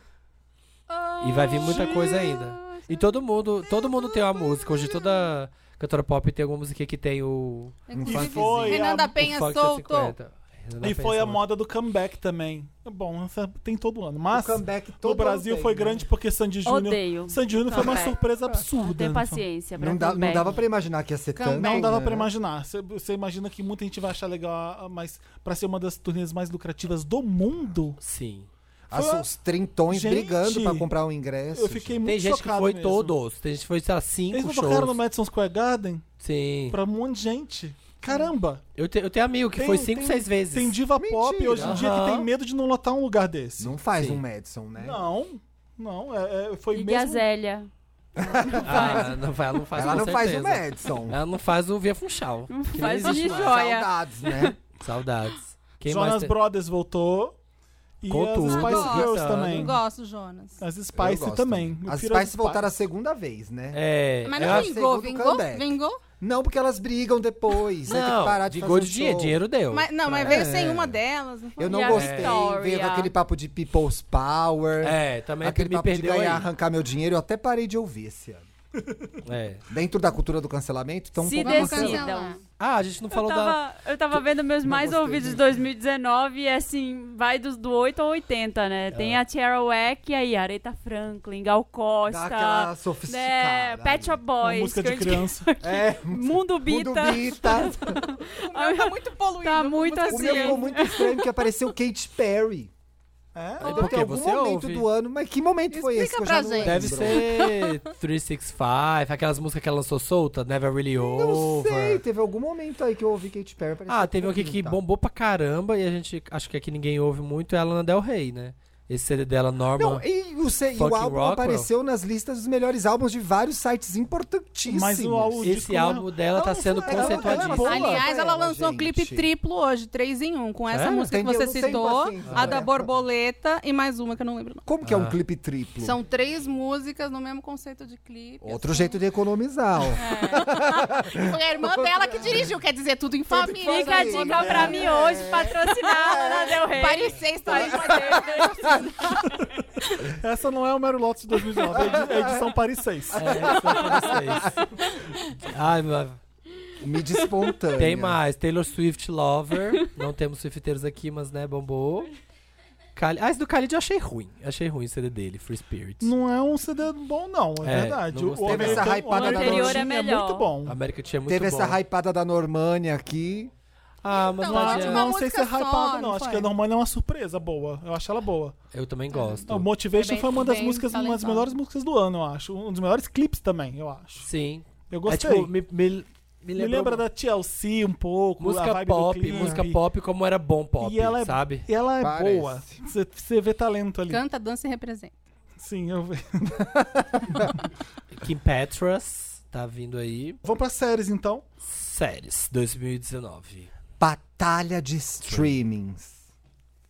S4: E vai vir muita coisa ainda. E todo mundo, todo mundo tem uma música. Hoje toda cantora pop tem alguma música que tem o
S2: Um
S3: E
S2: funkzinho.
S3: foi.
S5: Renan
S3: a-
S5: da Penha
S4: o um Funk
S5: soltou.
S4: 150. eu não
S3: E
S4: penso
S3: foi a
S4: muito.
S3: moda do comeback também. É Bom, essa tem todo ano. Mas
S2: O comeback
S3: no
S2: todo
S3: Brasil
S2: ano
S3: foi
S2: tem,
S3: grande
S2: né?
S3: porque Sandy Júnior.
S1: Odeio
S3: Sandy Júnior foi uma
S1: comeback.
S3: surpresa
S1: Não
S3: absurda. né?
S1: tenho paciência pra
S2: Não, dá- não
S1: comeback.
S2: dava pra imaginar que ia ser tanto.
S3: Não dava
S2: né?
S3: pra imaginar. Você- Você imagina que muita gente vai achar legal, ah, mas pra ser uma das turnês mais lucrativas do mundo,
S4: Sim.
S2: As,
S3: Foi-
S2: os trintões
S3: Gente,
S2: brigando pra comprar um ingresso.
S3: eu fiquei muito
S4: Tem gente que
S3: chocado
S4: foi
S3: mesmo.
S4: todos. Tem gente que foi, sei lá, cinco
S3: Eles não tocaram no
S4: shows.
S3: Madison Square Garden
S4: Sim.
S3: pra um monte de gente. Caramba!
S4: Eu, te- eu tenho amigo que
S3: Tem- um-
S4: foi cinco,
S3: tem-
S4: seis vezes.
S3: Tem diva
S2: Mentira.
S3: pop hoje em dia que
S4: Aham.
S3: tem medo de não lotar um lugar desse.
S2: Não faz
S4: Sim.
S2: um Madison, né?
S3: Não, não, é- é- foi
S1: E
S3: mesmo.
S1: Gazélia.
S4: Ah, não vai, ela não faz
S2: Ela
S4: com
S2: não faz o
S4: certeza.
S2: Madison.
S4: Ela não faz o Via Funchal.
S1: Não
S4: Que
S1: faz
S4: existe
S1: de
S4: mais.
S1: joia.
S2: Saudades, né?
S4: Saudades. Quem
S3: Jonas
S4: mais tem- um.
S3: Brothers voltou. E
S4: Com
S3: as
S4: tudo,
S3: Spice
S5: Ah,
S3: Girls
S4: gosto.
S3: também.
S5: Eu gosto, Jonas.
S3: As
S2: Eu
S3: Spice
S2: gosto
S3: também. Eu
S2: As
S3: prefiro
S2: Spice voltaram a segunda vez, né?
S4: É.
S5: Mas
S4: eu
S5: não
S4: acho-
S5: vingou,
S2: segundo
S5: vingou,
S2: comeback.
S5: vingou.
S2: Não, porque elas brigam depois. Não, tem que parar
S4: Não,
S2: de
S4: de
S2: fazer
S4: gol
S2: um
S4: de dinheiro,
S2: show.
S4: dinheiro deu.
S5: Mas, não, mas veio sem uma delas. "É." não foi?
S2: Eu não
S1: E a
S2: gostei. Veio com
S1: Victoria?
S2: aquele papo de people's power.
S4: É, também
S2: aquele
S4: me
S2: papo de
S4: perdeu aí.
S2: ganhar, arrancar meu dinheiro. Eu até parei de ouvir esse ano.
S4: É.
S2: Dentro da cultura do cancelamento, então um
S1: Se
S2: pouco
S5: Vamos
S1: decidam.
S5: cancelar.
S4: Ah, a gente não
S1: Eu
S4: falou da...
S1: tava, eu tava vendo meus mais
S2: gostei
S1: ouvidos de
S2: muito.
S1: 2019 e assim, vai dos do 8 ao 80, né? Tem a Tiara Wack, aí Aretha Franklin, Gal
S2: Dá
S1: Costa,
S2: aquela
S1: né,
S2: sofisticada.
S1: Pet Shop
S3: Uma
S1: Boys,
S3: música
S1: que eu
S3: de
S1: indiquei-
S3: criança.
S2: É,
S1: Mundo
S2: Mundo
S1: Bita.
S2: Bita.
S5: O meu tá muito poluído.
S1: Tá muito
S5: Música
S2: O
S1: assim.
S2: meu ficou muito estranho que apareceu Katy Perry.
S3: É?
S4: É porque
S2: Em algum
S4: você
S2: momento
S4: ouve.
S2: do ano, mas que momento foi esse?
S5: Explica
S2: que eu já
S5: pra
S2: não
S5: gente.
S4: Deve
S2: lembro?
S4: ser 365, aquelas músicas que ela lançou solta, Never Really
S2: Não
S4: Over.
S2: sei, teve algum momento aí que eu ouvi Katy Perry. parecia
S4: Ah, teve
S2: um
S4: um aqui que
S2: pouquinho, tá?
S4: bombou pra caramba e a gente, acho que aqui ninguém ouve muito, é a Lana Del Rey, né? Esse CD dela, Norma.
S2: Não, e o, se- e o
S4: Fucking
S2: álbum
S4: Rockwell.
S2: apareceu nas listas dos melhores álbuns de vários sites importantíssimos.
S3: Mas o álbum- disco
S4: Esse álbum dela tá
S3: Não,
S2: é
S4: sendo
S3: ela- ela-
S4: conceituadíssimo.
S3: Boa.
S5: Aliás, ela lançou um
S2: gente.
S5: clipe triplo hoje, três em um, com essa
S4: Sério?
S5: música que
S2: Tem-
S5: você
S2: eu não tenho
S5: citou,
S2: paciência,
S5: a da
S2: é.
S5: borboleta e mais uma que eu não lembro. Não.
S2: Como que é um
S4: Ah.
S2: clipe triplo?
S5: São três músicas no mesmo conceito de clipe. assim.
S2: Outro jeito de economizar. ó.
S5: É. Foi a irmã dela que dirigiu, quer dizer, tudo em família.
S1: Fica a dica pra mim
S5: É.
S1: hoje, patrocinar a Lana Del Rey.
S5: Parecer também
S3: Essa não é o Mary Lotus de 2009, é edi- é edição Paris 6.
S4: É, isso é pra vocês. Ai, meu-
S2: Me despontânea.
S4: Tem mais. Taylor Swift Lover. Não temos Swifteiros aqui, mas né, bombou. Kali... Ah, esse do Khalid eu achei ruim. Achei ruim o CD dele, Free Spirit.
S3: Não é um CD bom, não, é,
S4: É,
S3: verdade.
S4: não
S3: O,
S4: gostei.
S3: o
S4: Teve
S2: essa
S3: americano-
S2: hypada
S3: o
S1: da
S3: americano
S1: Dolce.
S3: é muito bom.
S4: América tinha muito
S2: Teve
S4: bom.
S2: essa hypada da Normânia aqui.
S4: Ah, mas não
S5: Então, ela
S3: Não,
S5: tinha
S4: adianta.
S5: uma
S3: não sei se é
S5: música só,
S3: hypada, não.
S5: não
S3: Acho
S5: foi?
S3: que a Normani é uma surpresa boa. Eu acho ela boa.
S4: Eu também
S3: É.
S4: gosto.
S3: O Motivation
S5: Foi bem-
S3: foi uma das
S5: bem
S3: músicas, uma das
S5: talentosa.
S3: melhores músicas do ano, eu acho. Um dos melhores clipes também, eu acho.
S4: Sim.
S3: Eu
S4: É
S3: gostei.
S4: tipo, me, me, me
S3: Me
S4: lembrou
S3: lembra
S4: muito.
S3: da TLC um pouco, a
S4: música
S3: vibe do
S4: pop,
S3: clipe.
S4: música pop como era bom pop,
S3: E ela é-
S4: sabe?
S3: E ela é
S2: Parece.
S3: boa. Você- Você vê talento ali.
S5: Canta, dança e representa.
S3: Sim, eu vejo.
S4: Kim Petras tá vindo aí.
S3: Vamos pra séries então.
S4: Séries 2019.
S2: Batalha de streamings.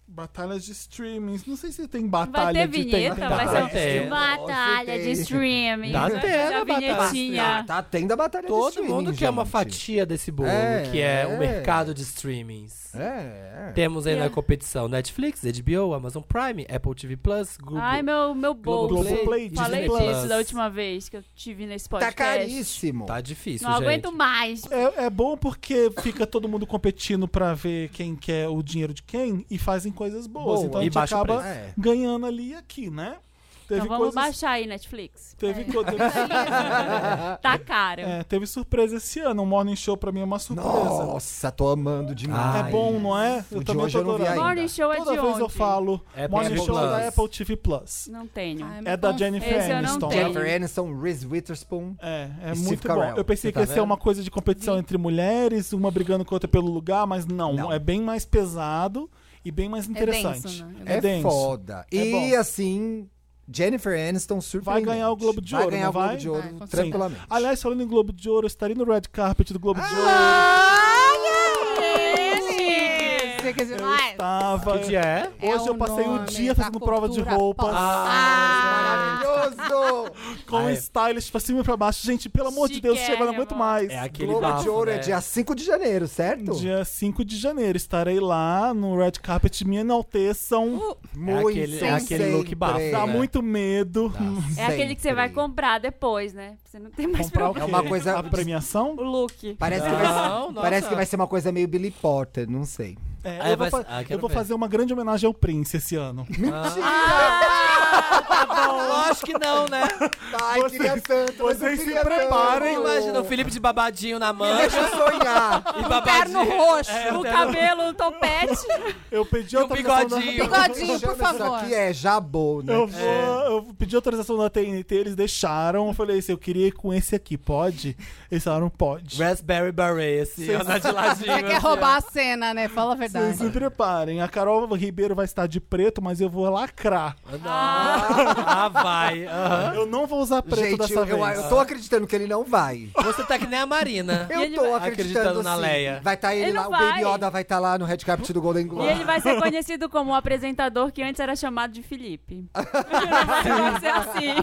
S3: Batalhas de streamings. Não sei se tem
S1: Vai ter
S3: batalha de
S1: vinheta,
S3: tem,
S1: vai
S4: batalha.
S1: ser
S4: Tem.
S1: uma batalha de streaming.
S4: Tá
S1: Vai ter
S4: tendo
S1: a
S4: a batalha.
S1: vinhetinha.
S2: Tá tendo a batalha de
S4: Todo
S2: streaming,
S4: mundo quer uma
S2: gente.
S4: fatia desse bolo,
S2: É,
S4: que é,
S2: é.
S4: o mercado de streamings.
S2: É, é.
S4: Temos aí
S1: Yeah.
S4: na competição Netflix, HBO, Amazon Prime, Apple TV Plus, Google.
S1: Ai, meu, meu bolso.
S3: Globoplay,
S1: Falei
S4: Disney
S1: disso
S4: Plus.
S1: da última vez que eu tive nesse
S2: Tá
S1: podcast.
S2: caríssimo.
S4: Tá difícil,
S1: Não
S4: gente.
S1: aguento mais.
S3: É, é bom porque fica todo mundo competindo pra ver quem quer o dinheiro de quem e fazem coisas boas.
S2: Boa.
S3: Então a
S4: E
S3: gente
S4: baixa o
S3: acaba
S4: preço.
S2: É.
S3: ganhando ali e aqui, né? Teve
S1: Então vamos
S3: coisas.
S1: baixar aí, Netflix.
S3: Teve, co- teve,
S1: Tá caro.
S3: é, teve surpresa esse ano. O Morning Show pra mim é uma surpresa.
S2: Nossa, tô amando demais.
S4: Ah,
S3: É bom, não é?
S2: O
S3: Eu
S2: de
S3: também
S2: hoje
S3: tô
S2: eu não vi
S3: adorando.
S2: ainda.
S1: Morning Show é de
S3: Toda vez eu
S1: ontem.
S3: falo,
S4: Apple
S3: Morning Show é da
S4: Plus.
S3: Apple TV Plus.
S1: Não tenho.
S5: Ai,
S3: É
S5: meu
S3: da
S5: conf-
S3: Jennifer
S1: Esse eu não
S3: Aniston.
S5: né?
S1: tenho.
S2: Jennifer Aniston, Reese Witherspoon.
S3: É, é
S2: Steve
S3: muito
S2: Carell.
S3: bom. Eu pensei
S2: Você
S3: que
S2: tá
S3: ia ser
S2: vendo?
S3: uma coisa de competição entre mulheres, uma brigando com a outra pelo lugar, mas não,
S2: Não.
S3: É bem mais pesado e bem mais
S5: É denso,
S3: interessante.
S5: né?
S2: É,
S3: denso.
S2: foda.
S3: É
S2: e
S3: bom.
S2: assim, Jennifer Aniston surpreendente.
S3: Vai ganhar o Globo de Ouro,
S2: Vai ganhar
S3: não
S2: o Globo
S3: vai?
S2: de Ouro
S5: Vai,
S4: Ah,
S5: com certeza.
S2: tranquilamente.
S3: Aliás, falando em Globo de Ouro, eu estaria no red carpet do Globo de
S5: Ah!
S3: Ouro.
S5: Ele! Você quer dizer mais?
S3: Tava.
S4: Que dia é?
S5: É
S3: Hoje eu
S5: o
S3: passei o
S5: nome
S3: dia
S5: da
S3: fazendo prova de
S5: cultura
S3: roupas.
S5: pop.
S4: Ah,
S5: Ah,
S2: maravilhoso!
S3: Com
S4: Ah, é.
S3: stylist pra cima e pra baixo. Gente, pelo amor de Deus, chega, eu não aguento
S1: Chiquérrimo.
S3: mais.
S4: É aquele
S2: Globo de
S4: bafo,
S2: Ouro é
S4: né?
S2: dia 5 de janeiro, certo?
S3: Dia 5 de janeiro. Estarei lá no Red Carpet. Me enalteçam.
S5: Uh!
S4: É aquele, é aquele look
S2: sempre.
S4: bafo.
S3: Dá
S4: né?
S3: Tá muito medo.
S1: É aquele que você vai comprar depois, né? Você não tem mais
S3: Comprar o
S1: problema.
S3: quê?
S2: É uma coisa-
S3: A premiação?
S1: O look.
S2: Parece, que,
S4: Não,
S2: vai,
S4: nossa.
S2: parece que vai ser uma coisa meio Billy Porter, não sei.
S3: É,
S4: Ah,
S3: eu vou,
S4: vai-
S3: fa-
S4: ah, quero
S3: eu vou
S4: ver.
S3: fazer uma grande homenagem ao Prince esse ano. Ah,
S1: Ah,
S4: tá Lógico que não, né?
S2: Ai, queria tanto.
S3: vocês se
S2: Tá
S3: preparem.
S4: Imagina o Felipe de babadinho na
S2: Deixa
S4: mancha
S2: eu sonhar.
S1: um
S4: e
S5: Terno
S4: babadinho. É,
S5: roxo.
S1: É, o um cabelo, o topete.
S3: Eu pedi
S4: E o
S3: autorização da-
S4: bigodinho.
S5: Bigodinho, por
S2: Chama Isso
S5: favor.
S2: aqui é jabô, né?
S3: Eu, vou, eu pedi autorização da TNT, eles deixaram. Eu falei assim, eu queria ir com esse aqui, pode? Eles falaram, pode.
S4: Raspberry Beret, assim,
S3: Sim.
S4: andar de ladinho.
S5: Você quer
S4: assim,
S5: roubar
S3: é
S5: a cena, né? Fala a verdade.
S3: Vocês se preparem. A Carol Ribeiro vai estar de preto, mas eu vou lacrar.
S4: ó. Ah, vai. aham.
S3: Eu não vou usar preto
S2: Gente,
S3: dessa
S2: eu,
S3: vez.
S2: eu, eu tô acreditando que ele não vai.
S4: Você tá que nem a Marina.
S2: Eu
S1: ele
S2: tô
S1: vai-
S2: acreditando,
S4: Acreditando na
S2: sim.
S4: Leia.
S2: Vai estar ele,
S1: Ele
S2: lá,
S1: não
S2: o Baby
S1: vai.
S2: Yoda vai estar lá no Red Carpet do Golden
S1: E
S2: Globe.
S1: ele vai ser conhecido como o apresentador que antes era chamado de Felipe. vai ser assim.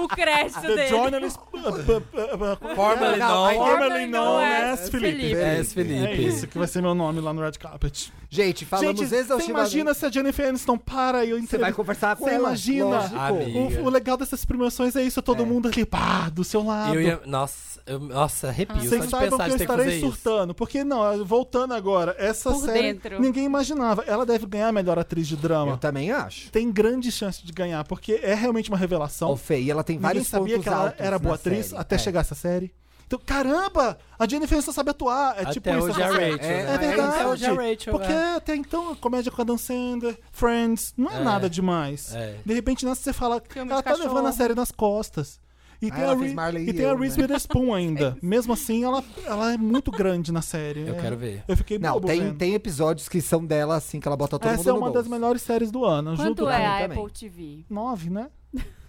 S1: O crédito
S3: The
S1: dele.
S3: journalist... Formerly
S4: Formerly
S2: Não, aí
S4: não.
S2: tem-
S3: known as Felipe.
S2: Felipe.
S4: É, esse Felipe.
S3: É isso que vai ser meu nome lá no Red Carpet.
S2: Gente, falamos
S3: Gente, você
S2: exaustivamente.
S3: imagina se a Jennifer Aniston para e eu
S2: Você vai
S3: entrevisto.
S2: conversar com
S3: Você
S2: ela.
S3: imagina?
S2: Lógico.
S4: Amigo.
S3: O, o legal dessas premiações é isso, é todo
S2: É.
S3: mundo ali, pá, do seu lado.
S4: Eu ia, nossa, eu, nossa, arrepio. Só
S3: Vocês
S4: de
S3: saibam
S4: pensar
S3: que eu
S4: de ter que fazer
S3: estarei
S4: isso.
S3: surtando. Porque, não, voltando agora, essa
S1: Por
S3: série
S1: dentro.
S3: ninguém imaginava. Ela deve ganhar a melhor atriz de
S2: Eu
S3: drama.
S2: também acho.
S3: Tem grande chance de ganhar, porque é realmente uma revelação.
S2: Ô, Fê, e ela tem
S3: ninguém
S2: vários
S3: sabia
S2: pontos
S3: que ela
S2: altos
S3: era boa
S2: na
S3: atriz
S2: série.
S3: até
S2: É.
S3: chegar essa série. Então, caramba! A Jennifer só sabe atuar. É tipo
S4: Até
S3: isso.
S4: hoje é a
S3: essa série.
S4: Rachel.
S2: É,
S4: né?
S3: É
S1: Então,
S3: verdade.
S4: Até hoje é a Rachel.
S3: Porque
S1: né?
S4: é.
S3: até então, a comédia com a Dan Sandler, Friends, não é,
S4: É.
S3: nada demais.
S4: É.
S3: De repente, nessa você fala,
S5: Filme
S3: ela
S5: de
S3: tá
S5: cachorro.
S3: levando a série nas costas. E
S2: Ah,
S3: tem, a,
S2: ela fez
S3: Re-
S2: Marley
S3: e
S2: e
S3: tem a
S2: eu,
S3: Reese
S2: né?
S3: Witherspoon ainda. Mesmo assim, ela, ela é muito grande na série.
S4: Eu
S3: É.
S4: quero ver.
S3: Eu fiquei
S2: Não,
S3: bobo
S2: tem,
S3: vendo.
S2: tem episódios que são dela, assim, que ela bota todo mundo
S3: Essa é
S2: no
S3: uma das
S2: bolso.
S3: melhores séries do ano.
S1: Quanto
S3: junto
S1: é
S3: com
S1: a
S2: mim também.
S1: Apple TV?
S3: Nove, né?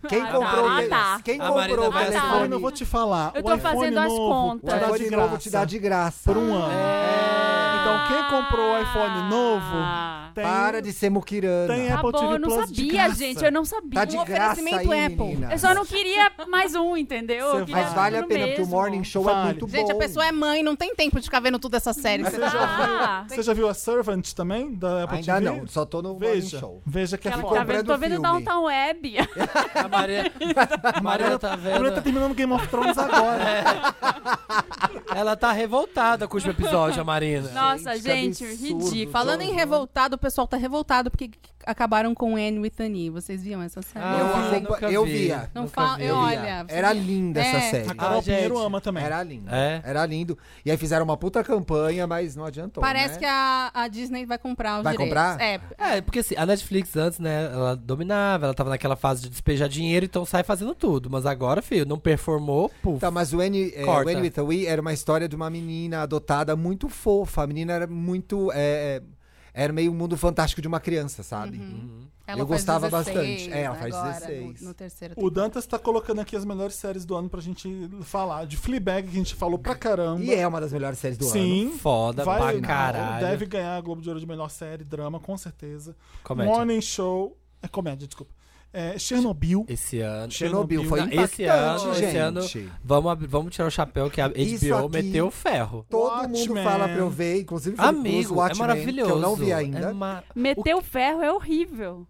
S2: Quem
S1: Ah, tá.
S2: comprou,
S1: Ah,
S2: o-
S1: tá.
S2: quem
S4: A
S2: comprou
S4: Marina
S2: o
S4: vai
S3: Essa
S2: telefone?
S3: eu não vou te falar.
S1: Eu
S3: O
S1: tô
S3: iPhone
S1: fazendo as
S3: novo
S1: contas. É.
S3: Te
S2: O
S3: dá
S2: iPhone
S3: de
S2: novo te dá
S3: graça.
S2: de graça.
S3: Por um ano. Então, quem comprou o iPhone novo, tem-
S2: Para de ser muquirana.
S3: tem
S1: Tá
S3: Apple
S1: bom,
S3: TV
S1: Ah, eu não
S3: Plus de
S1: sabia,
S3: graça.
S1: gente. Eu não sabia.
S2: Tá de
S5: Um
S2: graça
S5: oferecimento
S2: aí,
S5: Apple.
S2: menina.
S1: Eu só não queria mais um, entendeu? Eu
S3: Você
S1: queria
S2: Mas
S3: Ah,
S2: vale a
S1: no
S2: pena, porque o
S1: mesmo.
S2: Morning Show é
S3: Vale.
S2: muito bom.
S5: Gente, a pessoa é mãe, não tem tempo de ficar vendo tudo essa série. que você tá-
S1: Ah,
S3: Você já viu a Servant também, da Apple
S2: Ainda
S3: TV?
S2: não, só tô no Morning
S3: Veja,
S2: Show.
S3: veja que é
S1: ela tá
S2: Ela
S3: foda.
S2: comprando
S1: vendo, tô vendo
S2: filme.
S1: Downtown Web.
S4: A Marina, a Marina tá
S3: A mulher tá
S4: vendo.
S3: terminando Game of Thrones agora.
S4: É. Ela tá revoltada com o último episódio, a Marina.
S1: Nossa, gente,
S2: absurdo.
S1: ridículo.
S3: então,
S5: Falando
S3: né?
S5: em revoltado, o pessoal tá revoltado porque acabaram com Anne with an E. Vocês viam essa série?
S4: Ah,
S2: eu,
S4: nunca
S2: acompa-
S4: vi.
S2: eu via.
S5: não
S4: nunca
S5: fala.
S4: vi.
S5: eu-
S2: Eu via.
S5: Olha. você-
S2: Era linda essa
S5: É.
S3: A
S2: série.
S3: Carol
S4: Ah, gente.
S3: Pinheiro ama também.
S2: Era lindo.
S4: É?
S2: Era lindo. E aí fizeram uma puta campanha, mas não adiantou.
S5: Parece
S2: né?
S5: que a, a Disney vai comprar os
S2: Vai
S5: direitos.
S2: comprar?
S5: É.
S4: É, porque assim, a Netflix antes, né, ela dominava, ela tava naquela fase de despejar dinheiro, então sai fazendo tudo. Mas agora, filho, não performou, puf.
S2: Tá, mas o Annie, é,
S4: Corta.
S2: o Annie with a Wii era uma história de uma menina adotada muito fofa. A menina era muito. é, é, era meio um mundo fantástico de uma criança, sabe?
S5: Ela
S2: Eu
S5: faz
S2: gostava
S5: 16
S2: bastante. É, ela faz
S5: agora,
S2: 16.
S5: No, no terceiro
S3: O Dantas tá colocando aqui as melhores séries do ano pra gente falar. De Fleabag, que a gente falou pra caramba.
S2: E é uma das melhores séries do ano.
S3: Sim.
S4: Foda
S3: Vai,
S4: pra caralho.
S3: deve ganhar a Globo de Ouro de melhor série, drama, com certeza.
S4: Comédia.
S3: Morning Show. É comédia, desculpa. É, Chernobyl.
S4: Esse ano.
S2: Chernobyl foi
S4: Não,
S2: impactante,
S4: esse ano,
S2: gente.
S4: esse ano, vamos, abrir- vamos tirar o chapéu que a
S2: Isso
S4: HBO
S2: aqui-
S4: meteu o ferro.
S2: Todo
S3: Watchmen.
S2: mundo fala pra eu ver, inclusive foi
S4: Amigo,
S2: Watchmen,
S4: é maravilhoso.
S2: Que eu não vi
S4: É
S2: ainda.
S4: ma-
S1: Meteu ferro é horrível.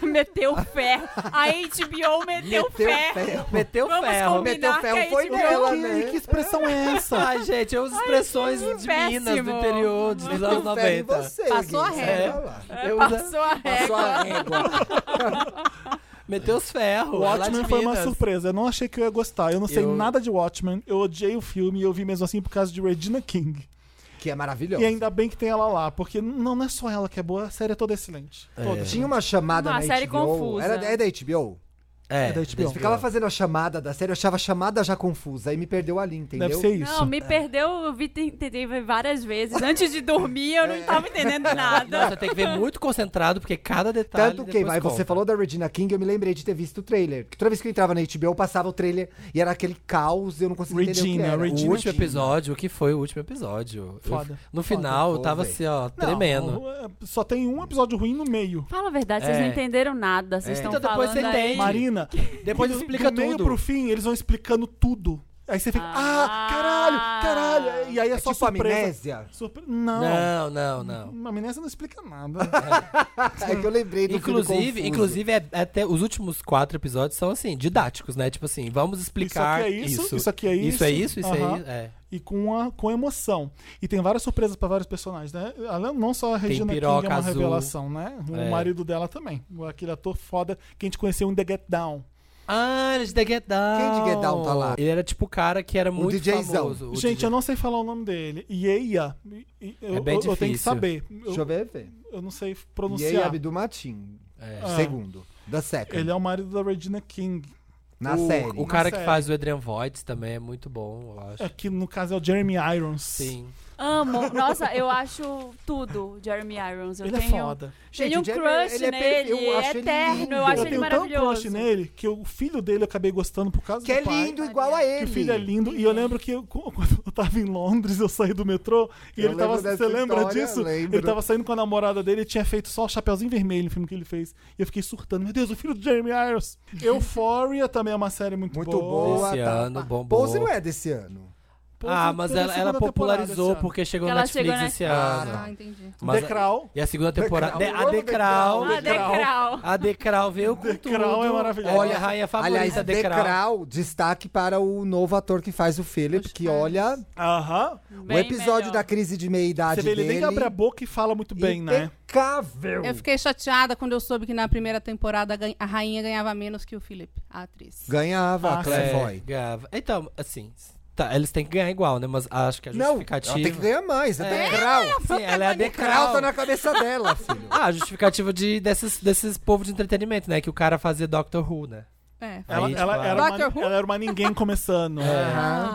S1: Meteu ferro. A HBO meteu
S2: Meteu
S1: ferro.
S2: ferro.
S4: Meteu
S1: Vamos
S4: ferro.
S1: combinar
S2: Meteu ferro,
S1: que
S4: É
S1: a
S2: foi
S1: HBO
S2: nela.
S3: Que-
S2: né?
S3: Que expressão é essa?
S4: Ai, gente, é as expressões
S1: que
S4: de Minas, do
S1: péssimo.
S4: interior, dos anos
S2: Ferro em
S4: 90.
S2: você,
S5: Passou
S2: Gui,
S5: a
S2: você
S5: régua.
S2: vai lá.
S1: É,
S4: Eu-
S1: passou a
S2: Passou
S1: régua.
S2: a régua.
S4: Meteu os ferros.
S3: O
S4: é lá de
S3: Watchmen foi uma
S4: Minas.
S3: surpresa. Eu não achei que eu ia gostar. Eu não sei
S4: Eu-
S3: nada de Watchmen. Eu odiei o filme e eu vi mesmo assim por causa de Regina King.
S2: Que é maravilhoso.
S3: E ainda bem que tem ela lá, porque não, não é só ela que é boa, a série é toda excelente. Toda.
S2: Tinha uma chamada
S1: Uma
S2: na
S1: série
S2: HBO.
S1: confusa.
S2: É. Era, é da HBO?
S4: É,
S3: É da HBO.
S4: HBO.
S2: Ficava fazendo a chamada da série, eu achava a chamada já confusa. Aí me perdeu ali, entendeu?
S3: Deve ser isso.
S1: Não, me perdeu, eu vi tentei ver várias vezes. Antes de dormir, eu não tava entendendo nada.
S4: Nossa, tem que ver muito concentrado, porque cada detalhe.
S2: Tanto que,
S4: depois
S2: mas você
S4: conta.
S2: falou da Regina King, eu me lembrei de ter visto o trailer. Porque Toda vez que eu entrava na HBO, eu passava o trailer e era aquele caos, eu não conseguia entender o que
S3: Regina,
S2: era.
S4: O
S3: Regina.
S4: último episódio, o que foi o último episódio?
S3: Foda.
S4: Eu- no final, eu
S2: Foda,
S4: tava
S2: véi.
S4: assim, ó,
S3: Não,
S4: tremendo.
S3: é, Só tem um episódio ruim no meio.
S1: Fala a verdade, vocês
S4: É.
S1: não entenderam nada. Vocês
S4: É.
S1: estão
S4: Então depois
S1: falando
S4: você
S1: aí.
S4: entende.
S3: Marina, menina.
S4: Depois
S3: do-
S4: explica
S3: do meio
S4: tudo.
S3: pro fim, eles vão explicando tudo. Aí você fica, ah,
S1: Ah.
S3: caralho, caralho. E aí é,
S2: É
S3: só
S2: tipo
S3: surpresa.
S2: amnésia?
S3: Surpre- Não.
S4: Não, não, não.
S3: A amnésia não explica nada.
S2: É que eu lembrei do filme
S4: Inclusive,
S2: Confuso.
S4: inclusive é, é até os últimos quatro episódios são assim, didáticos, né? Tipo assim, vamos explicar
S3: Isso aqui é isso,
S4: isso.
S3: isso aqui é
S4: Isso é
S3: isso.
S4: isso, isso é
S3: Aham.
S4: isso. É.
S3: e com, a, com emoção. E tem várias surpresas pra vários personagens, né? Além- Não só a Regina King é
S4: piroca
S3: uma
S4: azul.
S3: revelação, né? O
S4: É.
S3: marido dela também. Aquele ator foda que a gente conheceu em The Get Down.
S4: Ah, ele é de The Get Down.
S2: Quem de Get Down tá lá?
S4: Ele era tipo o cara que era muito
S2: DJzão.
S4: famoso. o
S3: gente,
S4: DJ.
S3: eu não sei falar o nome dele. Yeia. E- Eu,
S4: É bem
S3: eu- eu tenho que
S4: difícil.
S3: saber. Eu,
S2: Deixa eu ver, ver.
S3: eu não sei
S2: E aí,
S3: pronunciar.
S2: Abdu Matin.
S4: É.
S3: Ah.
S2: Segundo. Da second.
S3: Ele é o marido da Regina King.
S2: Na
S4: o,
S2: série.
S4: O cara
S3: Na
S4: que
S3: série.
S4: faz o Adrian Voight também é muito bom, eu acho.
S3: É, Que no caso é o Jeremy Irons.
S4: Sim.
S1: Amo. Nossa, eu acho tudo Jeremy Irons. Eu
S3: Ele é
S1: tenho,
S3: foda.
S1: tenho
S2: Gente,
S1: um
S2: o Jeremy,
S1: crush
S2: ele é
S1: nele,
S2: perfeito, eu acho ele
S1: eterno.
S2: lindo.
S1: eu acho
S3: eu
S1: ele
S3: tenho tanto
S1: maravilhoso.
S3: crush nele que o filho dele eu acabei gostando por causa
S2: Que
S3: do
S2: é
S3: pai.
S2: lindo igual a ele.
S3: Que o filho é lindo. E eu lembro que eu- quando eu tava em Londres, eu saí do metrô e
S2: Eu
S3: ele tava.
S2: lembro dessa
S3: Você lembra
S2: história,
S3: disso?
S2: lembro.
S3: Ele tava saindo com a namorada dele e tinha feito só o Chapeuzinho Vermelho no filme que ele fez. E eu fiquei surtando. Meu Deus, o filho do Jeremy Irons. Euphoria também é uma série muito,
S2: Muito
S3: boa.
S2: boa.
S4: Desse
S2: tá.
S4: ano, bombou.
S2: Pose não é desse ano.
S3: Pô,
S4: ah,
S3: foi
S4: mas
S3: toda é, a
S4: ela, ela
S3: segunda temporada
S4: popularizou
S3: esse ano.
S4: porque chegou
S1: Ela
S4: na Netflix
S1: chegou na-
S4: esse
S2: Ah,
S4: ano.
S2: tá.
S5: entendi.
S4: Mas a-
S3: Decral.
S4: E a segunda temporada.
S2: Decral.
S4: De- a
S2: Eu amo
S4: Decral.
S1: Ah, Decral.
S4: A Decral veio com tudo.
S3: Decral é maravilhosa.
S4: Olha, a rainha favorita
S2: Aliás,
S4: Decral.
S2: Decral, destaque para o novo ator que faz o Philip, que olha
S3: Aham.
S2: o
S1: Bem
S2: episódio
S1: melhor.
S2: da crise de meia-idade
S3: Você vê,
S2: dele.
S3: ele nem abre a boca e fala muito bem, né?
S2: Impecável.
S5: Eu fiquei chateada quando eu soube que na primeira temporada a gan- a rainha ganhava menos que o Felipe, a atriz.
S2: Ganhava
S3: Ah,
S2: a
S4: É,
S2: Claire Foy.
S4: ganhava. Então, assim. Tá, eles têm que ganhar igual, né? Mas acho que a
S2: Não, ela
S4: justificativa.
S2: tem que ganhar mais. É. Decral.
S4: Sim, ela é a
S2: Decral
S4: Decral.
S2: tá na cabeça dela, filho.
S4: Ah, a justificativa de, desses, desses povos de entretenimento, né? Que o cara fazia Doctor Who, né?
S5: É.
S3: Ela,
S4: Aí, tipo,
S3: ela
S4: a-
S3: era uma,
S5: Doctor Who? Ah.
S3: ela era uma ninguém começando.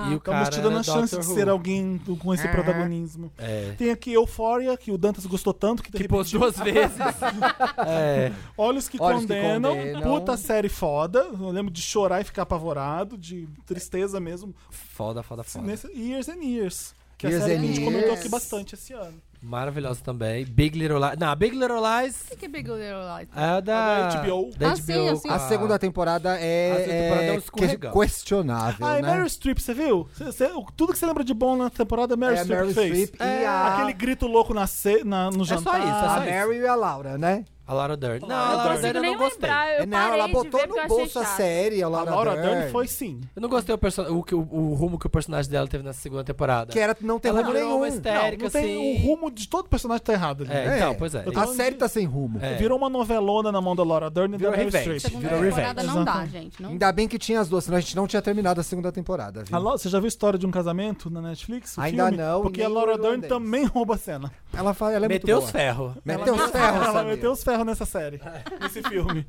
S4: E o cara
S3: Estamos te dando
S4: era
S3: a chance
S4: Doctor
S3: de
S4: Who.
S3: ser alguém do- com esse protagonismo.
S4: É.
S3: Tem aqui Euphoria, que o Dantas gostou tanto que, de
S4: Que
S3: repente,
S4: postou duas vezes. é.
S3: Olhos que,
S2: Olhos que
S3: condenam,
S2: condenam.
S3: puta série foda. Eu lembro de chorar e ficar apavorado, de tristeza mesmo.
S4: Foda, foda, foda.
S3: Nesse Years and Years. Que é a
S2: Years
S3: série
S2: and
S3: que a gente comentou
S2: Years.
S3: aqui bastante esse ano.
S4: Maravilhosa também. Big Little Lies. Não, Big Little Lies
S5: O que é Big Little Lies?
S4: é a da.
S3: É da HBO.
S4: da
S5: Ah, sim,
S4: HBO,
S5: sim.
S4: com
S2: A segunda temporada é,
S4: A segunda temporada é um
S2: é
S4: escorregão.
S2: que- questionável,
S3: Ah, e
S2: né?
S3: Meryl Streep, você viu? Cê- cê- o- tudo que você lembra de bom na temporada, Meryl
S2: É a
S3: Streep
S2: Meryl
S3: fez.
S2: Streep Ah. e
S3: É,
S2: a-
S3: Aquele grito louco na ce- na- no
S4: só
S3: jantar.
S4: isso, é
S2: A
S4: só isso.
S2: Mary e a Laura, né?
S4: A Laura Dern. Não, a
S1: Eu não
S4: Laura Dern
S1: consigo
S4: eu
S1: nem
S4: não gostei.
S1: lembrar. Eu
S2: não,
S1: parei
S2: ela
S1: de ver
S2: botou
S1: porque eu
S2: no
S1: achei
S2: bolso a
S1: chato.
S2: série, a
S3: A
S2: Laura,
S3: Laura
S2: Dern,
S3: Dern foi sim.
S4: Eu não gostei o, perso- o, que- o- o rumo que o personagem dela teve nessa segunda temporada.
S2: Que é era, não tem
S4: Ela
S2: rumo
S4: virou uma
S2: nenhum.
S4: estética.
S3: Não,
S4: Érica,
S3: não tem o
S4: assim-
S3: rumo de todo personagem tá errado ali.
S4: É, então, pois é.
S3: Eu
S2: A
S3: tô-
S2: série tá sem rumo.
S4: É.
S3: Virou uma novelona na mão da Laura Dern e
S4: Virou
S3: da Meryl
S4: revenge.
S3: Streep.
S5: Segunda
S4: Virou
S5: temporada
S3: revenge.
S5: não dá,
S3: Exatamente.
S5: gente. Não dá.
S2: Ainda bem que tinha as duas, senão a gente não tinha terminado a segunda temporada, viu?
S3: A Lau- você já viu a história de um casamento na Netflix? O
S2: Ainda
S3: filme?
S2: não,
S3: Porque
S2: nem
S3: a Laura
S2: o
S3: Dern
S2: irlandês.
S3: também rouba a cena.
S2: Ela, fala, ela é
S4: Meteu os
S2: muito boa.
S4: ferros.
S2: Meteu os ferros,
S3: Ela
S2: Samir.
S3: meteu os ferros nessa série,
S2: É.
S3: nesse filme.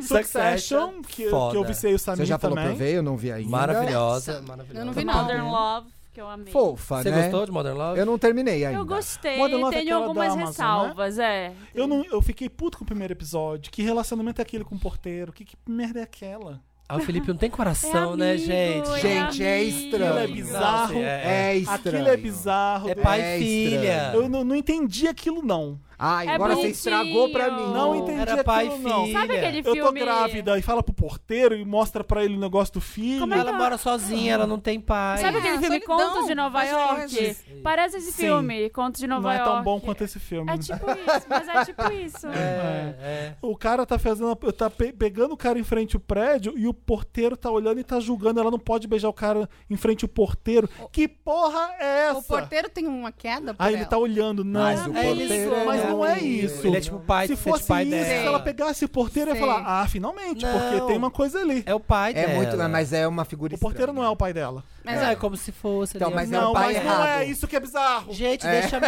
S4: Succession,
S3: Succession, que, que eu
S4: foda.
S3: viciei o Samir
S2: Você já falou pra
S3: também.
S2: eu ver? Eu não vi ainda.
S4: Maravilhosa, maravilhosa.
S5: Eu não vi nada.
S1: Modern Love, que eu amei.
S2: Fofa,
S4: Você
S2: né?
S4: gostou de Modern Love?
S2: Eu não terminei ainda.
S1: Eu gostei,
S3: Modern Love é
S1: tenho
S3: aquela da
S1: algumas
S3: Amazon,
S1: ressalvas, é.
S3: Eu, não, eu fiquei puto com o primeiro episódio. Que relacionamento é aquele com o porteiro? Que, que merda é aquela?
S4: Ah, o Felipe não tem
S1: É
S4: coração, né,
S1: amigo,
S4: gente?
S1: é
S2: Gente, é
S1: amigo.
S2: estranho.
S3: Aquilo é bizarro.
S4: Não, assim, é,
S2: É estranho.
S3: Aquilo é bizarro.
S4: É pai
S2: É
S4: e filha.
S2: estranho.
S3: Eu não, não entendi aquilo, não.
S2: Ai,
S1: É
S2: agora você
S1: bonitinho.
S2: estragou pra
S1: Oh,
S2: mim.
S3: Não entendi
S4: Era pai e
S3: aquilo, não.
S4: filha.
S1: Sabe aquele
S3: Eu
S1: filme?
S3: tô grávida e fala pro porteiro e mostra pra ele o negócio do filho.
S1: Como é
S4: Ela mora sozinha, ela não tem pai.
S1: Sabe
S5: É,
S1: aquele filme
S5: solidão,
S1: Contos de Nova
S5: faz
S1: York?
S5: coisas.
S1: Parece esse
S3: Sim.
S1: filme, Contos de
S3: Não
S1: Nova
S3: é
S1: York.
S3: tão bom quanto esse filme.
S1: É
S3: né?
S1: tipo isso, mas é tipo isso.
S4: É, é.
S3: O cara tá fazendo, tá pe- pegando o cara em frente ao prédio e o porteiro tá olhando e tá julgando. Ela não pode beijar o cara em frente ao porteiro. Que porra é essa?
S5: O porteiro tem uma queda por
S3: Aí ele
S5: ela.
S3: tá olhando, não.
S2: Mas Ah, o
S4: É
S2: porteiro
S4: isso,
S2: é
S3: mas não é isso.
S4: Ele é tipo pai,
S3: se
S4: se fosse
S3: fosse
S4: pai
S3: isso,
S4: dela.
S3: se ela pegasse o porteiro, ia
S5: Sei.
S3: falar, ah, finalmente,
S4: Não.
S3: porque tem uma coisa ali.
S4: É o pai
S2: É
S4: dela.
S2: muito, mas é uma figura
S3: O porteiro não é
S2: estranha.
S3: o pai dela.
S4: Mas é como se fosse.
S2: Então,
S4: né?
S2: mas é
S3: não,
S2: o pai
S3: mas não
S2: errado.
S3: é isso que é bizarro.
S4: Gente, deixa a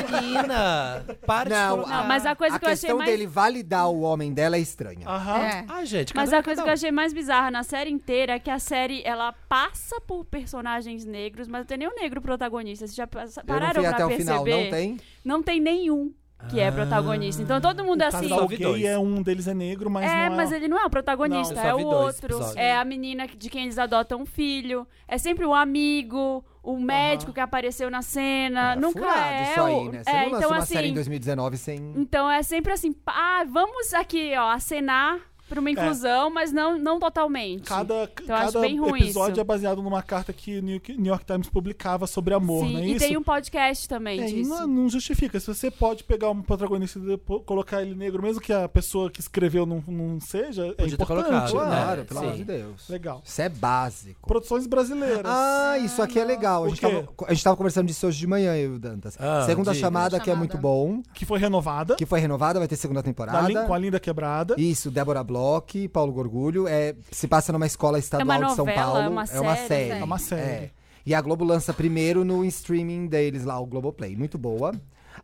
S4: menina. Para de
S2: Não,
S4: colocar.
S1: Não, mas a coisa
S2: a
S1: que eu achei
S2: questão
S1: mais...
S2: dele validar o homem dela é estranha.
S3: Aham.
S5: É.
S4: Ah, gente,
S1: Mas
S4: cada-
S1: a coisa
S4: cada
S1: que eu
S4: um.
S1: achei mais bizarra na série inteira é que a série, ela passa por personagens negros, mas não tem nenhum negro protagonista. Vocês já pas-
S2: eu não
S1: pararam
S2: fui
S1: pra
S2: até o
S1: perceber?
S2: final, não tem?
S1: Não tem nenhum que é protagonista. Então todo mundo
S3: O
S1: assim...
S3: casal
S4: Só vi dois.
S3: gay é um deles é negro, mas
S1: é,
S3: não é.
S1: mas ele não é o protagonista,
S4: Não, eu
S1: é
S4: só
S1: o
S4: vi dois
S1: outro.
S4: episódios.
S1: É a menina de quem eles adotam um filho. É sempre um amigo, o médico que apareceu na cena.
S2: Era
S1: Nunca
S2: Tá furado
S1: é.
S2: isso aí,
S1: o...
S2: né? Você
S1: é,
S2: não lança
S1: então
S2: uma
S1: assim.
S2: um. série em 2019 sem...
S1: Então é sempre assim, pá, ah, vamos aqui, ó, acenar pra uma inclusão, mas não, não totalmente.
S3: Cada,
S1: eu acho
S3: cada
S1: bem ruim
S3: episódio
S1: isso.
S3: é baseado numa carta que o New New York Times publicava sobre amor,
S1: Sim,
S3: não é
S1: e
S3: isso?
S1: tem um podcast também
S3: É, e
S1: disso.
S3: não, não justifica. Se você pode pegar um protagonista e depo- colocar ele negro, mesmo que a pessoa que escreveu não, não seja, é
S4: Podia ter
S3: importante.
S4: colocado,
S3: claro.
S2: Claro,
S4: É,
S2: pelo
S4: sim.
S2: amor de Deus.
S3: Legal.
S2: Isso é básico.
S3: Produções brasileiras.
S2: Ah, isso aqui é legal. A
S3: O
S2: gente,
S3: quê?
S2: tava, a gente tava conversando disso hoje de manhã, eu e o Dantas.
S4: Ah,
S2: segunda
S4: diga.
S2: chamada, que é muito bom,
S3: Que foi renovada.
S2: que foi renovada, vai ter segunda
S3: da
S2: temporada.
S3: Lin- com a linda quebrada.
S2: Isso, Débora Bloch, Paulo Gorgulho. É, se passa numa escola estadual de São
S1: novela,
S2: Paulo.
S1: é uma série,
S2: série.
S1: né?
S3: É uma série.
S2: E a Globo lança primeiro no streaming deles lá, o Globoplay. Muito boa.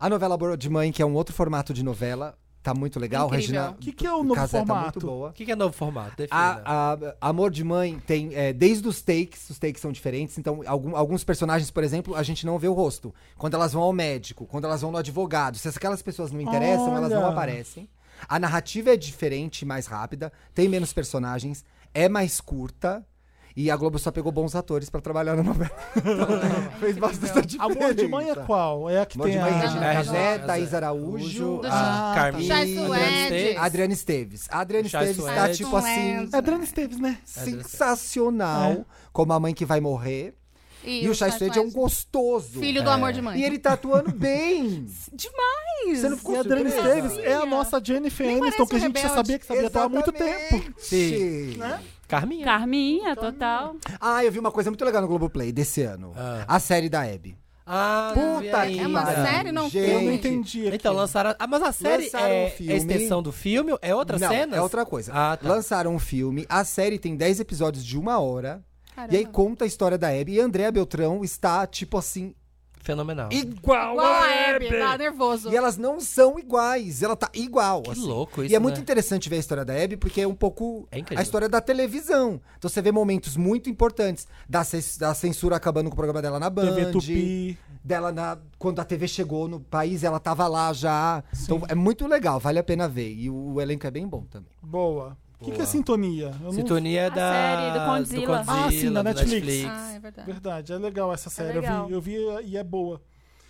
S2: A novela Boa de Mãe, que é um outro formato de novela. Tá muito legal,
S5: Incrível.
S2: Regina.
S3: O que, que é o novo
S2: Casé tá
S3: formato?
S2: muito boa.
S4: O que, que é novo formato? Defina. Ah,
S2: A, a- Amor de Mãe tem é, desde os takes, os takes são diferentes. Então, algum- alguns personagens, por exemplo, a gente não vê o rosto. Quando elas vão ao médico, quando elas vão no advogado, se aquelas pessoas não interessam, elas não
S3: Olha!
S2: aparecem. A narrativa é diferente, mais rápida, tem menos personagens, é mais curta. E a Globo só pegou bons atores pra trabalhar na novela. Então, fez bastante diferença.
S3: Amor de mãe é qual? É a que
S2: Amor
S3: tem
S2: de Mãe,
S3: a...
S2: Regina
S4: É,
S2: Casé,
S4: Regina
S2: Thaís
S4: Casé.
S2: Araújo,
S4: Araújo,
S2: a
S4: a Carmen,
S5: Chai
S4: Adriana
S5: Suede.
S4: Esteves.
S2: Adriana ah, Esteves. A Adriana
S4: Chay
S2: Esteves tá,
S4: Suede.
S2: tipo assim,
S5: Suede.
S3: É Adriana Esteves, né?
S2: sensacional como a mãe que vai morrer. E, o Chai Suede é um gostoso.
S5: Filho do amor de mãe.
S2: E ele tá atuando bem.
S5: Demais!
S2: Você não
S3: E
S2: ficou
S3: a Adriana
S2: surpresa?
S3: Esteves é a nossa Jennifer Aniston, que a
S5: parece
S3: gente já
S5: rebelde.
S3: sabia que sabia atuar há muito tempo.
S2: Exatamente. Né?
S4: Sim. Carminha.
S1: Carminha, total.
S2: Ah, eu vi uma coisa muito legal no Globoplay desse ano.
S4: Ah.
S2: A série da Abby.
S4: Ah, não vi
S2: Puta que
S4: ainda.
S5: É uma
S2: pariu.
S5: série? Não,
S2: Gente,
S3: Eu não entendi aqui.
S4: Então, lançaram. Ah, mas a série
S2: Lançaram
S4: é,
S2: um filme.
S4: é extensão do filme? É outra
S2: não,
S4: cena?
S2: é outra coisa.
S4: Ah, tá.
S2: Lançaram um filme, a série tem 10 episódios de uma hora.
S5: Caramba.
S2: E aí conta a história da Abby. E Andréa Beltrão está, tipo assim,
S4: Fenomenal.
S2: igual,
S5: Igual
S2: a
S5: a Hebe, tá nervoso.
S2: é E elas não são iguais, ela tá igual.
S4: Que
S2: assim.
S4: louco isso,
S2: E é muito
S4: né?
S2: interessante ver a história da Abby, porque é um pouco
S4: É incrível.
S2: a história da televisão. Então você vê momentos muito importantes da, cens- da censura acabando com o programa dela na Band.
S3: TV Tupi.
S2: Dela na. Quando a TV chegou no país, ela tava lá já. Então é muito legal, vale a pena ver. E o, o elenco é bem bom também.
S3: Boa. O que, que é sintonia? Eu não-
S4: Sintonia
S1: A
S4: da.
S1: série do Godzilla.
S3: Ah, sim, da
S4: do
S3: Netflix.
S5: Ah, é verdade.
S3: Verdade, é legal essa série.
S1: legal.
S3: Eu, vi, eu vi e é boa.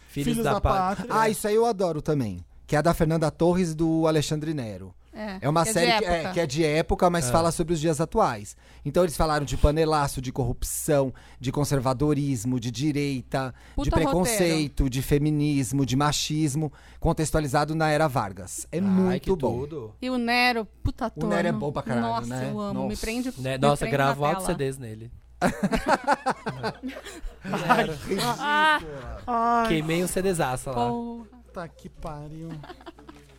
S4: Filhos, da, Pátria.
S2: Ah, isso aí eu adoro também. Que é a da Fernanda Torres e do Alexandre Nero. É uma
S5: que de
S2: série que, é,
S5: época.
S2: que é de época, mas fala sobre os dias atuais. Então eles falaram de panelaço, de corrupção, de conservadorismo, de direita, de
S5: Puta
S2: preconceito, de feminismo, de machismo, contextualizado na era Vargas. É
S4: Ai, que
S2: muito bom.
S4: tudo.
S5: E o Nero, puta
S2: O
S5: torno.
S2: Nero é bom pra caralho,
S5: Nossa,
S2: né?
S5: eu amo. Me
S2: Nossa.
S5: prende.
S4: Né?
S5: me
S4: Nossa,
S5: prende
S4: gravou
S5: na
S4: altos
S5: tela.
S4: CDs nele.
S1: Ah,
S3: Ai,
S4: Queimei um CDzaço lá.
S5: Pô,
S3: tá que pariu.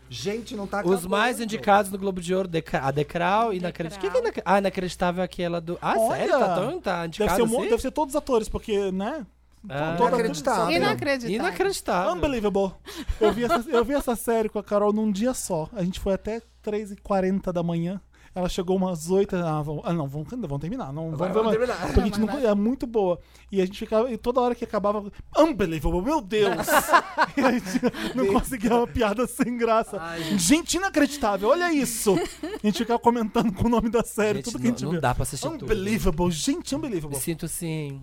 S2: Gente, não tá
S4: Os
S2: acabando.
S4: mais indicados no Globo de Ouro, Deca- a Decral e Inacreditável. O que que é inac- Ah, Inacreditável é aquela do. Ah,
S3: Olha!
S4: sério? Tá, tão, tá
S3: Deve
S4: indicado
S3: ser, um mon-
S4: assim?
S3: deve ser todos os atores, porque, né?
S4: Ah,
S3: Toda-
S2: Inacreditável.
S5: Inacreditável.
S4: Inacreditável.
S3: Unbelievable. Eu vi, essa, eu vi essa série com a Carol num dia só. A gente foi até 3h40 da manhã. Ela chegou umas 8 Ah, vão, ah não, vão, vão terminar. Não, vão,
S2: vamos
S3: vamos-
S2: terminar.
S3: Porque a gente não, é muito boa. E a gente ficava. E toda hora que acabava. Unbelievable, meu Deus! e a gente não conseguia uma piada sem graça. Gente, inacreditável, olha isso! A gente ficava comentando com o nome da série,
S4: Gente,
S3: tudo que a
S4: não,
S3: gente
S4: não
S3: viu.
S4: dá pra assistir tudo. né?
S3: Unbelievable, gente, unbelievable.
S4: Me sinto assim.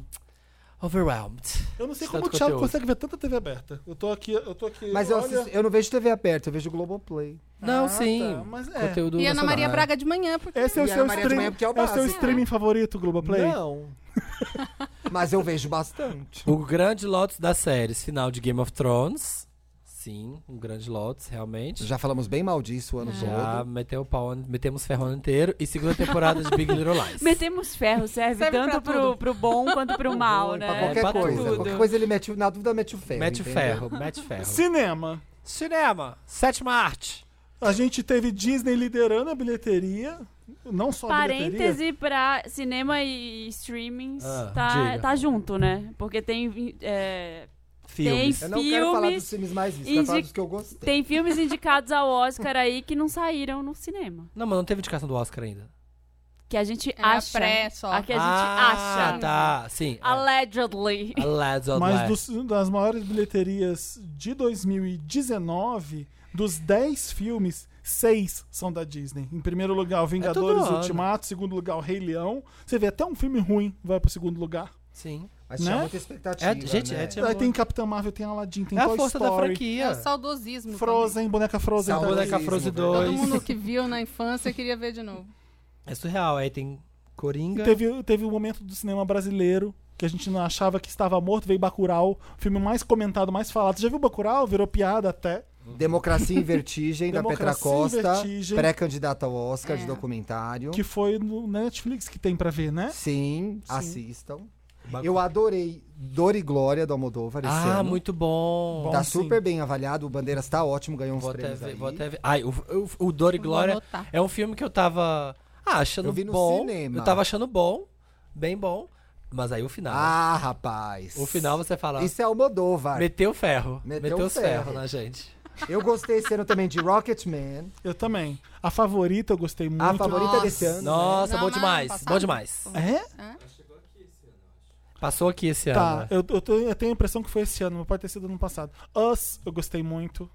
S4: Overwhelmed.
S3: Eu não sei
S4: De
S3: como o
S4: tanto
S3: Thiago
S4: conteúdo.
S3: consegue ver tanta TV aberta. Eu tô aqui, eu tô aqui.
S2: Mas eu,
S3: olha-
S2: assisto- eu não vejo TV aberta, eu vejo Globoplay.
S4: Não,
S3: Ah,
S4: sim.
S3: tá, mas é.
S4: Conteúdo
S5: E Ana
S4: nacional.
S5: Maria
S2: né?
S5: Braga de manhã, porque
S3: Esse é o
S2: E a
S3: seu
S2: Maria de
S3: stream,
S2: Manhã, porque é o
S3: é o seu
S2: básico.
S3: streaming favorito, Globoplay?
S2: Não. mas eu vejo bastante.
S4: O grande Lotus das séries, final de Game of Thrones. Sim, um grande Lotus, realmente.
S2: Já falamos bem mal disso o ano
S4: Já
S2: todo.
S4: meteu o pau, metemos ferro ano inteiro. E segunda temporada de Big Little Lies.
S1: metemos ferro, serve,
S5: Serve pra
S1: tanto pro, pro bom quanto pro mal,
S2: Pra
S1: né?
S2: qualquer
S4: pra
S2: coisa.
S4: tudo.
S2: Qualquer coisa ele mete, o- na dúvida mete o ferro.
S4: Mete É o
S2: entendeu?
S4: ferro, mete ferro.
S3: Cinema.
S4: Cinema, sétima arte.
S3: A gente teve Disney liderando a bilheteria. Não só a bilheteria.
S1: Parêntese pra cinema e streamings
S4: Ah,
S1: tá,
S4: diga.
S1: tá junto, né? Porque tem, é,
S4: Filmes.
S2: Eu não quero falar
S1: Filmes
S2: dos filmes mais vistos, eu quero falar
S1: indi-
S2: dos que eu gostei.
S1: tem filmes indicados ao Oscar aí que não saíram no cinema.
S4: Não, mas não teve indicação do Oscar ainda.
S1: Que a gente
S5: É a
S1: acha.
S5: pré só.
S1: A que a gente
S4: ah,
S1: acha.
S4: tá. Ah, Sim.
S1: Allegedly.
S4: Allegedly.
S3: Mas dos- das maiores bilheterias de 2019, dos 10 filmes, 6 são da Disney. Em primeiro lugar, o Vingadores
S4: todo ano.
S3: Ultimato. Em segundo lugar, o Rei Leão. Você vê, até um filme ruim vai pro segundo lugar.
S4: Sim.
S2: Mas tinha
S3: Né?
S2: muita expectativa.
S4: É, gente,
S2: né?
S4: é tipo-
S3: Aí tem Capitão Marvel, tem Aladdin, tem
S4: é a
S3: Toy
S4: força da
S3: Story.
S5: É o
S4: franquia.
S5: saudosismo. também.
S3: Frozen, boneca Frozen.
S2: Saúde,
S3: também.
S4: Boneca Froze
S2: Todo
S5: Todo
S4: 2.
S5: mundo que viu na infância queria ver de novo.
S4: É surreal. Aí tem Coringa.
S3: Teve, teve um momento do cinema brasileiro que a gente não achava que estava morto, veio Bacurau, o filme mais comentado, mais falado. Já viu Bacurau? Virou piada até.
S2: Democracia em Vertigem, da Petra
S3: Democracia em
S2: Costa,
S3: Vertigem.
S2: pré-candidata ao Oscar de
S5: É.
S2: documentário.
S3: Que foi no Netflix que tem pra ver,
S4: É?
S3: né?
S2: Sim, assistam. Eu adorei Dor e Glória do Almodóvar esse
S4: Ah,
S2: ano.
S4: muito bom.
S3: Bom,
S2: Tá
S3: sim.
S2: super bem avaliado, o Bandeiras tá ótimo, ganhou uns
S4: Vou até
S2: prêmios
S4: ver,
S2: aí.
S4: vou até ver. Ai, o, o, o Dor e
S5: Vou
S4: Glória
S5: anotar.
S4: é um filme que eu tava ah, achando
S2: Eu vi no
S4: bom.
S2: cinema.
S4: Eu tava achando bom, bem bom. Mas aí o final.
S2: Ah, rapaz.
S4: o final você fala.
S2: Isso é Almodóvar.
S4: Meteu ferro.
S2: Meteu
S4: Meteu, os
S2: ferro.
S4: ferro. na gente.
S2: Eu gostei esse ano também de Rocketman.
S3: Eu também. A favorita eu gostei muito.
S2: A favorita
S5: Nossa.
S2: desse ano. né?
S4: Nossa,
S5: Não,
S4: bom
S5: mas
S4: demais.
S5: passado.
S4: Bom demais.
S3: É?
S4: Passou aqui esse ano.
S3: Tá,
S4: né?
S3: eu, eu tenho- eu tenho a impressão que foi esse ano, mas pode ter sido ano passado. Us, eu gostei muito.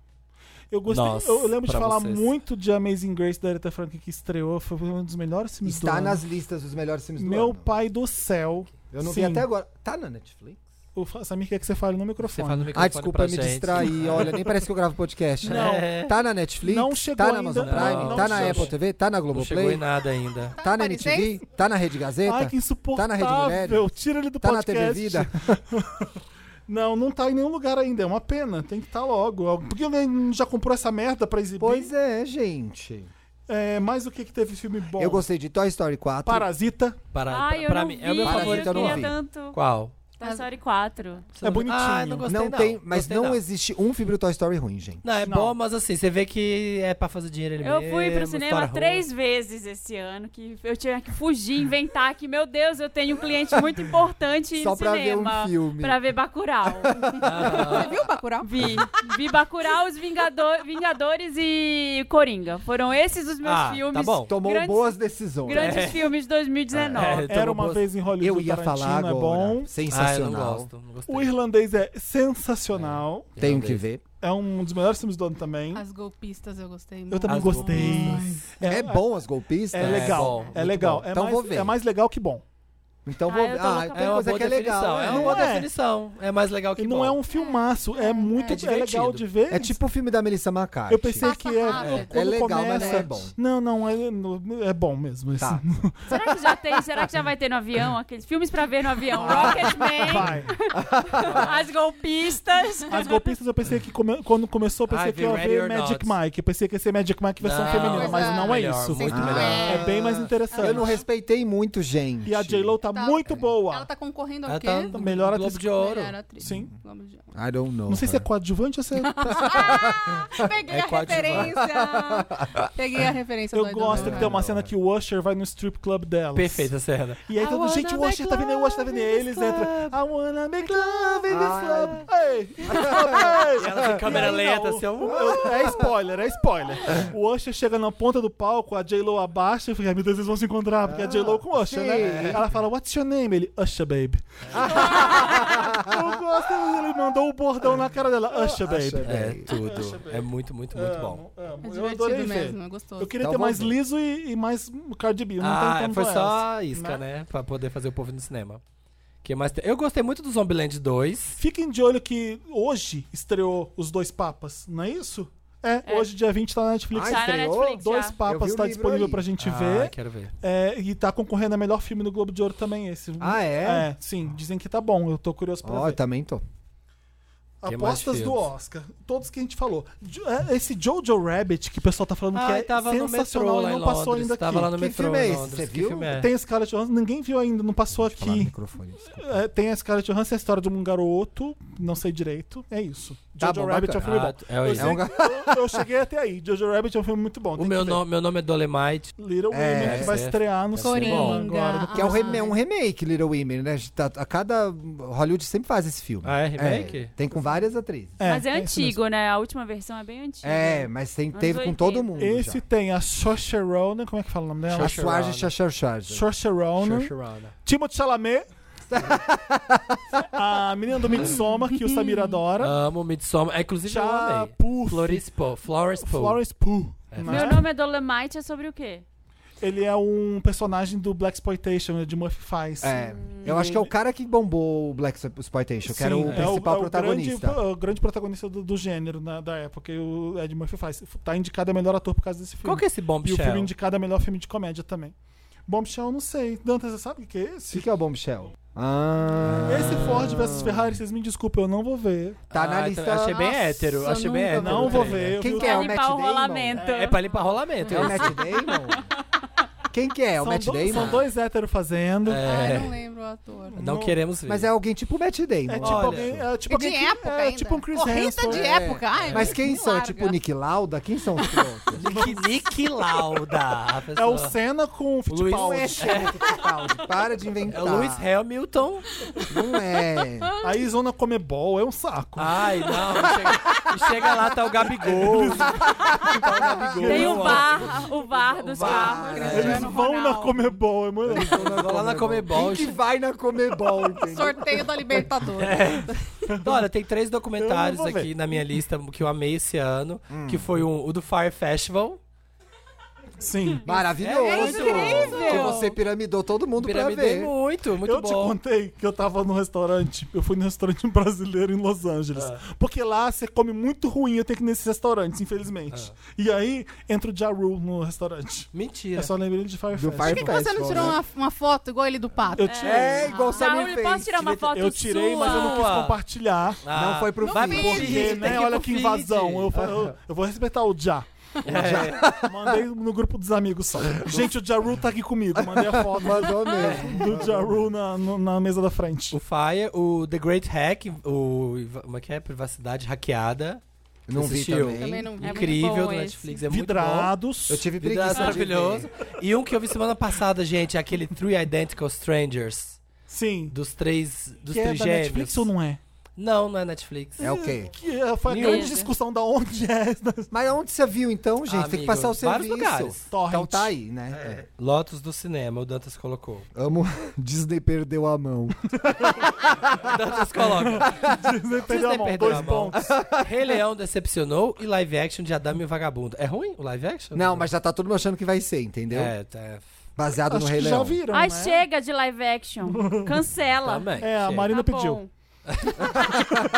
S3: Eu gostei.
S4: Nossa,
S3: eu lembro de
S4: pra
S3: falar
S4: vocês.
S3: muito de Amazing Grace da Aretha Franklin que estreou. Foi um dos melhores filmes do
S2: Está
S3: ano.
S2: nas listas dos melhores filmes do
S3: Meu
S2: ano.
S3: pai do céu.
S2: Eu não vi
S3: Sim.
S2: até agora. Tá na Netflix?
S3: O Fa- Samir quer que você fale no
S4: Você
S3: microfone.
S4: fala no
S2: Ah,
S4: microfone
S2: desculpa
S4: pra
S2: me
S4: gente.
S2: distrair. Olha, nem parece que eu gravo podcast. né?
S4: Não. É.
S2: Tá na Netflix?
S3: Não chegou
S2: Tá na Amazon
S3: ainda.
S2: Prime?
S4: Não,
S2: tá na
S4: não
S2: Apple
S4: chegou.
S2: TV? Tá na
S4: Não chegou em
S2: Globoplay?
S4: nada ainda.
S2: Tá na NTV? Tá na Rede Gazeta?
S3: Ai, que
S2: Tá na Rede
S3: insuportável.
S2: Mulheres?
S3: Tira ele do
S2: Tá na
S3: podcast.
S2: TV Vida?
S3: Não, não tá em nenhum lugar ainda. É uma pena. Tem que estar logo. Por que alguém já comprou essa merda pra exibir?
S2: Pois é, gente.
S3: É, mas o que que teve filme bom?
S2: Eu gostei de Toy Story 4.
S3: Parasita.
S4: Para,
S1: Ai, eu
S4: pra
S1: não
S4: mim,
S1: vi,
S4: é o meu
S1: mas
S4: favorito.
S2: eu
S1: eu
S2: não
S1: queria
S2: vi.
S1: tanto.
S4: Qual?
S1: Toy Story 4.
S4: Você não-
S3: bonitinho.
S4: Ah, não gostei
S2: não
S4: não.
S2: tem, mas
S4: Gostei
S2: não, existe um filme do Toy Story ruim, gente.
S4: Não, é
S3: Não.
S4: bom, mas assim, você vê que é pra fazer dinheiro ali
S1: Eu
S4: mesmo.
S1: fui pro
S4: história
S1: cinema
S4: ruim.
S1: três vezes esse ano, que eu tinha que fugir, inventar que, meu Deus, eu tenho um cliente muito importante
S2: Só
S1: no
S2: pra ver um
S1: cinema.
S2: filme.
S1: Pra ver Bacurau.
S4: Ah,
S5: Você viu o Bacurau?
S1: Vi. Vi Bacurau, Os Vingado- Vingadores e Coringa. Foram esses os meus
S4: Ah, tá
S1: filmes.
S4: bom.
S2: Tomou
S1: grandes,
S2: boas decisões.
S1: Grandes
S4: É.
S1: filmes de 2019.
S4: É,
S3: Era
S4: tomou
S3: uma
S4: boas-
S3: vez em Hollywood.
S2: Eu ia
S3: Tarantino
S2: falar agora.
S3: É bom.
S4: Ah, eu não
S2: Sensacional.
S4: gosto. Não gostei.
S3: O irlandês é sensacional.
S2: Tenho que ver.
S3: É um dos melhores filmes do ano também.
S5: As golpistas eu gostei muito.
S3: Eu também
S4: As
S3: gostei.
S4: golpistas.
S2: É, bom as golpistas?
S3: É legal.
S4: bom,
S3: É,
S4: muito
S3: legal.
S2: bom.
S3: É,
S2: Então
S3: mais,
S2: vou ver.
S3: é mais legal que bom.
S2: Então
S1: Ah,
S2: vou.
S1: eu tô
S2: Ah,
S1: louca
S2: tem
S4: É uma
S2: coisa
S4: boa
S2: que é
S4: definição.
S2: legal.
S4: É
S2: né?
S4: uma boa
S3: É.
S4: definição. É mais legal que
S3: E não
S4: bom.
S3: é um filmaço. É muito
S4: É
S3: é, legal
S4: divertido.
S3: de ver.
S2: É tipo o filme da Melissa McCarthy.
S3: Eu pensei que
S5: Passa
S3: é,
S5: rápido.
S3: quando
S2: É legal, mas
S3: começa,
S2: não é bom.
S3: Não, não, é, no- é bom mesmo. esse.
S2: Tá.
S1: Será que já tem? Será que já vai ter no avião? Aqueles filmes pra ver no avião.
S2: Ah.
S1: Rocketman,
S3: Vai.
S1: As Golpistas.
S3: As golpistas eu pensei que come- quando começou, eu pensei
S4: Ai,
S3: que ia
S4: Ready
S3: ver
S4: or
S3: Magic
S4: Not.
S3: Mike. Eu pensei que ia ser Magic Mike versão
S4: Não,
S3: feminina,
S5: coisa
S3: mas não é
S4: melhor,
S3: isso.
S4: Muito
S5: Ah.
S4: melhor.
S3: É bem mais interessante.
S2: Eu não respeitei muito, gente.
S3: E a J-Lo tá,
S5: Tá.
S3: muito boa.
S5: Ela tá concorrendo ao
S4: Ah. Ela
S5: quê?
S4: tá
S3: Tá
S4: no
S3: melhor
S4: Globo
S3: atriz-
S4: de Ouro.
S5: Melhor atriz.
S3: Sim.
S5: Globo de Ouro.
S2: I don't know.
S3: Não sei se é
S2: her.
S3: coadjuvante ou se é.
S5: Peguei
S4: É
S5: a
S4: coadjuvante.
S5: referência. Peguei a referência do
S3: Eu
S5: Idol
S3: gosto
S5: Idol.
S3: que tem uma cena que o Usher vai no strip club dela.
S4: Perfeita cena.
S3: E aí todo mundo, gente, o Usher tá vindo, aí, o Usher tá vindo. E aí eles entram. I wanna make love in this club. Ei, in this club, ei.
S4: E ela em câmera
S3: E aí,
S4: lenta,
S3: não,
S4: assim,
S3: o-
S4: um-
S3: É spoiler, é spoiler. O Usher chega na ponta do palco, a J-Lo abaixa e fica, "Ai, meu Deus, eles vão se encontrar, porque é a J-Lo com o Usher,
S2: sim.
S3: né? Ela fala, what's your name? Ele, Usher, baby. Eu gosto, ele mandou o bordão na cara dela, Usher, baby.
S4: É tudo. É muito, muito, muito bom.
S3: Amo, amo.
S5: É
S3: Eu adorei
S5: divertido
S3: ver.
S5: mesmo, é gostoso.
S3: Eu queria
S2: Então
S3: ter mais
S2: vamos ver.
S3: liso e, e mais Cardi B. Não
S4: Ah,
S3: tem tanto
S4: foi
S3: essa,
S4: só isca, né? Pra poder fazer o povo ir no cinema. Que mais tem? Eu gostei muito do Zombieland 2.
S3: Fiquem de olho que hoje estreou Os Dois Papas, não é isso? É,
S1: É.
S3: hoje, dia 20, tá na Netflix.
S2: Ai,
S1: Tá na
S2: estreou?
S1: Netflix
S3: Dois
S1: já.
S2: Eu vi
S3: Papas
S2: o
S3: tá
S2: livro
S3: disponível
S2: aí.
S3: pra gente
S4: Ah,
S3: ver.
S4: quero ver.
S3: É, e tá concorrendo a melhor filme no Globo de Ouro também, esse.
S2: Ah, é?
S3: É, sim, dizem que tá bom, eu tô curioso pra
S2: Ó, eu
S3: ver.
S2: também tô.
S4: Que tá- mais
S3: Apostas do
S4: filmes?
S3: Oscar, todos que a gente falou. Jo- é, Esse Jojo Rabbit, que o pessoal tá falando que
S4: Ah,
S3: é
S4: tava no metrô
S3: sensacional
S4: lá
S3: e
S4: em
S3: não
S4: Londres.
S3: passou ainda
S4: tava
S3: aqui.
S4: lá no
S2: Que
S4: metrô
S2: filme é
S4: em
S2: esse?
S4: Londres.
S2: Você
S4: Que
S2: viu?
S4: filme é?
S3: Tem a Scarlett Johansson, ninguém viu ainda, não passou
S2: Falar no
S3: aqui.
S2: microfone, desculpa.
S3: É, tem a Scarlett Johansson, a história de um garoto, não sei direito. É isso.
S2: Tá
S3: Jojo
S2: bom,
S3: Rabbit é um filme
S4: Ah,
S3: bom.
S4: é
S3: eu,
S4: isso.
S3: sei-
S2: É um ga-
S3: eu- eu cheguei até aí. Jojo Rabbit é um filme muito bom.
S4: O
S3: tem
S4: meu
S3: que ver.
S4: nome, meu nome é Dolemite.
S3: Little
S2: É,
S3: Women, que vai
S4: essa é-
S3: estrear no
S4: essa é bom.
S3: cinema agora.
S5: Coringa.
S2: Que é um,
S5: Ah,
S2: rem-
S5: é.
S2: um remake, Little Women, né? Tá- A cada. Hollywood sempre faz esse filme.
S4: Ah, é remake?
S2: tem com várias atrizes.
S3: É,
S1: Mas é,
S3: isso mesmo.
S1: antigo, né? A última versão é bem antiga.
S2: É, mas tem,
S1: Anos
S2: teve com todo
S1: 80.
S2: mundo.
S3: Esse
S2: já.
S3: tem a Saoirse Ronan, como é que fala o nome dela?
S2: A
S4: Saoirse
S2: Suarge
S4: Ronan.
S2: Chachar Charge.
S3: Saoirse Ronan,
S4: Shosharana.
S3: Timothée Chalamet, a menina do Midsommar, que o Samir adora,
S4: Amo Midsommar. É,
S2: Ah,
S4: inclusive, eu
S3: Tchau,
S4: amei.
S3: Puff,
S4: Flores Po. Flores Po.
S3: Florence Pugh.
S4: É.
S3: né?
S1: Meu nome é Dolomite, é sobre o quê?
S3: ele é um personagem do Black Exploitation, né, de Murphy faz.
S2: É, eu acho que é o cara que bombou o Black Exploitation, que era
S3: é
S2: o um principal protagonista.
S3: Grande, é o grande protagonista do, do gênero na- da época, e o Ed Murphy faz. Tá indicado a melhor ator por causa desse filme.
S4: Qual que é esse
S3: E o filme
S4: bombshell?
S3: indicado a melhor filme de comédia também. Bombshell, eu não sei. Dantas, você sabe o que é
S2: O
S3: esse?
S2: que, que é o Bombshell? Ah,
S3: Esse Ford versus Ferrari, vocês me desculpem, eu não vou ver.
S2: tá na
S4: Ah,
S2: lista.
S4: então, Achei bem
S5: Nossa,
S4: hétero. Achei bem
S5: nunca
S4: hétero.
S3: Não
S4: o
S3: vou
S4: trailer.
S3: ver. Eu vi
S2: Quem
S3: o-
S2: que é? O
S1: limpar
S2: Matt
S1: o
S2: Damon?
S1: rolamento.
S4: É, é pra limpar rolamento.
S2: É o Matt Damon? Quem que é? É o
S3: são,
S2: Matt
S3: do-
S2: Damon?
S3: são dois héteros fazendo.
S5: Ai,
S4: É.
S5: Ah, não lembro o ator.
S4: Não
S3: Não.
S4: queremos ver.
S2: Mas é alguém tipo o Matt Damon.
S3: É tipo
S4: Olha.
S3: alguém. É tipo
S5: E de
S3: alguém que-
S5: época
S3: é
S5: ainda.
S3: tipo um Chris
S5: Corrida
S3: Hemsworth.
S5: de época. Ai,
S2: Mas quem
S5: me
S2: são? É
S5: larga.
S2: tipo o Nick Lauda? Quem são os pilotos?
S4: Nick, Nick Lauda. a
S3: É o
S4: pessoa.
S3: Senna com assim. o
S4: Luiz-
S2: Não é
S3: Fittipaldi.
S2: Chico Fittipaldi, Para de
S4: É
S2: inventar.
S4: o Lewis
S3: Tá.
S4: Hamilton.
S2: Não é.
S3: Aí Zona Comebol é um saco.
S4: Ai, não. e Chega, e chega lá, tá o Gabigol. tá o Gabigol.
S1: Tem o
S4: Não,
S1: VAR, o VAR dos
S4: VAR,
S1: carros. né?
S3: Eles
S4: é.
S5: Cristiano
S3: vão na
S5: Ronaldo.
S3: Comebol, é mano.
S4: Vou lá na Comebol.
S2: Quem que vai na Comebol, entendeu?
S5: Sorteio da Libertadores.
S4: Então, Olha, tem três documentários
S3: Eu não vou
S4: aqui na minha lista que eu amei esse ano. Que foi um- o do Fire Festival.
S3: Sim.
S2: Maravilhoso.
S4: É
S5: incrível.
S2: que você piramidou todo mundo pra
S4: Piramidei
S2: ver.
S4: muito, muito
S3: eu te
S4: bom.
S3: contei que eu tava num restaurante, eu fui num restaurante brasileiro em Los Angeles.
S4: Ah.
S3: Porque lá você come muito ruim, eu tenho que ir nesses restaurantes, infelizmente.
S4: Ah.
S3: E aí entra o Ja Rule no restaurante.
S4: Mentira.
S3: Eu É só lembrei ele de Fire
S2: Do né?
S3: Festival.
S5: Por que, que você não tirou uma, uma foto igual ele do pato?
S3: Eu tirei,
S2: É, igual o Samir
S1: Saúl,
S2: fez.
S1: posso tirar uma foto
S3: eu tirei
S1: sua?
S3: mas eu não quis
S4: Sua.
S3: compartilhar.
S2: Não foi pro
S4: Ah, vai
S2: feed.
S4: pro
S2: Porque,
S4: feed,
S3: Porque,
S4: tem
S3: né,
S4: ir
S3: olha
S4: pro
S3: que
S4: feed.
S3: invasão. Eu, eu, eu vou respeitar o Ja.
S4: É.
S3: Mandei no grupo dos amigos só. Gente, o Ja Rule tá aqui comigo. Mandei a foto
S2: Mandou mesmo.
S3: É. do Ja Rule na, no- na mesa da frente.
S4: O Fire, o The Great Hack, o. Como é que é? Privacidade hackeada.
S2: Não vi
S4: Assistiu.
S2: também.
S5: Também não vi.
S1: É muito
S4: Incrível
S1: bom
S4: do
S1: esse.
S4: Netflix. É muito bom.
S3: Vidrados.
S2: Eu tive preguiça
S4: Vidrado
S2: de
S4: Tá maravilhoso.
S2: ver.
S4: E um que eu vi semana passada, gente, é aquele Three Identical Strangers.
S3: Sim.
S4: Dos três. Dos
S3: que é da
S4: trigêmeos.
S3: Netflix ou não é?
S4: Não, não é Netflix.
S2: É o quê?
S3: Que é- foi a
S4: News.
S3: grande discussão da onde é. Da
S2: Mas onde você viu então, gente? Tem que
S4: Amigo,
S2: passar o
S4: vários
S2: serviço.
S4: lugares.
S3: torrent.
S2: Então tá aí, né? É.
S4: Lotus do cinema, o Dantas colocou.
S2: Amo. Disney perdeu a mão.
S4: O Dantas coloca.
S3: Disney perdeu a
S4: Disney
S3: mão,
S4: perdeu
S3: dois
S4: a mão.
S3: pontos.
S4: Rei Leão decepcionou e live action de Adame e o Vagabundo. É ruim o live action?
S2: Não, mas já tá todo mundo achando que vai ser, entendeu?
S4: É, tá.
S2: Baseado
S3: Acho
S2: no
S3: que
S2: Rei
S3: já
S2: Leão.
S3: viram,
S1: Ai,
S3: né?
S1: chega de live action. Cancela.
S4: Também.
S3: É, a
S4: chega.
S3: Marina
S1: Tá
S3: pediu.
S1: bom.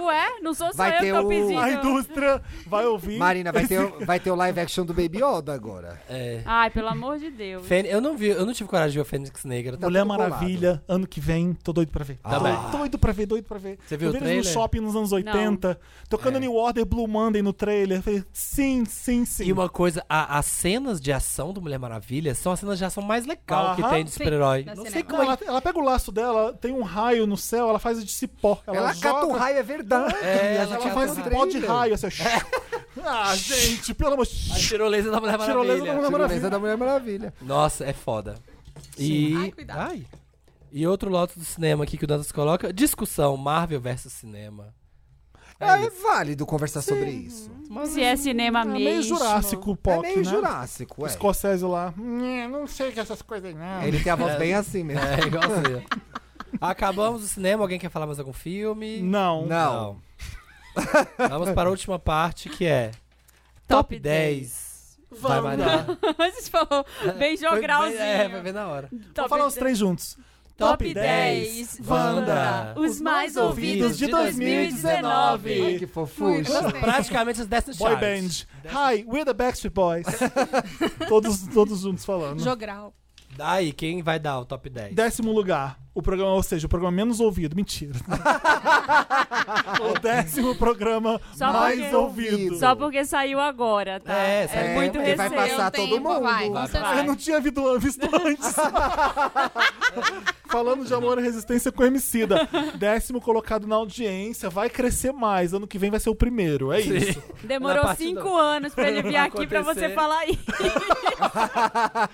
S1: Ué, não sou só
S2: Vai
S1: eu
S2: ter
S1: que tô
S2: o-
S4: Tá
S1: pedindo.
S3: A indústria vai ouvir.
S2: Marina, vai ter, o- vai ter o live action do Baby Yoda agora.
S4: É.
S1: Ai, pelo amor de Deus.
S4: Fên- Eu não vi, eu não tive coragem de ver o Fênix Negra.
S2: Tá
S3: Mulher
S2: tudo colado.
S3: Maravilha, ano que vem, tô doido pra ver.
S4: Tá
S3: Tô
S4: bem.
S3: doido, doido pra ver, doido pra ver.
S4: Você viu
S3: eu
S4: o
S3: vi eles
S4: trailer?
S3: no shopping nos anos 80, tocando
S4: É.
S3: New Order, Blue Monday no trailer. Eu Falei, sim, sim, sim.
S4: E uma coisa, a- as cenas de ação do Mulher Maravilha são as cenas de ação mais legal que
S3: Aham.
S4: tem de super-herói.
S5: Sim,
S4: Não
S5: da
S4: sei
S5: cinema.
S4: como é
S3: ela, ela pega o laço dela, tem um raio no céu, ela faz de cipó. Ela,
S2: Ela,
S3: joga,
S2: cata um raio, é verdade.
S4: É, ela
S3: ela
S4: cata
S3: faz
S4: um É.
S3: cipó de raio, assim. ó. ah, gente, pelo amor
S4: A
S3: de
S4: tirolesa da Mulher
S3: Tirolesa da
S4: Maravilha.
S3: Mulher
S2: Maravilha. da Mulher Maravilha.
S4: Nossa, é foda. E...
S5: Ai, cuidado.
S4: Ai. E outro lote do cinema aqui que o Dantas coloca, discussão Marvel versus cinema.
S2: É, válido conversar sobre isso.
S1: Se é cinema
S3: É
S1: mesmo.
S3: meio Jurássico o
S2: É
S3: Pock,
S2: meio
S3: né?
S2: Jurássico,
S3: O
S2: ué.
S3: Escocese lá. "Nhê, Hum, Não sei que é essas coisas aí, não.
S2: Ele tem a voz bem assim mesmo.
S4: É igualzinho. Acabamos o cinema, alguém quer falar mais algum filme?
S3: Não.
S2: Não.
S4: Não. Vamos para a última parte que é Top 10. Vai,
S3: Vamos
S4: Marina.
S1: A gente falou bem
S4: Foi bem-
S1: jogralzinho.
S4: É, vai ver na hora.
S1: Top
S3: Vou falar os
S1: 10.
S3: três juntos.
S1: Top 10.
S4: Wanda.
S1: Os mais ouvidos de 2019.
S2: Ai, que fofuxa.
S5: Muito bem.
S4: Praticamente as 10 no
S3: Boy
S4: chart.
S3: Band. Hi, we're the Backstreet Boys. todos, todos juntos falando.
S5: Jogral.
S4: Daí, quem vai dar o top 10?
S3: Décimo lugar, o programa, ou seja, o programa menos ouvido. Mentira. o décimo programa
S1: Só
S3: mais
S1: porque-
S3: ouvido.
S1: Só um porque saiu agora, tá?
S4: É, saiu
S1: é muito
S2: porque vai
S1: recente.
S2: passar
S5: Tem
S2: todo
S5: tempo,
S2: mundo.
S5: Vai, com
S4: Vai,
S5: certeza.
S3: Ah, eu não tinha visto, visto antes. Falando de amor e resistência com Emicida. Décimo colocado na audiência. Vai crescer mais. Ano que vem vai ser o primeiro. É isso.
S4: Na
S1: Demorou
S4: parte
S1: cinco
S4: do-
S1: anos pra ele vir aqui pra
S4: Acontecer.
S1: você falar isso.